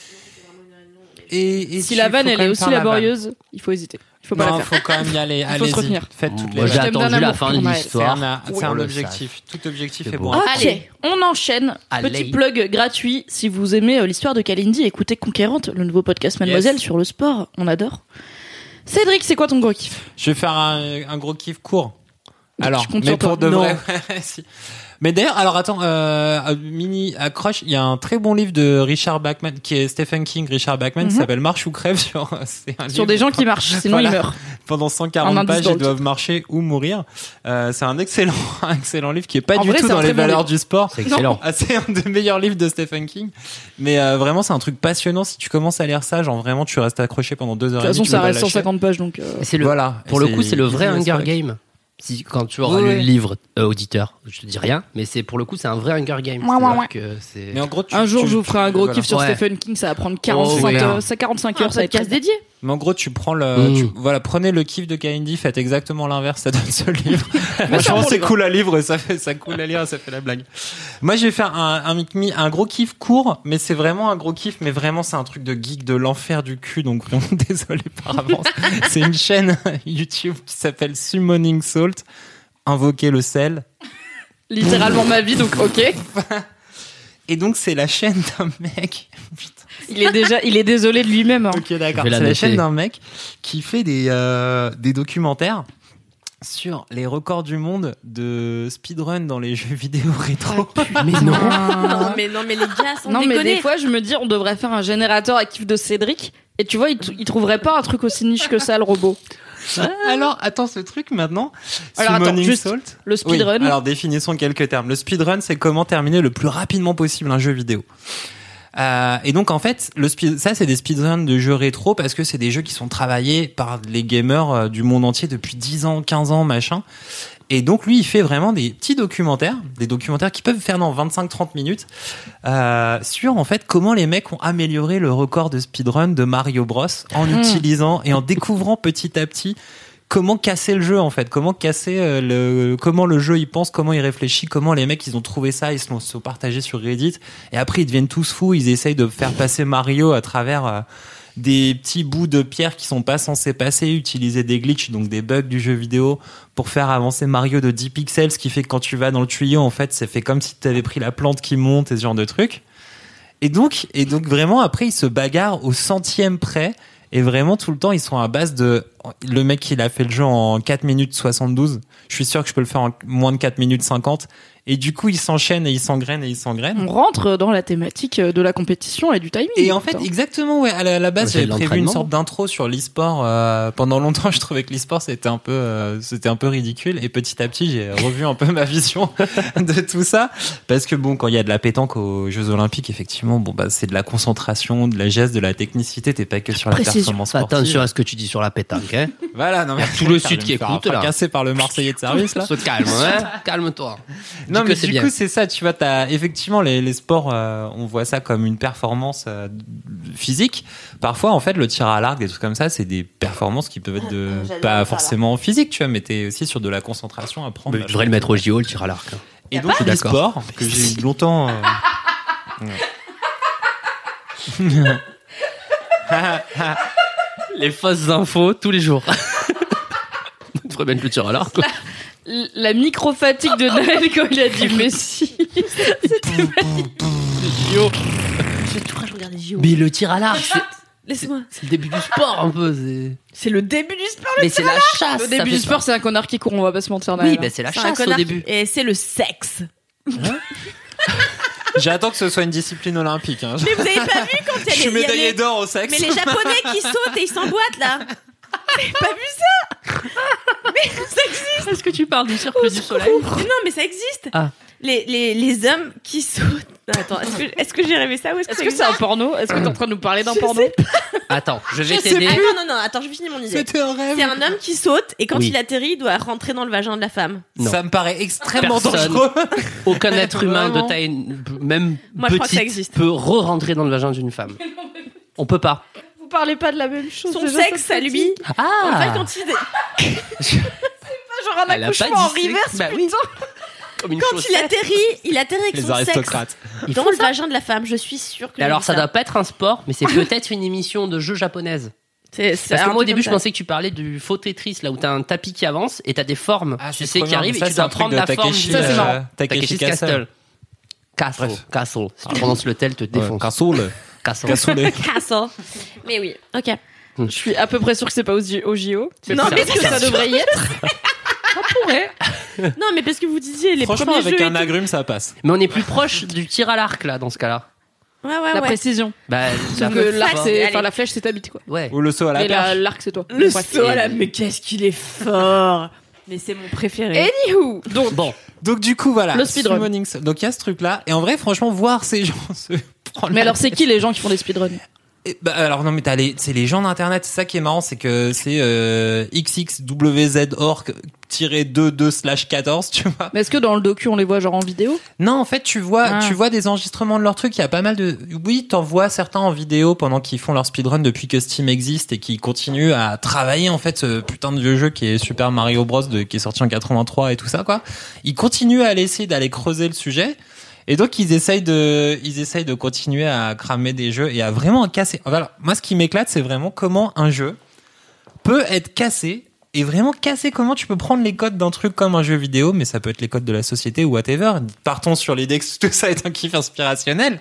S6: Et, et
S1: si
S6: tu-
S1: la
S6: faut
S1: vanne
S6: quand
S1: elle est
S6: même
S1: aussi
S6: faire la vanne.
S1: laborieuse il faut hésiter Il faut pas
S6: non,
S1: la faire.
S6: faut quand même y aller.
S1: Il faut se
S6: Allez-y.
S1: retenir.
S6: Faites toutes
S5: Moi,
S6: les
S5: j'ai
S6: vannes.
S5: attendu la fin de
S6: C'est
S5: l'histoire.
S6: un, c'est
S5: pour
S6: un
S5: le
S6: objectif. Tout objectif est,
S5: C'est
S6: bon.
S5: bon.
S1: Ok, on enchaîne.
S5: Allez.
S1: Petit plug gratuit. Si vous aimez euh, l'histoire de Kalindi, écoutez Conquérante, le nouveau podcast Mademoiselle
S6: Yes.
S1: sur le sport. On adore. Cédric, c'est quoi ton gros kiff
S6: Je vais faire un, un gros kiff court. Alors,
S1: Je compte
S6: mais
S1: sur toi.
S6: pour de
S1: Non.
S6: vrai. ouais, si. Mais d'ailleurs, alors attends, euh, un mini accroche, il y a un très bon livre de Richard Bachman, qui est Stephen King, Richard Bachman, qui
S1: Mhm.
S6: s'appelle Marche ou crève sur, c'est un
S1: sur
S6: livre-
S1: des gens qui marchent, sinon
S6: Voilà.
S1: ils meurent.
S6: Pendant
S1: Un
S6: 140
S1: indice
S6: pages,
S1: dans
S6: ils
S1: le
S6: doivent marcher ou mourir. Euh, c'est un excellent, un excellent livre qui est pas
S1: En
S6: du
S1: vrai,
S6: tout
S1: c'est un
S6: dans
S1: très
S6: les
S1: bon
S6: valeurs
S1: livre.
S6: du sport.
S5: C'est excellent.
S6: Ah, c'est un des meilleurs livres de Stephen King. Mais euh, vraiment, c'est un truc passionnant. Si tu commences à lire ça, genre vraiment, tu restes accroché pendant deux
S1: De
S6: heures
S1: toute
S6: et
S1: façon,
S6: demie. tu peux
S1: ça
S6: pas
S1: reste
S6: lâcher.
S1: 150 pages, donc. euh,
S5: C'est le-
S6: Voilà.
S5: Pour le coup, c'est le vrai
S6: easy as
S5: Hunger
S6: fuck.
S5: Game. Si, quand tu auras
S6: Oui,
S5: lu
S6: oui.
S5: le livre, euh, auditeur, je te dis rien, mais c'est pour le coup, c'est un vrai Hunger Game.
S1: Ouah, ouah,
S5: C'est-à-dire
S1: ouah.
S5: que c'est-
S6: Mais en gros, tu-
S1: Un jour,
S6: tu-
S1: je vous ferai un gros
S6: voilà. Oh,
S1: kiff sur
S5: Ouais.
S1: Stephen King. Ça va prendre 45,
S6: hein.
S5: ouais.
S1: euh, ça-
S6: Ah,
S1: 45 heures.
S4: un
S1: ça va être
S4: podcast dédié.
S6: Mais en gros, tu prends le,
S5: Mm.
S6: tu- voilà, prenez le kiff de Kalindi, faites exactement l'inverse, ça donne ce livre. Franchement,
S1: pour
S6: c'est
S1: les
S6: cool à livre et ça fait, ça cool à lire, et ça fait la blague. Moi, je vais faire un, un mic- mi- un gros kiff court, mais c'est vraiment un gros kiff, mais vraiment, c'est un truc de geek de l'enfer du cul, donc vraiment, désolé par avance. c'est une chaîne YouTube qui s'appelle Summoning Salt. Invoquer le sel.
S1: littéralement ma vie, donc ok.
S6: Et donc, c'est la chaîne d'un mec. Putain.
S1: Il est déjà, il est désolé de lui-même. hein.
S6: Ok, d'accord.
S5: Je vais la
S6: C'est la
S5: noter.
S6: chaîne d'un mec qui fait des, euh, des documentaires sur les records du monde de speedrun dans les jeux vidéo rétro.
S1: Ah,
S5: Mais non
S4: Non, mais, non, mais les gars, sans
S1: Non, mais
S4: déconner.
S1: des fois, je me dis, on devrait faire un générateur à kiff de Cédric. Et tu vois, il, t- il trouverait pas un truc aussi niche que ça, le robot.
S6: Alors, attends, ce truc maintenant.
S1: Alors, attends,
S6: Summoning
S1: juste
S6: Salt.
S1: Le
S6: Oui,
S1: speedrun.
S6: alors, définissons quelques termes. Le speedrun, c'est comment terminer le plus rapidement possible un jeu vidéo. Euh, et donc en fait, le speed, ça c'est des speedruns de jeux rétro parce que c'est des jeux qui sont travaillés par les gamers euh, du monde entier depuis 10 ans, 15 ans, machin. Et donc lui, il fait vraiment des petits documentaires, des documentaires qui peuvent faire dans 25-30 minutes euh, sur en fait comment les mecs ont amélioré le record de speedrun de Mario Bros en
S1: Hmm.
S6: utilisant et en découvrant petit à petit comment casser le jeu en fait, comment casser euh, le comment le jeu il pense, comment il réfléchit, comment les mecs ils ont trouvé ça, ils se l'ont se sont partagés sur Reddit et après ils deviennent tous fous, ils essayent de faire passer Mario à travers euh, des petits bouts de pierre qui sont pas censés passer, utiliser des glitches, donc des bugs du jeu vidéo pour faire avancer Mario de 10 pixels, ce qui fait que quand tu vas dans le tuyau, en fait, c'est fait comme si tu avais pris la plante qui monte et ce genre de truc. Et donc, et donc vraiment, après, ils se bagarrent au centième près. Et vraiment, tout le temps, ils sont à base de... Le mec, il a fait le jeu en 4 minutes 72. Je suis sûr que je peux le faire en moins de 4 minutes 50. Et du coup, ils s'enchaînent et ils s'engrainent et ils s'engrainent.
S1: On rentre dans la thématique de la compétition et du timing.
S6: Et en fait,
S1: putain.
S6: exactement, ouais. À la, à la base,
S5: C'est de
S6: j'avais prévu une
S5: l'entraînement.
S6: sorte d'intro sur l'e-sport. euh, pendant longtemps, je trouvais que l'e-sport c'était un peu, euh, c'était un peu ridicule. Et petit à petit, j'ai revu un peu ma vision de tout ça, parce que bon, quand il y a de la pétanque aux Jeux Olympiques, effectivement, bon bah c'est de la concentration, de la geste, de la technicité. T'es pas que sur la
S1: Précision.
S6: performance
S5: Fais attention
S6: sportive.
S5: à ce que tu dis sur la pétanque. Hein.
S6: Voilà, non mais
S5: tout le Sud qui écoute, là.
S6: Cassé par le Marseillais de service là.
S5: Se calme, hein. calme-toi.
S6: Non,
S5: Dis que
S6: mais
S5: c'est
S6: du
S5: bien.
S6: coup, c'est ça, tu vois, t'as, effectivement, les, les sports, euh, on voit ça comme une performance euh, physique. Parfois, en fait, le tir à l'arc, des trucs comme ça, c'est des performances qui peuvent être de,
S4: J'adore ça,
S6: pas
S4: là.
S6: forcément physique, tu vois, mais t'es aussi sur de la concentration à prendre.
S5: Mais tu devrais le mettre au JO, le tir à l'arc. hein.
S6: Et donc,
S5: pas
S6: les
S5: D'accord.
S6: sports que j'ai eu longtemps. euh,
S5: Les fausses infos tous les jours. Tu devrais mettre le tir à l'arc. quoi.
S1: L- la micro-fatigue de Noël quand il a dit Messi.
S4: Je vais tout le temps, je regarde les JO.
S5: Mais le tir à l'arc, c'est-
S4: Laisse-moi.
S5: c'est le début du sport un peu. c'est-
S4: C'est le début du sport.
S5: Mais c'est la chasse.
S1: Au
S5: ça
S1: début
S5: fait
S1: du sport, c'est un connard qui court, on va pas se mentir.
S5: peur. Oui,
S1: Noël.
S5: bah, c'est la
S4: C'est un
S5: chasse au
S4: connard
S5: début.
S4: Et c'est le sexe.
S6: J'attends que ce soit une discipline olympique. hein.
S4: Mais vous avez pas vu quand il y a
S6: Je suis
S4: les- il y a
S6: médaillé
S4: les-
S6: d'or au sexe.
S4: Mais les japonais qui sautent et ils s'emboîtent là. Vous avez pas vu ça Mais ça existe.
S5: Est-ce que tu parles du cercle du soleil
S4: Mais non, mais ça existe.
S5: Ah.
S4: Les, les, les hommes qui sautent. Non, attends, est-ce que, est-ce que j'ai rêvé ça ou est-ce que
S1: Est-ce que c'est
S4: ça
S1: un porno Est-ce que t'es en train de nous parler d'un
S4: Je
S1: porno
S5: Attends, je vais
S4: existe
S5: t'aider.
S4: Attends, non, non, attends, je vais finir mon idée.
S6: C'était un rêve.
S4: C'est un homme qui saute et quand
S5: Oui.
S4: il atterrit, il doit rentrer dans le vagin de la femme.
S5: Non.
S6: Ça me paraît extrêmement
S5: Personne.
S6: dangereux.
S5: Aucun être humain
S6: Vraiment.
S5: de taille, même
S4: Moi, je crois que ça
S5: petite,
S4: existe.
S5: peut re-rentrer dans le vagin d'une femme. On peut pas.
S1: Vous parlez pas de la même chose.
S4: Son sexe à lui. En fait,
S5: Ah
S4: quand il,
S1: Ah, Genre un
S5: Elle a pas
S1: accouchement en
S5: dit sexe.
S1: reverse,
S5: Bah oui.
S1: putain.
S5: Comme une
S4: quand il
S5: chaussette.
S4: atterrit, il atterrit avec
S6: Les
S4: son sexe
S6: aristocrates.
S5: Ils
S4: dans
S5: font
S4: le vagin de la femme. Je suis sûre que.
S5: Et alors,
S4: j'ai
S5: ça
S4: vu
S5: doit pas être un sport, mais c'est peut-être une émission de jeu japonaise.
S4: C'est- c'est
S5: Parce que
S4: un
S5: moi au
S4: truc
S5: début
S4: comme
S5: je
S4: ça.
S5: pensais que tu parlais du faux Tetris là où t'as un tapis qui avance et t'as des formes tu
S6: Ah, c'est
S5: sais
S6: trop
S5: qui
S6: bien.
S5: arrivent
S6: Ça,
S5: et tu
S6: c'est un
S5: dois
S6: truc
S5: prendre
S6: de
S5: la forme
S6: Takeshi,
S5: du-
S6: euh, Ça, c'est marrant. Takeshi
S5: Takeshi's
S6: Castle.
S5: Castle Castle Castle si tu prononces le tel te défonce
S6: Castle
S5: Castle Hmm.
S6: Castle
S4: Castle. Mais oui, ok.
S1: Je suis à peu près sûr que c'est pas au J- au JO.
S5: C'est
S1: Non,
S5: ça.
S1: mais que ça devrait y être.
S4: Non, mais parce que vous disiez les
S6: Franchement,
S4: premiers
S6: avec
S4: jeux.
S6: un agrume, ça passe.
S5: mais on est plus proche du tir à l'arc là dans ce cas là
S4: Ouais, ouais,
S1: La
S4: ouais.
S1: précision.
S5: bah la
S1: Sauf que l'arc,
S4: force.
S1: c'est. Enfin,
S4: Allez.
S1: la flèche, c'est ta bite, quoi.
S5: ouais
S6: Ou le saut à la
S1: Et la-
S6: perche.
S1: l'arc, c'est toi.
S4: Le
S1: Bref.
S4: saut à la- mais qu'est-ce qu'il est fort. Mais c'est mon préféré.
S1: Anywho, donc.
S5: bon
S6: Donc du coup, voilà.
S1: Le speedrun.
S6: Summoning Soul. Donc il y a ce truc-là. Et en vrai, franchement, voir ces gens se prendre
S1: Mais
S6: la
S1: alors, c'est qui les gens qui font des speedruns
S6: Et bah, alors non mais t'as les c'est les gens d'internet c'est ça qui est marrant c'est que c'est euh, xxwzorg-22 slash 14 tu vois
S1: Mais est-ce que dans le docu, on les voit genre en vidéo
S6: non en fait tu vois
S1: Ah.
S6: tu vois des enregistrements de leurs trucs il y a pas mal de oui t'en vois certains en vidéo pendant qu'ils font leur speedrun depuis que Steam existe et qui continuent à travailler en fait ce putain de vieux jeu qui est Super Mario Bros de, qui est sorti en 83 et tout ça quoi ils continuent à essayer d'aller creuser le sujet et donc ils essayent de, ils essayent de continuer à cramer des jeux et à vraiment casser. Voilà, moi ce qui m'éclate, c'est vraiment comment un jeu peut être cassé et vraiment cassé. Comment tu peux prendre les codes d'un truc comme un jeu vidéo, mais ça peut être les codes de la société ou whatever. Partons sur l'idée que tout ça est un kiff inspirationnel.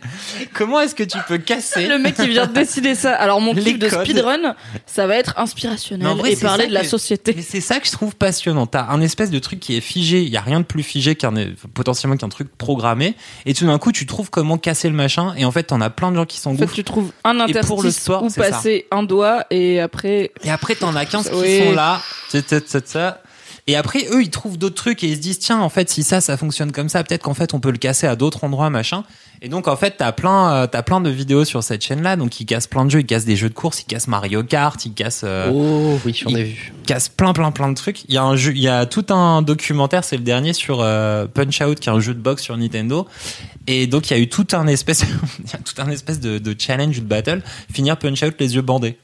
S6: Comment est-ce que tu peux casser
S1: Le mec qui vient de décider ça. Alors, mon
S6: Les
S1: kiff de
S6: codes.
S1: speedrun, ça va être inspirationnel
S6: Mais en vrai,
S1: et
S6: c'est
S1: parler
S6: ça
S1: de la
S6: que-
S1: société.
S6: Mais c'est ça que je trouve passionnant. T'as un espèce de truc qui est figé. Il y a rien de plus figé qu'un potentiellement qu'un truc programmé. Et tout d'un coup, tu trouves comment casser le machin. Et en fait, t'en as plein de gens qui
S1: En fait,
S6: s'engouffrent.
S1: tu trouves un
S6: Et pour le
S1: interstice
S6: sport,
S1: où
S6: c'est ça.
S1: passer un doigt et après.
S6: Et après, t'en as 15 qui
S1: Oui.
S6: sont là. Tut, tut, tut, ça. Et après, eux, ils trouvent d'autres trucs et ils se disent, tiens, en fait, si ça, ça fonctionne comme ça, peut-être qu'en fait, on peut le casser à d'autres endroits, machin. Et donc, en fait, t'as plein, euh, t'as plein de vidéos sur cette chaîne-là. Donc, ils cassent plein de jeux. Ils cassent des jeux de course, ils cassent Mario Kart, ils cassent, euh,
S5: oh oui j'en ai
S6: il-
S5: vu
S6: casse plein plein plein de trucs. Il y a un jeu, il y a tout un documentaire, c'est le dernier sur euh, Punch Out, qui est un jeu de boxe sur Nintendo. Et donc il y a eu tout un espèce, il y a tout un espèce de, de challenge ou de battle, finir Punch Out les yeux bandés.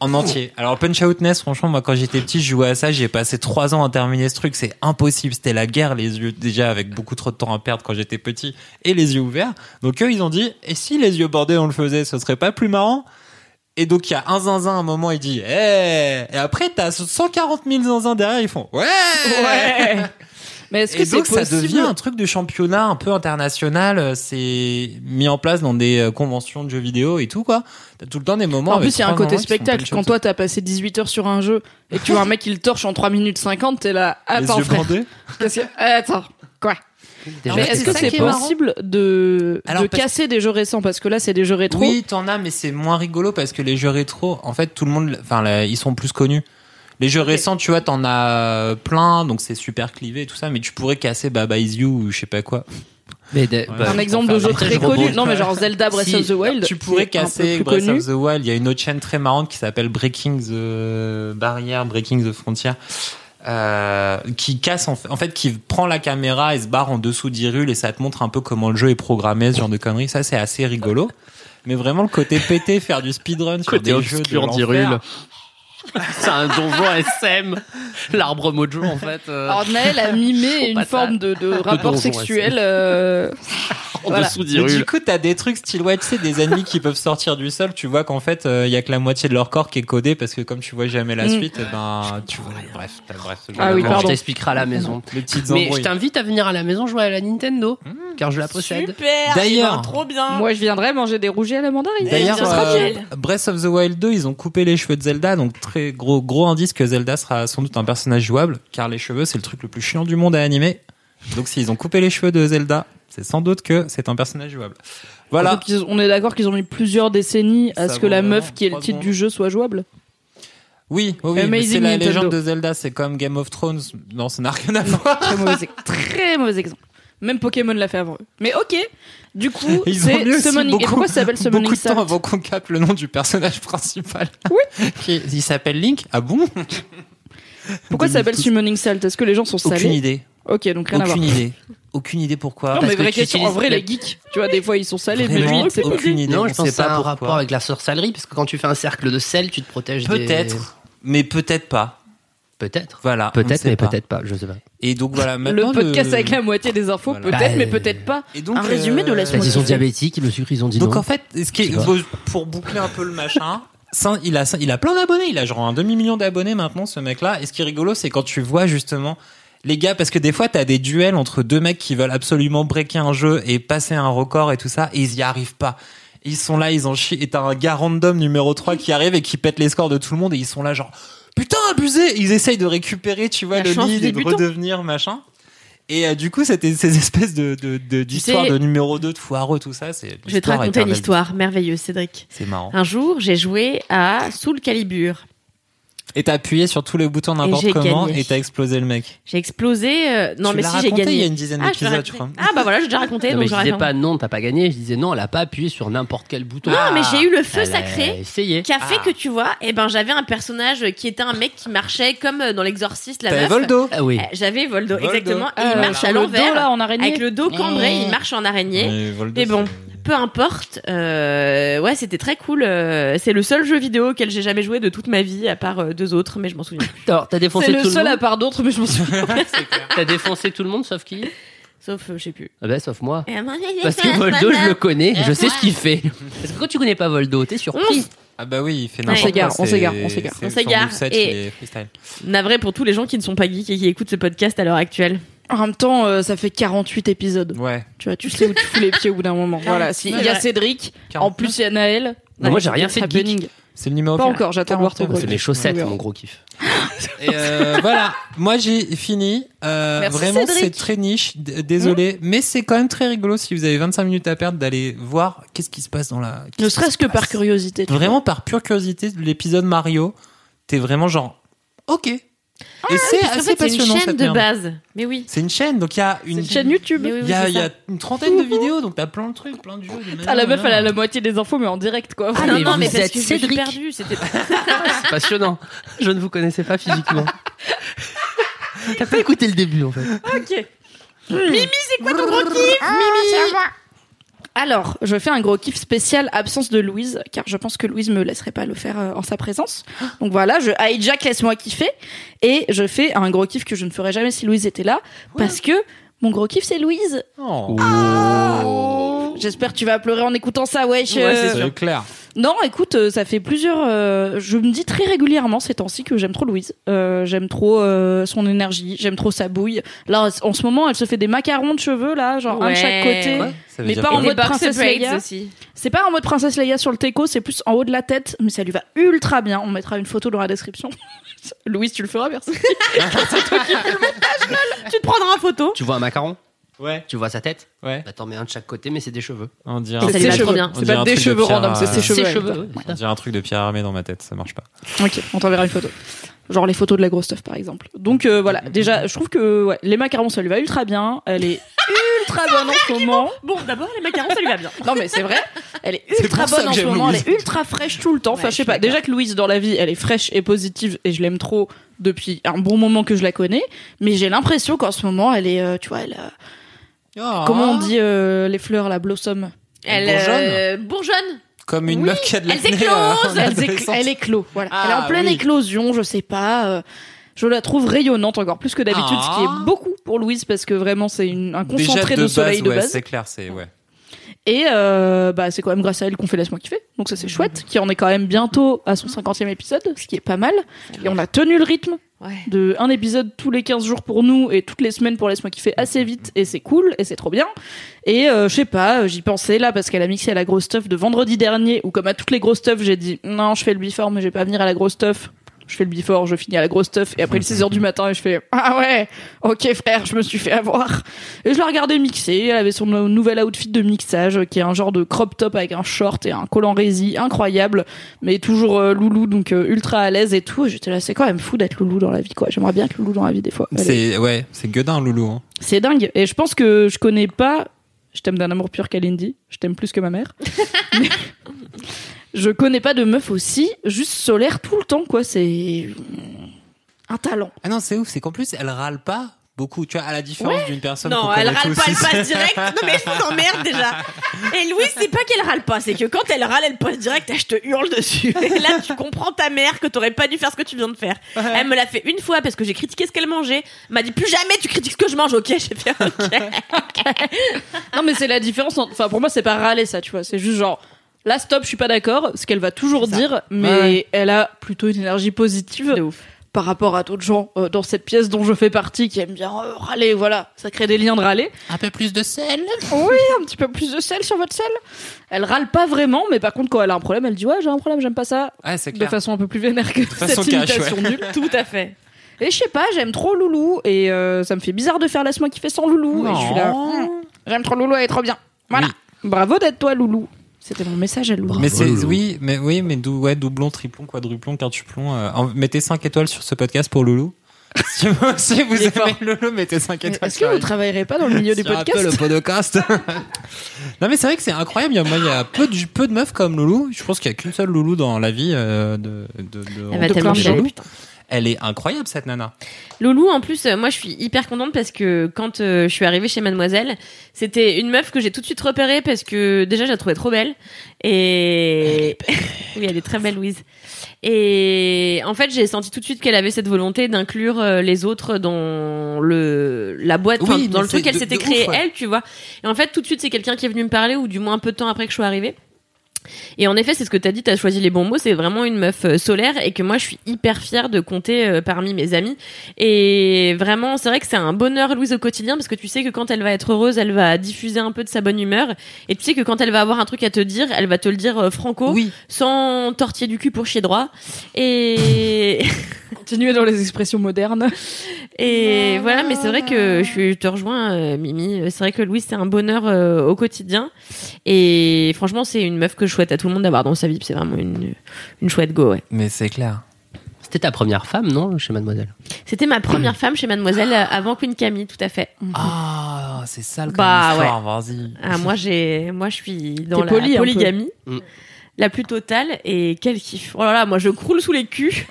S6: En entier. Alors Punch Out NES, franchement, moi quand j'étais petit, je jouais à ça, j'ai passé trois ans à terminer ce truc, c'est impossible, c'était la guerre, les yeux déjà avec beaucoup trop de temps à perdre quand j'étais petit et les yeux ouverts. Donc eux, ils ont dit, et si les yeux bandés on le faisait, ce serait pas plus marrant et donc, il y a un zinzin à un moment, il dit, Eh Et après, t'as 140 000 zinzins derrière, ils font, ouais!
S1: Ouais. Mais est-ce que
S6: Et
S1: c'est
S6: donc, ça
S1: possible
S6: devient un truc de championnat un peu international, euh, c'est mis en place dans des euh, conventions de jeux vidéo et tout, quoi. T'as tout le temps des moments.
S1: En
S6: avec
S1: plus, il y a un
S6: trois
S1: côté
S6: zinzins qui font
S1: spectacle.
S6: plein de
S1: Quand
S6: choses.
S1: toi, t'as passé 18 heures sur un jeu et que tu vois un mec qui le torche en 3 minutes 50, t'es là,
S6: Les
S1: attends,
S6: yeux
S1: ah, frère.
S6: bandés.
S1: Qu'est-ce que- Attends, quoi
S5: Déjà,
S1: Mais est-ce
S5: c'est
S1: que
S5: ça
S1: c'est
S5: qui est marrant.
S1: possible de,
S6: Alors,
S1: de
S6: parce-
S1: casser des jeux récents Parce que là, c'est des jeux rétro.
S6: Oui, t'en as, mais c'est moins rigolo parce que les jeux rétro, en fait, tout le monde, enfin, là, ils sont plus connus. Les jeux récents, tu vois, t'en as euh, plein, donc c'est super clivé et tout ça, mais tu pourrais casser Baba Is You ou je sais pas quoi.
S5: Mais de- bah,
S1: un exemple
S5: enfin,
S1: de jeu
S5: là, je
S1: très
S5: rebondis.
S1: connu. Non, mais genre Zelda Breath
S5: Si,
S1: of the Wild.
S6: Tu pourrais
S1: c'est un peu
S6: casser
S1: plus
S6: Breath
S1: connu.
S6: of the Wild. Il y a une autre chaîne très marrante qui s'appelle Breaking the Barrier, Breaking the Frontier, euh, qui casse en fait, en fait, qui prend la caméra et se barre en dessous d'Irule et ça te montre un peu comment le jeu est programmé, ce genre de conneries. Ça, c'est assez rigolo. Mais vraiment, le côté pété, faire du speedrun sur
S5: Côté
S6: des jeux de
S5: obscur d'Irule.
S6: l'enfer.
S5: C'est un donjon SM. L'arbre mojo, en fait. euh,
S6: Ah,
S1: Alors, Naël a mimé
S5: Faut
S1: une
S5: pas
S1: forme de, de rapport
S5: donjon, ouais,
S1: sexuel. euh,
S5: en
S1: voilà.
S5: dessous
S6: Mais du
S5: d'Irule.
S6: coup, t'as des trucs style, ouais, tu sais, des ennemis qui peuvent sortir du sol. Tu vois qu'en fait, il y a que la moitié de leur corps qui est codé parce que comme tu vois jamais la
S1: Mm.
S6: suite, eh ben, tu vois, bref, t'as- bref. ce genre
S1: Ah
S6: de
S1: oui,
S5: Bon,
S6: manche.
S5: je
S1: pardon.
S5: t'expliquerai à la maison.
S6: Les petites
S5: Mais je
S6: embrouilles.
S5: t'invite à venir à la maison jouer à la Nintendo,
S6: Mmh,
S5: car je la possède.
S4: Super.
S6: D'ailleurs.
S4: eh ben, trop bien.
S1: Moi, je viendrais manger des rougets à la mandarine.
S6: D'ailleurs,
S4: ça sera
S6: euh,
S4: nickel.
S6: Breath of the Wild 2, ils ont coupé les cheveux de Zelda, donc très gros gros indice que Zelda sera sans doute un personnage jouable, car les cheveux c'est le truc le plus chiant du monde à animer. Donc s'ils ont coupé les cheveux de Zelda, c'est sans doute que c'est un personnage jouable. Voilà.
S1: Surtout qu'ils- on est d'accord qu'ils ont mis plusieurs décennies à
S6: Ça
S1: ce que
S6: vaut
S1: la
S6: vraiment
S1: meuf qui est le
S6: trois
S1: titre
S6: secondes.
S1: du jeu soit jouable.
S6: Oui, oui, oui, mais
S1: Amazing
S6: c'est la
S1: Nintendo.
S6: légende de Zelda, c'est comme Game of Thrones. Non, ça n'a rien à voir.
S1: Très mauvais, ex- très mauvais exemple. Même Pokémon l'a fait avant eux. Mais ok, du coup,
S6: Ils ont
S1: c'est
S6: mis aussi
S1: Summoning.
S6: beaucoup-
S1: Et pourquoi ça s'appelle Summoning
S6: Beaucoup de temps
S1: Salt
S6: avant qu'on capte le nom du personnage principal. Oui. il s'appelle Link. Ah bon
S1: Pourquoi ça s'appelle Summoning Salt Est-ce que les gens sont
S6: Aucune
S1: salés
S6: idée.
S1: Ok, donc rien à voir.
S6: Aucune idée. Aucune idée pourquoi.
S1: Non,
S5: Parce
S1: mais
S5: que
S1: vraie
S5: tu
S1: question. En
S5: utilises
S1: vrai,
S5: les-
S1: les geeks, tu vois, des fois, ils sont salés, mais
S6: Vraiment,
S1: lui, c'est pas
S6: aucune idée.
S5: non,
S6: on
S5: je pense
S6: sait
S5: que ça
S6: pas
S5: a un
S6: pourquoi.
S5: rapport avec la sorcellerie, parce que quand tu fais un cercle de sel, tu te protèges des-
S6: Peut-être, mais peut-être pas.
S5: Peut-être.
S6: Voilà. on ne
S5: Peut-être,
S6: sait
S5: mais
S6: pas.
S5: peut-être pas, je sais pas.
S6: Et donc voilà,
S1: le
S6: maintenant
S1: podcast avec la moitié des infos,
S6: Voilà.
S1: peut-être,
S5: Bah,
S1: mais
S5: euh,
S1: peut-être pas.
S6: Et donc,
S1: Un résumé de la
S6: euh,
S1: semaine
S5: Ils sont
S1: prochaine.
S5: diabétiques, le sucre, ils ont dit
S6: Donc
S5: non.
S6: en fait, ce qui est-
S5: Je sais
S6: pour boucler un peu le machin, cin- il a, cin- il a plein d'abonnés. Il a genre un demi-million d'abonnés maintenant, ce mec-là. Et ce qui est rigolo, c'est quand tu vois justement les gars, parce que des fois, t'as des duels entre deux mecs qui veulent absolument breaker un jeu et passer un record et tout ça, et ils y arrivent pas. Ils sont là, ils en chient, et t'as un gars random numéro 3 qui arrive et qui pète les scores de tout le monde, et ils sont là genre, putain, abusé! Ils essayent de récupérer, tu vois,
S4: La
S6: le
S4: chance
S6: lead
S4: des
S6: et de
S4: débutants.
S6: redevenir, machin. Et euh, du coup, c'était ces espèces de, de, de- d'histoires
S4: sais-
S6: de numéro 2 de foireux, tout ça, c'est,
S4: Je vais te
S6: l'histoire
S4: raconter une
S6: éternelle.
S4: histoire merveilleuse, Cédric.
S6: C'est marrant.
S4: Un jour, j'ai joué à Soul Calibur.
S6: Et t'as appuyé sur tous les boutons
S4: j'ai
S6: n'importe comment
S4: gagné.
S6: et t'as explosé le mec.
S4: J'ai explosé. euh, Non,
S6: Tu
S4: mais
S6: l'as
S4: si j'ai
S6: raconté
S4: gagné.
S6: il y a une dizaine
S4: Ah, je l'ai
S6: d'épisodes, je crois.
S4: raconté. Ah, bah voilà, j'ai déjà raconté.
S5: Non,
S4: donc
S5: mais je
S4: j'aurais
S5: disais
S4: rien.
S5: pas non, t'as pas gagné. Je disais non, elle a pas appuyé sur n'importe quel bouton.
S4: Non, mais j'ai eu le feu
S5: Elle a
S4: sacré
S5: essayé. Ah.
S4: qui a fait que tu vois, eh ben j'avais un personnage qui était un mec qui marchait comme euh, dans l'exorciste la
S6: T'avais
S4: meuf.
S6: Voldo.
S5: Ah oui.
S4: Euh, J'avais Voldo, bah,
S6: Voldo.
S4: exactement. Et
S1: Ah,
S4: il marche à
S1: le
S4: l'envers,
S1: dos, là, en araignée.
S4: avec le dos cambré,
S6: Mmh.
S4: il marche en araignée.
S6: Mais Voldo,
S4: Mais bon,
S6: c'est-
S4: peu importe. euh, ouais, c'était très cool. euh, c'est le seul jeu vidéo auquel j'ai jamais joué de toute ma vie, à part euh, deux autres, mais je m'en souviens. plus.
S5: Alors, t'as défoncé
S1: C'est le
S5: tout
S1: seul
S5: le
S1: à
S5: monde.
S1: part d'autres, mais je m'en souviens.
S5: T'as défoncé tout le monde sauf qui
S4: Sauf, euh, je sais plus.
S5: Ah bah, sauf moi. Parce
S4: Parce
S5: que Voldo, je le connais, je sais ce qu'il fait. Oh, Parce que quand tu connais pas Voldo, t'es surpris.
S6: Ah bah oui, il fait
S4: On
S6: n'importe
S1: s'égare,
S6: quoi,
S1: on
S6: c'est-
S1: s'égare, on s'égare.
S6: c'est
S4: On
S6: son
S4: s'égare,
S6: move set,
S4: et-
S6: il est freestyle.
S4: Navré pour tous les gens qui ne sont pas geeks et qui écoutent ce podcast à l'heure actuelle.
S1: En même temps, euh, ça fait 48 épisodes.
S6: Ouais.
S1: Tu vois, tu sais où tu fous les pieds au bout d'un moment. Voilà, si- il y a
S4: Ouais.
S1: Cédric, en plus il y a Naël.
S5: Non, moi, j'ai rien fait de geek.
S1: happening.
S6: C'est le numéro
S1: Pas
S6: quatre.
S1: encore, j'attends de voir ton
S6: Quarante-neuf.
S5: C'est
S1: gros.
S5: mes chaussettes,
S1: Ouais.
S5: mon gros kiff.
S6: Et euh, voilà, moi j'ai fini. Euh,
S4: Merci,
S6: vraiment,
S4: Cédric. Mmh.
S6: c'est très niche. D- Désolé, mais c'est quand même très rigolo si vous avez 25 minutes à perdre d'aller voir qu'est-ce qui se passe dans la.
S1: Ne
S6: qu'est-ce qui
S1: serait-ce
S6: se
S1: que par
S5: Ah,
S6: passe.
S1: curiosité. tu
S6: Vraiment par pure curiosité, l'épisode Mario, t'es vraiment genre, ok. Et c'est
S4: Parce
S6: assez
S4: qu'en fait, c'est une
S6: passionnant
S4: chaîne
S6: cette
S4: de
S6: merde.
S4: base. Mais oui.
S6: C'est une chaîne, donc il y a une,
S1: une chaîne YouTube.
S4: Mais oui, oui,
S6: Il y, a,
S4: c'est
S6: il y
S4: ça.
S6: a une trentaine de vidéos, donc t'as plein de trucs, plein de jeux. de
S1: Ah, la meuf, elle a
S6: manière.
S1: la moitié des infos, mais en direct, quoi.
S4: Ah
S5: Ah,
S4: non,
S5: mais
S4: non, mais
S5: vous
S4: parce
S5: êtes
S4: que je me suis
S5: Cédric.
S4: perdue. C'était
S5: C'est passionnant. Je ne vous connaissais pas physiquement. T'as pas écouté le début en fait.
S1: Alors, je fais un gros kiff spécial absence de Louise, car je pense que Louise me laisserait pas le faire euh, en sa présence. Donc voilà, je hijack, laisse-moi kiffer. Et je fais un gros kiff que je ne ferais jamais si Louise était là, parce que mon gros kiff, c'est Louise.
S6: Oh,
S1: J'espère que tu vas pleurer en écoutant ça, wesh.
S6: ouais,
S1: euh.
S6: c'est clair.
S1: Non, écoute, euh, ça fait plusieurs. euh, je me dis très régulièrement ces temps-ci que j'aime trop Louise. Euh, j'aime trop euh, son énergie, j'aime trop sa bouille. Là, en ce moment, elle se fait des macarons de cheveux, là, genre un de chaque
S4: Ouais.
S1: côté.
S4: Quoi
S6: Ça
S1: Mais
S6: dire
S1: pas en
S6: quoi
S1: mode princesse Leia.
S4: aussi.
S1: C'est pas en mode princesse Leia sur le teco, c'est plus en haut de la tête, mais ça lui va ultra bien. On mettra une photo dans la description. Louise, tu le feras, merci.
S4: Tu te prendras en photo.
S5: Tu vois un macaron
S6: Ouais,
S5: Tu vois sa tête
S6: ouais.
S5: Bah t'en mets un de chaque côté, mais c'est des cheveux.
S6: On dirait
S4: Ça
S6: un
S4: lui va trop bien.
S6: On
S1: C'est
S6: dirait
S1: pas
S6: un
S1: des
S6: truc de
S1: cheveux
S6: Pierre,
S1: random, Ah. c'est
S6: euh,
S1: ses cheveux.
S5: Ses
S1: elle.
S5: cheveux. ouais,
S6: On
S5: c'est ça.
S6: dirait un truc de Pierre Hermé dans ma tête, ça marche pas.
S1: Ok, on t'enverra une photo. Genre les photos de la grosse stuff, par exemple. Donc euh, voilà, déjà, je trouve que ouais, les macarons, ça lui va ultra bien. Elle est ultra bonne en ce moment.
S4: Bon, d'abord, les macarons, ça lui va bien.
S1: Non mais c'est vrai, elle est
S6: C'est
S1: ultra
S6: pour ça
S1: bonne
S6: que
S1: en ce
S6: j'aime
S1: moment,
S6: Louise.
S1: elle est ultra fraîche tout le temps. enfin, je
S4: Ouais, je
S1: sais
S4: suis
S1: pas.
S4: d'accord.
S1: Déjà que Louise dans la vie, elle est fraîche et positive et je l'aime trop depuis un bon moment que je la connais. Mais j'ai l'impression qu'en ce moment, elle est, euh, tu vois, elle, euh,
S6: Oh.
S4: Ah.
S1: comment on dit euh, les fleurs, la blossom.
S4: Elle euh, bourgeonne.
S6: Comme une
S1: Oui,
S6: meuf qui a de
S4: elles
S6: l'acné,
S4: éclosent,
S6: euh, en
S1: Elle,
S6: adolescence.
S1: elle éclot, voilà.
S6: Ah,
S1: elle est en pleine
S6: oui.
S1: éclosion, je sais pas. euh, je la trouve rayonnante encore plus que d'habitude, ce qui
S6: Ah.
S1: est beaucoup pour Louise parce que vraiment c'est une- un
S6: Déjà,
S1: concentré de,
S6: base,
S1: soleil de
S6: ouais,
S1: base.
S6: C'est clair, c'est ouais.
S1: Et euh, bah, c'est quand même grâce à elle qu'on fait Laisse-moi kiffer. Donc ça c'est chouette, qui en est quand même bientôt à son 50e épisode, ce qui est pas mal. Et on a tenu le rythme
S4: Ouais.
S1: de un épisode tous les 15 jours pour nous et toutes les semaines pour Laisse-moi kiffer assez vite et c'est cool et c'est trop bien. Et euh, je sais pas, euh, j'y pensais là parce qu'elle a mixé à la grosse stuff de vendredi dernier où comme à toutes les grosses stuff j'ai dit non je fais le before mais je vais pas venir à la grosse stuff. Je fais le before, je finis à la grosse stuff et après le 6h du matin et je fais ah ouais ok frère je me suis fait avoir. Et je la regardais mixer, elle avait son nou- nouvel outfit de mixage euh, qui est un genre de crop top avec un short et un collant rési incroyable mais toujours euh, loulou donc euh, ultra à l'aise et tout. Et J'étais là c'est quand même fou d'être loulou dans la vie quoi. J'aimerais bien être loulou dans la vie des fois. Allez.
S6: C'est ouais, c'est gueudin loulou. hein.
S1: C'est dingue. Et je pense que je connais pas. Je t'aime d'un amour pur qu'Alindy. Je t'aime plus que ma mère. Mais je connais pas de meuf aussi, juste solaire tout le temps, quoi. C'est un talent.
S6: Ah non, c'est ouf, c'est qu'en plus elle râle pas beaucoup, tu vois, à la différence d'une personne
S4: Non,
S6: qu'on
S4: elle
S6: connaît
S4: râle
S6: tous
S4: pas, elle
S6: ici.
S4: passe direct. Non, mais je vous emmerde déjà. Et Louise, c'est pas qu'elle râle pas, c'est que quand elle râle, elle passe direct, je te hurle dessus. Et là, tu comprends ta mère que t'aurais pas dû faire ce que tu viens de faire. Elle me l'a fait une fois parce que j'ai critiqué ce qu'elle mangeait. Elle m'a dit plus jamais tu critiques ce que je mange, ok J'ai fait ok.
S1: Non, mais c'est la différence. entre- Enfin, pour moi, c'est pas râler ça, tu vois. C'est juste genre. Là, stop, je suis pas d'accord, ce qu'elle va toujours dire, mais
S8: Ouais.
S1: elle a plutôt une énergie positive par rapport à d'autres gens euh, dans cette pièce dont je fais partie qui aiment bien euh, râler, voilà, ça crée des liens de râler.
S6: Un peu plus de sel
S1: Oui, un petit peu plus de sel sur votre sel. Elle râle pas vraiment, mais par contre, quand elle a un problème, elle dit Ouais, j'ai un problème, j'aime pas ça.
S6: Ah, c'est
S1: de
S6: clair.
S1: façon un peu plus vénère que
S6: façon
S1: cette
S6: cash,
S1: imitation
S6: ouais.
S1: nulle.
S4: Tout à fait.
S1: Et je sais pas, j'aime trop Loulou, et euh, ça me fait bizarre de faire Laisse-moi kiffer sans Loulou. Et je suis là,
S6: Non.
S1: Mmh, j'aime trop Loulou, elle est trop bien. Voilà. Bravo d'être toi, Loulou. C'était mon message à Loulou.
S6: Mais c'est
S5: Loulou.
S6: oui, mais oui, mais dou- ouais, doublon, triplon, quadruplon, quintuplon. euh, en- mettez 5 étoiles sur ce podcast pour Loulou. si vous, si vous aimez Loulou, mettez 5
S1: Mais
S6: étoiles.
S1: Est-ce que vous travaillerez pas dans le milieu du podcast
S6: le podcast. non mais c'est vrai que c'est incroyable. Il y a, moi, il y a peu de, peu de meufs comme Loulou. Je pense qu'il y a qu'une seule Loulou dans la vie euh, de, de, de-
S4: Elle va
S6: de
S4: tellement
S6: plein de
S4: chialer,
S6: Loulous. Elle est incroyable cette nana.
S4: Loulou, en plus, euh, moi, je suis hyper contente parce que quand euh, je suis arrivée chez Mademoiselle, c'était une meuf que j'ai tout de suite repérée parce que déjà, je la trouvais trop belle. Et oui, elle est très belle, Louise. Et en fait, j'ai senti tout de suite qu'elle avait cette volonté d'inclure euh, les autres dans le la boîte,
S6: Oui,
S4: enfin,
S6: mais
S4: dans le
S6: c'est
S4: truc qu'elle
S6: de-
S4: s'était
S6: de
S4: créée
S6: ouf, ouais.
S4: elle, tu vois. Et en fait, tout de suite, c'est quelqu'un qui est venu me parler, ou du moins un peu de temps après que je sois arrivée. Et en effet, c'est ce que t'as dit, t'as choisi les bons mots, c'est vraiment une meuf euh, solaire et que moi je suis hyper fière de compter euh, parmi mes amis. Et vraiment, c'est vrai que c'est un bonheur, Louise, au quotidien, parce que tu sais que quand elle va être heureuse, elle va diffuser un peu de sa bonne humeur. Et tu sais que quand elle va avoir un truc à te dire, elle va te le dire euh, franco,
S6: Oui.
S4: sans tortiller du cul pour chier droit. Et,
S1: Continuer dans les expressions modernes.
S4: et voilà, mais c'est vrai que je, suis- je te rejoins, euh, Mimi. C'est vrai que Louise, c'est un bonheur euh, au quotidien. Et franchement, c'est une meuf que je souhaite à tout le monde d'avoir dans sa vie. puis C'est vraiment une, une chouette go, ouais.
S6: Mais c'est clair.
S5: C'était ta première femme, non, chez Mademoiselle
S4: C'était ma première femme chez Mademoiselle euh, avant Queen Camille, tout à fait.
S5: Mhm.
S6: Ah, c'est sale comme
S4: Bah,
S6: histoire, vas-y.
S4: Ah, moi, j'ai, moi, je suis dans
S1: T'es
S4: la
S1: polie un peu.
S4: polygamie.
S5: Mm.
S4: La plus totale et quel kiff. Oh là là, moi je croule sous les culs.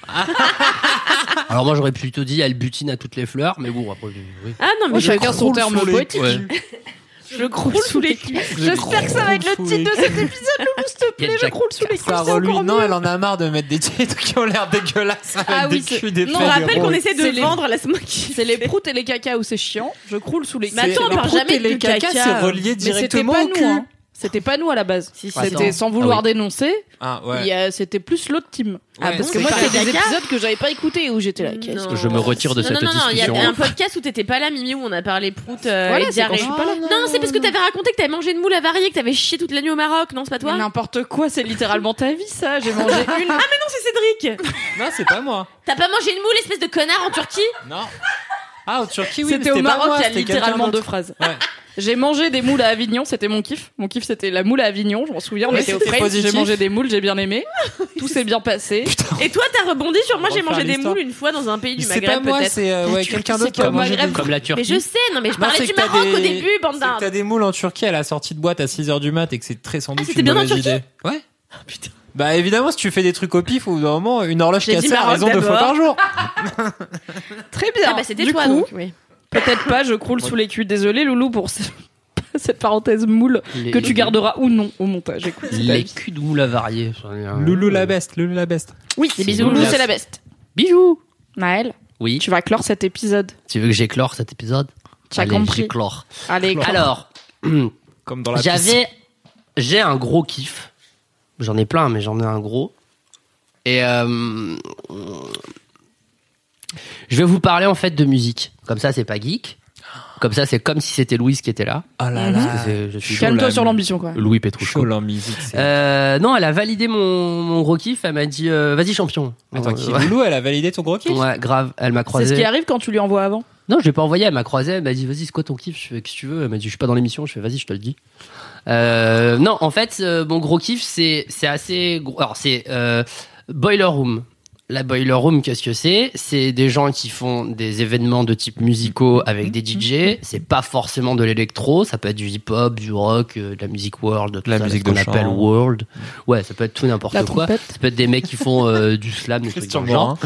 S5: Alors moi j'aurais plutôt dit elle butine à toutes les fleurs, mais bon après oui.
S4: Ah non, mais
S1: Moi,
S4: je,
S1: chacun son
S4: croule,
S1: terme
S4: sous les-
S1: poétique.
S5: Ouais.
S4: je croule sous les culs.
S1: J'espère que ça va être le
S6: Croule sous
S1: titre de
S6: les
S1: cet épisode, Loulou, s'il te
S5: Il y a
S1: plaît, je
S5: Jack
S1: croule sous les culs, c'est
S6: Sarah, lui,
S1: encore
S6: non,
S1: mieux.
S6: elle en a marre de mettre des titres qui ont l'air dégueulasses avec
S1: Ah oui,
S6: des
S1: c'est-
S6: culs, des
S4: Non, on
S6: fesses, des
S4: rappelle qu'on
S6: ronds.
S4: essaie de
S1: C'est les-
S4: vendre la semaine qui
S1: C'est les proutes et les cacas où c'est chiant, je croule sous les
S4: Mais attends, on
S6: les
S4: parle
S6: proutes
S4: jamais
S6: et les
S4: du caca.
S6: cacas, c'est relié
S1: Mais c'était
S6: directement
S1: pas
S6: au
S1: nous,
S6: cul.
S1: hein. C'était pas nous à la base.
S4: Si, si,
S1: C'était
S5: attends.
S1: sans vouloir
S5: Ah oui.
S1: dénoncer.
S6: Ah
S1: il y a- C'était plus l'autre team.
S6: Ah,
S1: Parce
S4: bon,
S1: que
S4: c'est
S1: moi,
S4: pas
S1: c'était
S4: les
S1: des
S4: cacas
S1: épisodes que j'avais pas écoutés où j'étais là. qu'est-ce
S4: Non.
S1: que-
S5: Je me retire de
S4: non,
S5: cette
S4: non, non, il y
S5: discussion.
S4: a un podcast où t'étais pas là, Mimi, où on a parlé prout euh,
S1: Voilà,
S4: et
S1: c'est quand
S4: diarrhée.
S1: je suis pas là.
S4: Non, c'est parce que t'avais raconté que t'avais mangé une moule avariée, que t'avais chié toute la nuit au Maroc, non, c'est pas toi
S1: Mais
S4: Non,
S1: N'importe quoi, c'est littéralement ta vie, ça. J'ai mangé une.
S4: c'est Cédric
S6: Non, c'est pas moi.
S4: T'as pas mangé une moule, espèce de connard, en Turquie
S6: Non. Ah, en Turquie, oui, mais
S1: c'était au
S6: pas
S1: Maroc,
S6: moi,
S1: il y a
S6: c'était quelqu'un
S1: littéralement
S6: d'autre.
S1: deux phrases.
S6: Ouais.
S1: J'ai mangé des moules à Avignon, c'était mon kiff. Mon kiff, c'était la moule à Avignon, je m'en souviens, on
S6: Ouais,
S1: était au
S6: c'était
S1: French,
S6: positif.
S1: j'ai mangé des moules, j'ai bien aimé. Tout s'est bien passé.
S4: Et toi, t'as rebondi sur moi,
S6: On
S4: j'ai
S6: va
S4: mangé
S6: faire
S4: des
S6: l'histoire.
S4: moules une fois dans un pays du
S6: C'est pas
S4: Maghreb,
S6: moi,
S4: peut-être.
S6: c'est euh, ouais,
S1: Turquie,
S6: quelqu'un
S1: c'est
S6: d'autre qui
S1: pas
S6: a
S1: au
S6: mangé
S1: Maghreb.
S6: des-
S5: Comme la
S4: Mais
S5: Turquie.
S4: je sais, non, mais je
S6: Non,
S4: parlais
S6: c'est
S4: du
S6: que t'as
S4: Maroc au
S6: des-
S4: début, bande
S6: c'est que T'as
S4: d'armes. Ah,
S6: des moules en Turquie à la sortie de boîte à 6h du mat et que c'est très sans doute
S4: c'était
S6: une
S4: bien en
S6: mauvaise
S4: Turquie Ah,
S6: idée. Ouais. Bah évidemment, si tu fais des trucs au pif, ou d'un moment, une horloge
S4: J'ai dit
S6: cassée à
S4: Maroc
S6: raison deux fois
S4: d'abord.
S6: par jour.
S1: Très bien.
S4: Ah bah c'était
S1: Du
S4: toi,
S1: coup,
S4: donc, oui.
S1: Peut-être pas, je croule sous les culs. Désolé, Loulou, pour ce- cette parenthèse moule que tu garderas ou non au montage. Écoute, c'est ta
S5: Les
S1: vie.
S5: culs de moule avariés. ça, il y a un-
S6: Loulou la best, Loulou la best.
S1: Oui,
S5: Des bisous,
S1: Loulou,
S5: Loulou.
S1: c'est la best.
S5: Bijou.
S1: Naël,
S5: Oui.
S1: tu vas clore cet épisode.
S5: Tu veux que j'éclore cet épisode
S1: Tu as
S5: Allez,
S1: compris.
S5: J'éclore.
S1: Allez, clore.
S5: Alors,
S6: Comme dans la piscine.
S5: j'avais, j'ai un gros kiff. J'en ai plein, mais j'en ai un gros. Et euh, je vais vous parler en fait de musique. Comme ça, c'est pas geek. Comme ça, c'est comme si c'était Louise qui était là.
S6: Oh là
S4: Mhm.
S5: Parce que
S6: là.
S5: c'est- je suis
S1: calme-toi sur l'ambition, quoi.
S5: Louis Petrouchko.
S6: Chaud en musique. c'est-
S5: Euh, non, elle a validé mon, mon gros kiff. Elle m'a dit, euh, vas-y champion. Euh,
S6: Attends, qui-
S5: ouais,
S6: Loulou, elle a validé ton gros kiff
S5: ouais, grave. Elle m'a
S1: C'est
S5: croisé.
S1: ce qui arrive quand tu lui envoies avant.
S5: Non, je l'ai pas envoyé. Elle m'a croisé. Elle m'a dit, vas-y, c'est quoi ton kiff Je fais, qu'est-ce que tu veux Elle m'a dit, je suis pas dans l'émission. Je fais, vas-y, je te le dis. Euh, non, en fait, euh, mon gros kiff, c'est, c'est assez gros. Alors, c'est euh, Boiler Room. La Boiler Room, qu'est-ce que c'est C'est des gens qui font des événements de type musicaux avec
S1: Mhm.
S5: des DJ. C'est pas forcément de l'électro. Ça peut être du hip-hop, du rock, euh, de la musique world, tout
S6: La
S5: ça,
S6: musique
S5: ce qu'on
S6: de
S5: appelle
S6: chambre.
S5: world. Ouais, ça peut être tout n'importe
S1: La
S5: quoi.
S1: trompette.
S5: Ça peut être des mecs qui font euh, du slam, des trucs
S6: Christian
S5: dans le genre.
S6: Morin.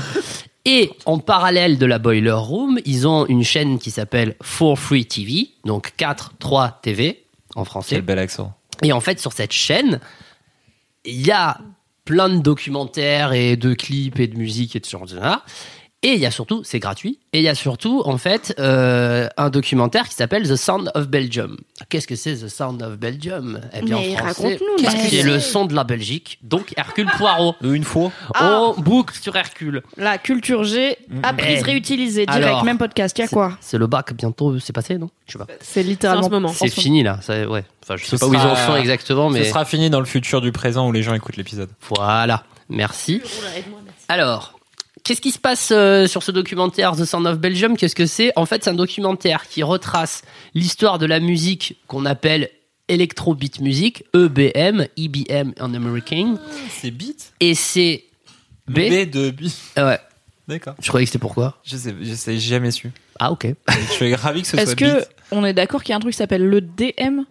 S5: Et en parallèle de la Boiler Room, ils ont une chaîne qui s'appelle For Free TV, donc 4-3 TV en français.
S6: Quel bel accent.
S5: Et en fait, sur cette chaîne, il y a plein de documentaires et de clips et de musique et de ce genre de là. Et il y a surtout, c'est gratuit, et il y a surtout, en fait, euh, un documentaire qui s'appelle The Sound of Belgium. Qu'est-ce que c'est The Sound of Belgium Eh bien,
S8: Mais
S5: en français,
S8: raconte-nous, mais-
S5: c'est le son de la Belgique, donc Hercule Poirot.
S6: Euh, Une fois.
S8: Ah.
S5: On boucle sur Hercule.
S1: La culture G, apprise,
S5: Eh.
S1: réutilisée, direct,
S5: Alors,
S1: même podcast. Il y a quoi
S5: C'est le bac bientôt, c'est passé, non Je sais pas.
S1: C'est littéralement.
S4: C'est en ce moment.
S5: C'est fini là, ça, ouais. Enfin, je
S6: Ce
S5: sais pas où ils en
S6: sera-
S5: sont exactement, mais
S6: Ce sera fini dans le futur du présent où les gens écoutent l'épisode.
S5: voilà. Merci. Alors, qu'est-ce qui se passe euh, sur ce documentaire The Sound of Belgium Qu'est-ce que c'est En fait, c'est un documentaire qui retrace l'histoire de la musique qu'on appelle electro beat music, E EBM, EBM en américain,
S6: Ah, C'est beat
S5: et c'est B.
S6: B de B.
S5: Ah ouais,
S6: D'accord.
S5: je croyais que c'était pourquoi
S6: Je sais, je sais j'ai jamais su.
S5: Ah ok.
S6: Je suis ravi que ce
S1: Est-ce
S6: soit
S1: que
S6: beat.
S1: on est d'accord qu'il y a un truc qui s'appelle le DM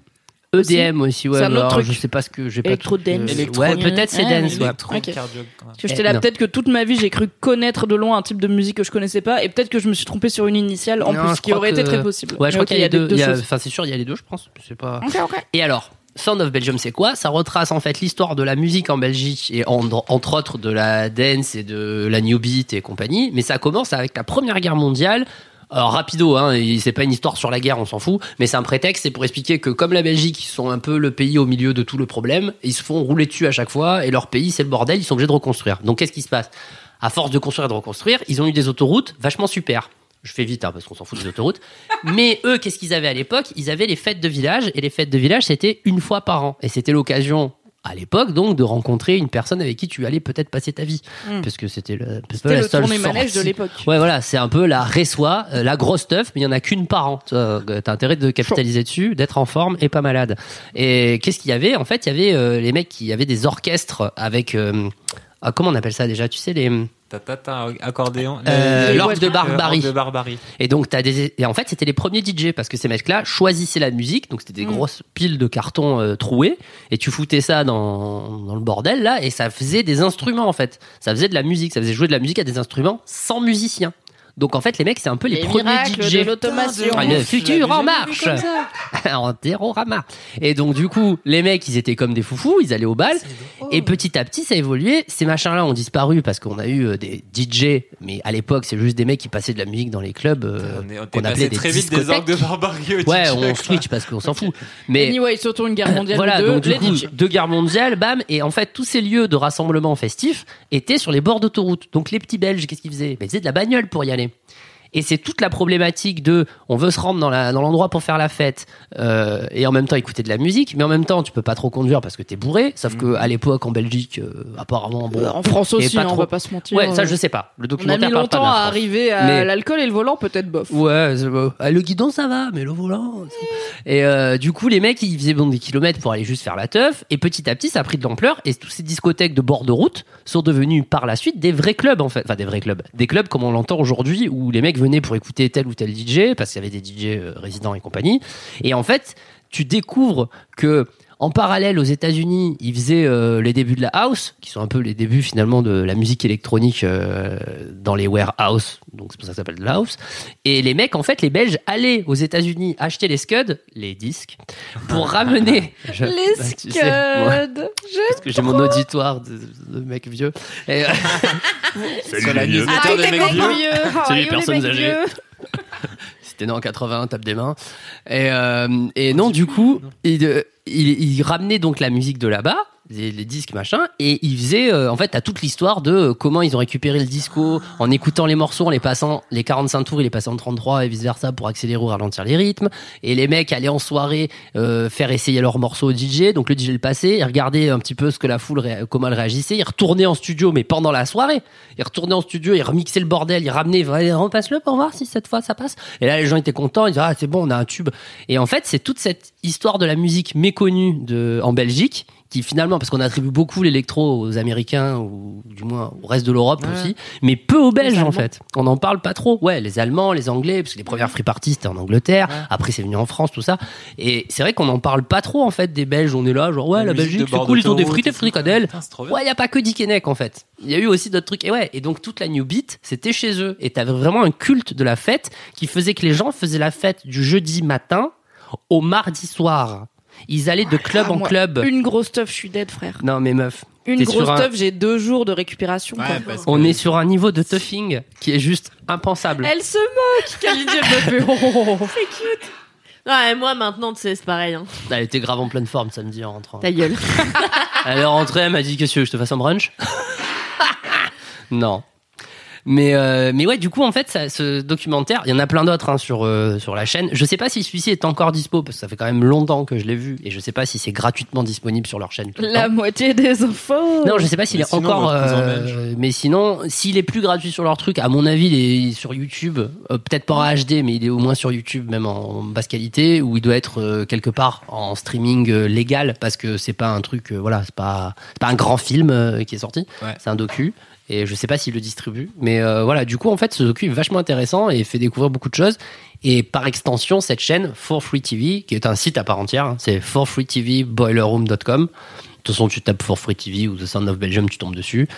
S5: EDM E aussi, ouais.
S1: C'est un autre
S5: alors,
S1: truc.
S5: Je sais pas ce que j'ai pas.
S1: Electro
S5: tout- euh,
S1: dance.
S6: Electro-
S5: Ouais, peut-être c'est
S1: Ouais,
S5: dance. ouais.
S6: Électrocardiogramme.
S1: Parce que
S5: Eh,
S1: j'étais là,
S5: non.
S1: peut-être que toute ma vie j'ai cru connaître de loin un type de musique que je connaissais pas, et peut-être que je me suis trompé sur une initiale en
S5: Non,
S1: plus,
S5: je
S1: ce qui
S5: crois
S1: aurait été
S5: que-
S1: très possible.
S5: Ouais, je
S1: Mais
S5: crois
S1: ok,
S5: qu'il y a,
S1: des-
S5: deux. il y a-
S1: choses.
S5: Enfin, c'est sûr, il y a les deux, je pense. C'est pas.
S1: Ok, ok.
S5: Et alors, Sound of Belgium, c'est quoi Ça retrace en fait l'histoire de la musique en Belgique et en- entre autres de la dance et de la new beat et compagnie. Mais ça commence avec la Première Guerre mondiale. Alors, rapido, hein, et c'est pas une histoire sur la guerre, on s'en fout, mais c'est un prétexte, c'est pour expliquer que comme la Belgique, ils sont un peu le pays au milieu de tout le problème, ils se font rouler dessus à chaque fois, et leur pays, c'est le bordel, ils sont obligés de reconstruire. Donc qu'est-ce qui se passe À force de construire et de reconstruire, ils ont eu des autoroutes vachement super. Je fais vite, hein, parce qu'on s'en fout des autoroutes. Mais eux, qu'est-ce qu'ils avaient à l'époque Ils avaient les fêtes de village, et les fêtes de village, c'était une fois par an. Et c'était l'occasion, à l'époque, donc, de rencontrer une personne avec qui tu allais peut-être passer ta vie. Parce que c'était le,
S1: Hmm. C'était le tournée-manège
S5: manège
S1: de l'époque.
S5: Ouais, voilà, c'est un peu la réçoit, euh, la grosse teuf, mais il y en a qu'une par an. Tu vois, euh, T'as intérêt de capitaliser dessus, d'être en forme et pas malade. Et qu'est-ce qu'il y avait En fait, il y avait euh, les mecs qui avaient des orchestres avec. euh, ah, comment on appelle ça déjà Tu sais, les.
S6: Ta, ta, ta, accordéon.
S5: Euh,
S6: Le-
S5: l'orgue de
S6: le-
S5: Barbarie.
S6: l'orgue de Barbarie.
S5: Et donc, t'as des. Et en fait, c'était les premiers DJ parce que ces mecs-là choisissaient la musique. Donc,
S1: Mm.
S5: c'était des grosses piles de carton euh, trouées. Et tu foutais ça dans, dans le bordel, là. Et ça faisait des instruments, en fait. Ça faisait de la musique. Ça faisait jouer de la musique à des instruments sans musiciens. Donc, en fait, les mecs, c'est un peu les,
S1: Les
S5: premiers
S1: miracles
S5: DJ.
S1: de l'automation.
S5: Ah, le futur en
S6: jamais
S5: marche En terrorama. Et donc, du coup, les mecs, ils étaient comme des foufous, ils allaient au bal. Et petit à petit, ça a évolué. Ces machins-là ont disparu parce qu'on a eu euh, des DJ, mais à l'époque, c'est juste des mecs qui passaient de la musique dans les clubs euh,
S6: On est- on
S5: qu'on
S6: est passé
S5: appelait des
S6: très vite des orgues de
S5: discothèques.
S6: Barbarie au
S5: Ouais,
S6: DJ, quoi.
S5: on switch parce qu'on s'en fout. Mais euh,
S1: Anyway, surtout une guerre mondiale
S5: voilà,
S1: ou deux,
S5: donc du
S1: les
S5: coup,
S1: DJ.
S5: deux guerres mondiales, bam, et en fait, tous ces lieux de rassemblement festif étaient sur les bords d'autoroute. Donc les petits Belges, qu'est-ce qu'ils faisaient Ben, Ils faisaient de la bagnole pour y aller. Et c'est toute la problématique de, on veut se rendre dans la- dans l'endroit pour faire la fête, euh, et en même temps écouter de la musique, mais en même temps tu peux pas trop conduire parce que t'es bourré, sauf que à l'époque en Belgique, euh, apparemment, bon,
S1: Euh, En France
S5: il y avait
S1: aussi,
S5: pas
S1: hein, on
S5: trop-
S1: va pas se mentir.
S5: Ouais, ça
S1: euh,
S5: je sais pas. Le
S1: On a
S5: documentaire
S1: mis
S5: parle pas de
S1: longtemps
S5: la
S1: à
S5: France.
S1: arriver à
S5: Mais-
S1: l'alcool et le volant, peut-être bof.
S5: Ouais, c'est beau. Ah, le guidon ça va, mais le volant. c'est- Et euh, du coup, les mecs ils faisaient bon des kilomètres pour aller juste faire la teuf. Et petit à petit, ça a pris de l'ampleur. Et toutes ces discothèques de bord de route sont devenues par la suite des vrais clubs en fait. Enfin, des vrais clubs. Des clubs comme on l'entend aujourd'hui où les mecs venaient pour écouter tel ou tel DJ parce qu'il y avait des DJ euh, résidents et compagnie. Et en fait, tu découvres que en parallèle aux États-Unis, ils faisaient euh, les débuts de la house, qui sont un peu les débuts finalement de la musique électronique euh, dans les warehouses, donc c'est pour ça que ça s'appelle de la house. Et les mecs, en fait, les Belges allaient aux États-Unis acheter les scuds, les disques, pour ramener Je- bah, tu sais, moi, parce que j'ai mon auditoire de, de mecs vieux. Et, euh,
S6: Sur la newsletter
S1: Ah,
S6: des mecs vieux.
S5: Salut les personnes âgées. C'était né en 81, tape des mains. Et, euh, et non, du coup, il, euh, il, il ramenait donc la musique de là-bas, les, les disques, machin, et il faisait, euh, en fait, à toute l'histoire de euh, comment ils ont récupéré le disco en écoutant les morceaux, en les passant, les 45 tours, il les passait en 33 et vice-versa pour accélérer ou ralentir les rythmes. Et les mecs allaient en soirée euh, faire essayer leurs morceaux au DJ, donc le DJ le passait, il regardait un petit peu ce que la foule, ré- comment elle réagissait, il retournait en studio, mais pendant la soirée. Il retournait en studio, il remixait le bordel, il ramenait, Allez, repasse-le pour voir si cette fois ça passe. Et là, les gens étaient contents, ils disaient, ah, c'est bon, on a un tube. Et en fait, c'est toute cette histoire de la musique méconnue de, en Belgique, qui finalement, parce qu'on attribue beaucoup l'électro aux Américains, ou du moins au reste de l'Europe aussi, mais peu aux Belges en fait. On n'en parle pas trop. Ouais, les Allemands, les Anglais, parce que les premières free parties c'était en Angleterre, après c'est venu en France, tout ça. Et c'est vrai qu'on n'en parle pas trop en fait des Belges, on est là, genre, ouais,
S6: La
S5: la,
S6: musique de
S5: Belgique, c'est
S6: bord
S5: cool, ils ont des
S6: d'autoroute
S5: frites
S6: et
S5: et
S6: tout.
S5: fricadelles.
S6: Putain, c'est trop bien.
S5: Ouais, il n'y a pas que Dick et Neck en fait. Il y a eu aussi d'autres trucs. Et ouais, et donc toute la New Beat, c'était chez eux. Et t'avais vraiment un culte de la fête qui faisait que les gens faisaient la fête du jeudi matin au mardi soir. Ils allaient de club
S1: Ah,
S5: en
S1: moi,
S5: club.
S1: Une grosse teuf, je suis dead, frère.
S5: Non mais meuf,
S1: une
S5: T'es
S1: grosse
S5: sur un-
S1: teuf, j'ai deux jours de récupération. quoi.
S5: On est sur un niveau de toughing qui est juste impensable.
S1: Elle se moque, Kalindi, elle me fait. Oh, oh, oh.
S4: C'est cute. Ouais, Ah, moi maintenant, tu sais, c'est pareil. Hein.
S5: Elle était grave en pleine forme samedi en rentrant.
S4: Ta gueule.
S5: Elle est rentrée, elle m'a dit Qu'est-ce que tu veux, je te fasse un brunch Non. Mais, euh, mais ouais, du coup, en fait, ça- ce documentaire, il y en a plein d'autres hein, sur, euh, sur la chaîne. Je sais pas si celui-ci est encore dispo, parce que ça fait quand même longtemps que je l'ai vu, et je sais pas si c'est gratuitement disponible sur leur chaîne. tout le temps.
S1: La moitié des infos.
S5: Non, je sais pas s'il
S6: Mais
S5: est
S6: sinon,
S5: encore.
S6: votre cousin
S5: euh, mais sinon, s'il est plus gratuit sur leur truc, à mon avis, il est sur YouTube. Euh, Peut-être pas en HD, mais il est au moins sur YouTube, même en basse qualité, où il doit être euh, quelque part en streaming euh, légal, parce que c'est pas un truc. euh, voilà, c'est pas, c'est pas un grand film euh, qui est sorti.
S6: Ouais.
S5: C'est un docu. Et je sais pas s'il le distribue. Mais euh, voilà, du coup, en fait, ce docu est vachement intéressant et fait découvrir beaucoup de choses. Et par extension, cette chaîne, For Free TV, qui est un site à part entière, hein, c'est forfreetvboilerroom.com. De toute façon, tu tapes For Free TV ou The Sound of Belgium, tu tombes dessus.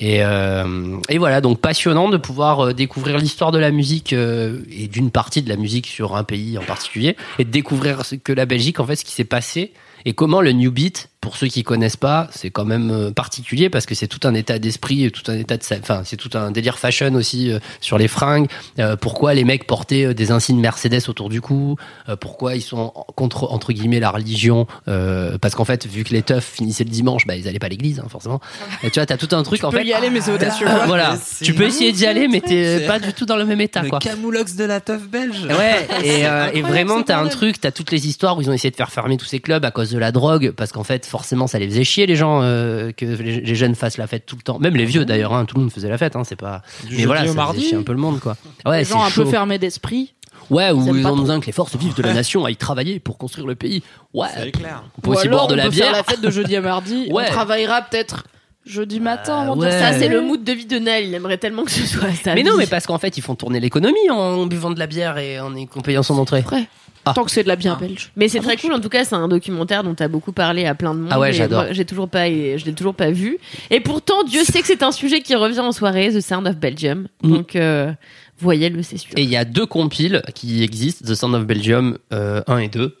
S5: Et, euh, et voilà, donc passionnant de pouvoir euh, découvrir l'histoire de la musique euh, et d'une partie de la musique sur un pays en particulier et de découvrir ce que la Belgique, en fait, ce qui s'est passé et comment le New Beat, pour ceux qui connaissent pas, c'est quand même euh, particulier parce que c'est tout un état d'esprit et tout un état de, sa- enfin, c'est tout un délire fashion aussi euh, sur les fringues. Euh, pourquoi les mecs portaient euh, des insignes Mercedes autour du cou Euh, Pourquoi ils sont en- contre entre guillemets la religion Euh, Parce qu'en fait, vu que les teufs finissaient le dimanche, bah ils allaient pas à l'église, hein, forcément. Et tu vois, t'as tout un truc en
S1: Je peux
S5: fait.
S1: y aller, mais c'est audacieux.
S5: Euh, voilà,
S6: Mais c'est
S5: tu peux essayer d'y aller, mais t'es
S6: C'est-
S5: pas du tout dans le même état, quoi.
S6: camoulox de la teuf belge.
S5: Ouais, et, euh, et
S6: incroyable,
S5: vraiment,
S6: c'est
S5: t'as un
S6: incroyable.
S5: truc, t'as toutes les histoires où ils ont essayé de faire fermer tous ces clubs à cause de la drogue, parce qu'en fait, forcément, ça les faisait chier, les gens, euh, que les, les jeunes fassent la fête tout le temps. Même les vieux, d'ailleurs, hein, tout le monde faisait la fête, hein, c'est pas.
S6: Du
S5: Mais
S6: jeudi
S5: voilà,
S6: au
S5: ça faisait
S6: mardi.
S5: chier un peu le monde, quoi. Ouais,
S1: Les
S5: c'est
S1: gens un
S5: chaud.
S1: peu fermés d'esprit.
S5: Ouais,
S1: Ils
S5: où
S1: aiment
S5: ils
S1: pas
S5: ont
S1: trop.
S5: besoient que les forces vives de la nation aillent travailler pour construire le pays. Ouais,
S6: C'est
S1: Euh,
S6: clair.
S5: on peut
S1: Ou
S5: aussi
S1: alors,
S5: boire de
S1: on
S5: la
S1: peut
S5: bière.
S1: faire la fête de jeudi à mardi.
S5: Ouais.
S1: On travaillera peut-être jeudi matin.
S5: Euh,
S1: on va
S5: ouais.
S1: dire
S4: Ça, c'est le mood de vie de Nel. Il aimerait tellement que ce soit ça.
S5: Mais non, mais parce qu'en fait, ils font tourner l'économie en buvant de la bière et en en payant son entrée.
S1: Vrai.
S5: Ah.
S1: Tant que c'est de la bière belge.
S4: Mais c'est très cool, en tout cas, c'est un documentaire dont t'as beaucoup parlé à plein de monde.
S5: Ah ouais,
S4: et
S5: j'adore.
S4: moi, J'ai toujours pas, je l'ai toujours pas vu. Et pourtant, Dieu sait que c'est un sujet qui revient en soirée, The Sound of Belgium.
S5: Mm.
S4: Donc, euh, voyez-le, c'est sûr.
S5: Et il y a deux compiles qui existent, The Sound of Belgium euh, 1 et 2,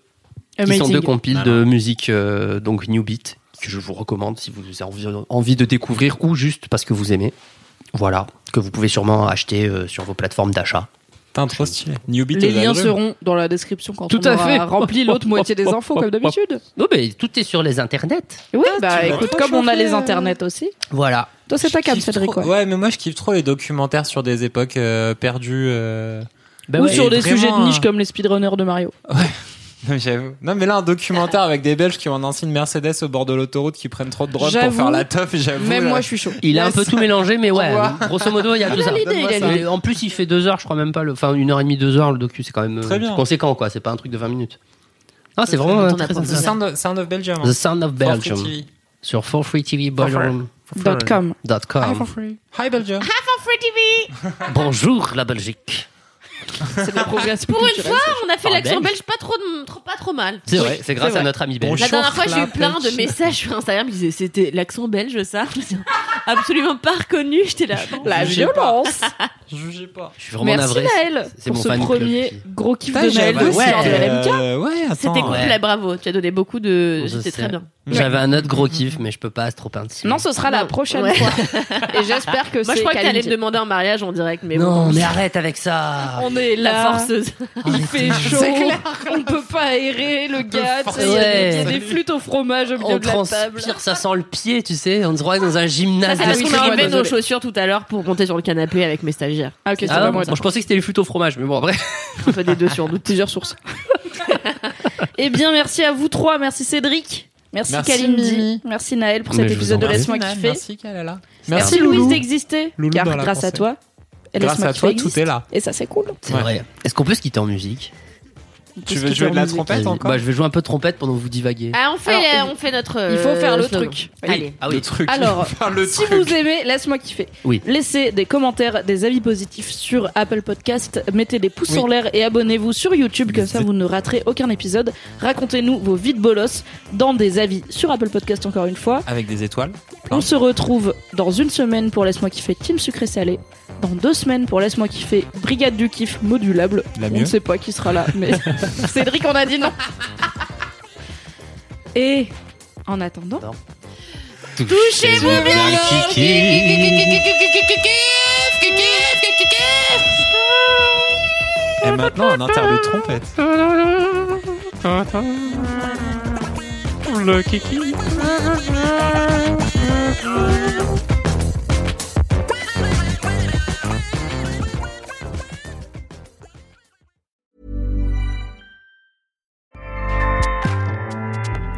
S5: qui sont deux compiles de musique euh, donc new beat que je vous recommande si vous avez envie, envie de découvrir ou juste parce que vous aimez. Voilà, que vous pouvez sûrement acheter euh, sur vos plateformes d'achat.
S6: Putain, trop stylé. New Beat
S1: Les
S6: aux
S1: liens
S6: agrumes.
S1: seront dans la description quand
S5: Tout
S1: on
S5: à
S1: aura
S5: fait.
S1: rempli l'autre moitié des infos, comme d'habitude.
S5: Non mais tout est sur les internets.
S1: Oui, bah
S6: m'as
S1: écoute,
S6: trop
S1: comme on a
S6: chauffé,
S1: les
S6: euh.
S1: internets aussi.
S5: Voilà.
S1: Toi, c'est
S6: Je
S1: ta cam,
S6: kiffe
S1: Cédric,
S6: trop-
S1: quoi.
S6: Ouais, mais moi je kiffe trop les documentaires sur des époques euh, perdues. euh,
S5: Ben
S1: Ou
S6: ouais.
S1: sur
S6: Et
S1: des
S6: vraiment,
S1: sujets de niche
S6: euh,
S1: comme les speedrunners de Mario.
S6: Non, mais j'avoue. Non, mais là, un documentaire avec des Belges qui ont un ancien Mercedes au bord de l'autoroute qui prennent trop de drogue pour
S1: J'avoue.
S6: faire la teuf, j'avoue.
S1: Même
S6: là.
S1: moi, je suis chaud.
S5: Il a un peu tout mélangé, mais ouais,
S6: revoir.
S5: grosso modo, il y a tout ça.
S6: l'idée, il a
S5: Mais
S6: l'idée.
S5: En plus, il fait deux heures, je crois même pas, le... enfin une heure et demie, deux heures, le docu, c'est quand même euh,
S6: Très bien.
S5: c'est conséquent, quoi. C'est pas un truc de 20 minutes. Non, c'est vraiment
S4: On
S5: euh,
S4: en
S5: très
S4: apprend.
S6: The
S5: intéressant.
S6: Sound of, Sound of Belgium. hein.
S5: The Sound of
S6: For free
S5: Belgium
S6: TV.
S5: sur 4freetvboilerroom.com.
S6: For free.
S1: Dot com. Ah, for free.
S6: Hi Belgium.
S1: Ah,
S5: Bonjour la Belgique.
S1: C'est de la progression
S4: Pour une
S1: culturelle.
S4: fois, on a fait
S5: Par
S4: l'accent
S5: belge.
S4: belge pas trop, de- trop- pas trop mal.
S5: C'est vrai, c'est grâce
S1: vrai.
S5: à notre ami belge.
S4: La dernière fois,
S6: Bonjour,
S4: j'ai eu
S6: Clapet.
S4: plein de messages sur Instagram qui disaient c'était l'accent belge, ça. Absolument pas reconnu, j'étais là. bon.
S1: La
S6: Jugez pas.
S1: violence
S6: Jugez pas.
S5: Je suis vraiment
S1: Merci
S5: navré.
S1: Naël
S5: c'est
S1: pour
S5: mon
S1: ce
S5: fan club
S1: premier
S5: qui-
S1: gros kiff
S6: Putain,
S1: de Naël
S6: j'avoue,
S1: de l'histoire de
S6: ouais,
S1: la LMK.
S6: euh, ouais, attends.
S4: C'était cool,
S5: ouais.
S4: là, bravo. Tu as donné beaucoup de.
S5: Je
S4: C'était
S5: sais.
S4: très bien.
S5: J'avais un autre gros kiff, mais je peux pas, c'est trop intime.
S1: Non, ce sera la
S4: Non.
S1: prochaine
S4: Ouais.
S1: fois. Et j'espère que
S4: Moi, je
S1: c'est
S4: crois que t'allais
S1: Kalindi.
S4: me demander en mariage en direct, mais
S5: Non,
S4: bon.
S5: mais arrête avec ça.
S1: On est
S4: La
S1: là,
S4: forceuse.
S1: il fait chaud,
S6: C'est clair.
S1: on peut pas aérer le gars, tu sais, il y a des- il y a des flûtes au fromage au milieu
S5: On
S1: de la table.
S5: transpire, ça sent le pied, tu sais. On se croit dans un
S4: Ça,
S5: gymnase
S4: c'est
S5: de
S4: parce
S1: oui,
S4: qu'on
S5: ski.
S1: c'est
S4: a
S1: moi,
S4: enlevé nos
S1: désolé.
S4: chaussures tout à l'heure pour monter sur le canapé avec mes stagiaires.
S1: Ah ok, c'est
S5: Ah
S1: pas
S5: ouais,
S1: moi.
S5: bon, je pensais que c'était les flûtes au fromage, mais bon, après.
S4: On fait des deux sur deux.
S1: Plusieurs sources. Eh bien, merci à vous trois, merci Cédric, merci,
S6: Merci,
S1: Kalindi,
S6: Mimi.
S1: merci Naël pour
S5: Mais
S1: cet
S5: je vous en
S1: épisode de
S5: prie.
S1: Laisse-moi kiffer. Merci,
S6: Merci Kalala.
S1: Louise
S6: Loulou.
S1: d'exister,
S6: Loulou
S1: car
S6: dans la
S1: grâce à
S6: pensée.
S1: toi,
S6: Grâce
S1: Laisse-moi
S6: à
S1: kiffer
S6: toi,
S1: existe.
S6: tout est là.
S1: Et ça, c'est cool.
S5: C'est
S6: Ouais.
S5: vrai. Est-ce qu'on peut se quitter en musique
S6: Tu
S1: Qu'est-ce
S6: veux
S1: que
S6: jouer
S1: tu
S6: de la
S1: as en musique
S6: trompette encore
S5: Bah, je vais jouer un peu de trompette pendant que vous divaguez.
S4: Ah, on fait,
S1: Alors,
S4: on fait notre.
S1: Il faut
S4: euh,
S1: faire le
S4: slogan.
S1: truc.
S4: Allez.
S5: Ah
S6: Le
S5: oui.
S6: truc.
S1: Alors,
S6: Faire le
S1: Si
S6: truc.
S1: vous aimez, laisse-moi kiffer.
S5: Oui.
S1: Laissez des commentaires, des avis positifs sur Apple Podcast, mettez des pouces
S6: Oui.
S1: en l'air et abonnez-vous sur YouTube, comme ça
S6: C'est-
S1: vous ne raterez aucun épisode. Racontez-nous vos vies de bolos dans des avis sur Apple Podcast encore une fois.
S6: Avec des étoiles. Plein.
S1: On se retrouve dans une semaine pour Laisse-moi kiffer Team Sucré Salé, dans deux semaines pour Laisse-moi kiffer Brigade du Kiff Modulable.
S6: La
S1: On
S6: mieux.
S1: ne sait pas qui sera là, mais Cédric on a dit non. Et en attendant...
S5: Dans Touchez-vous bien
S7: le
S9: Et maintenant, un interlude trompette.
S7: Le kiki.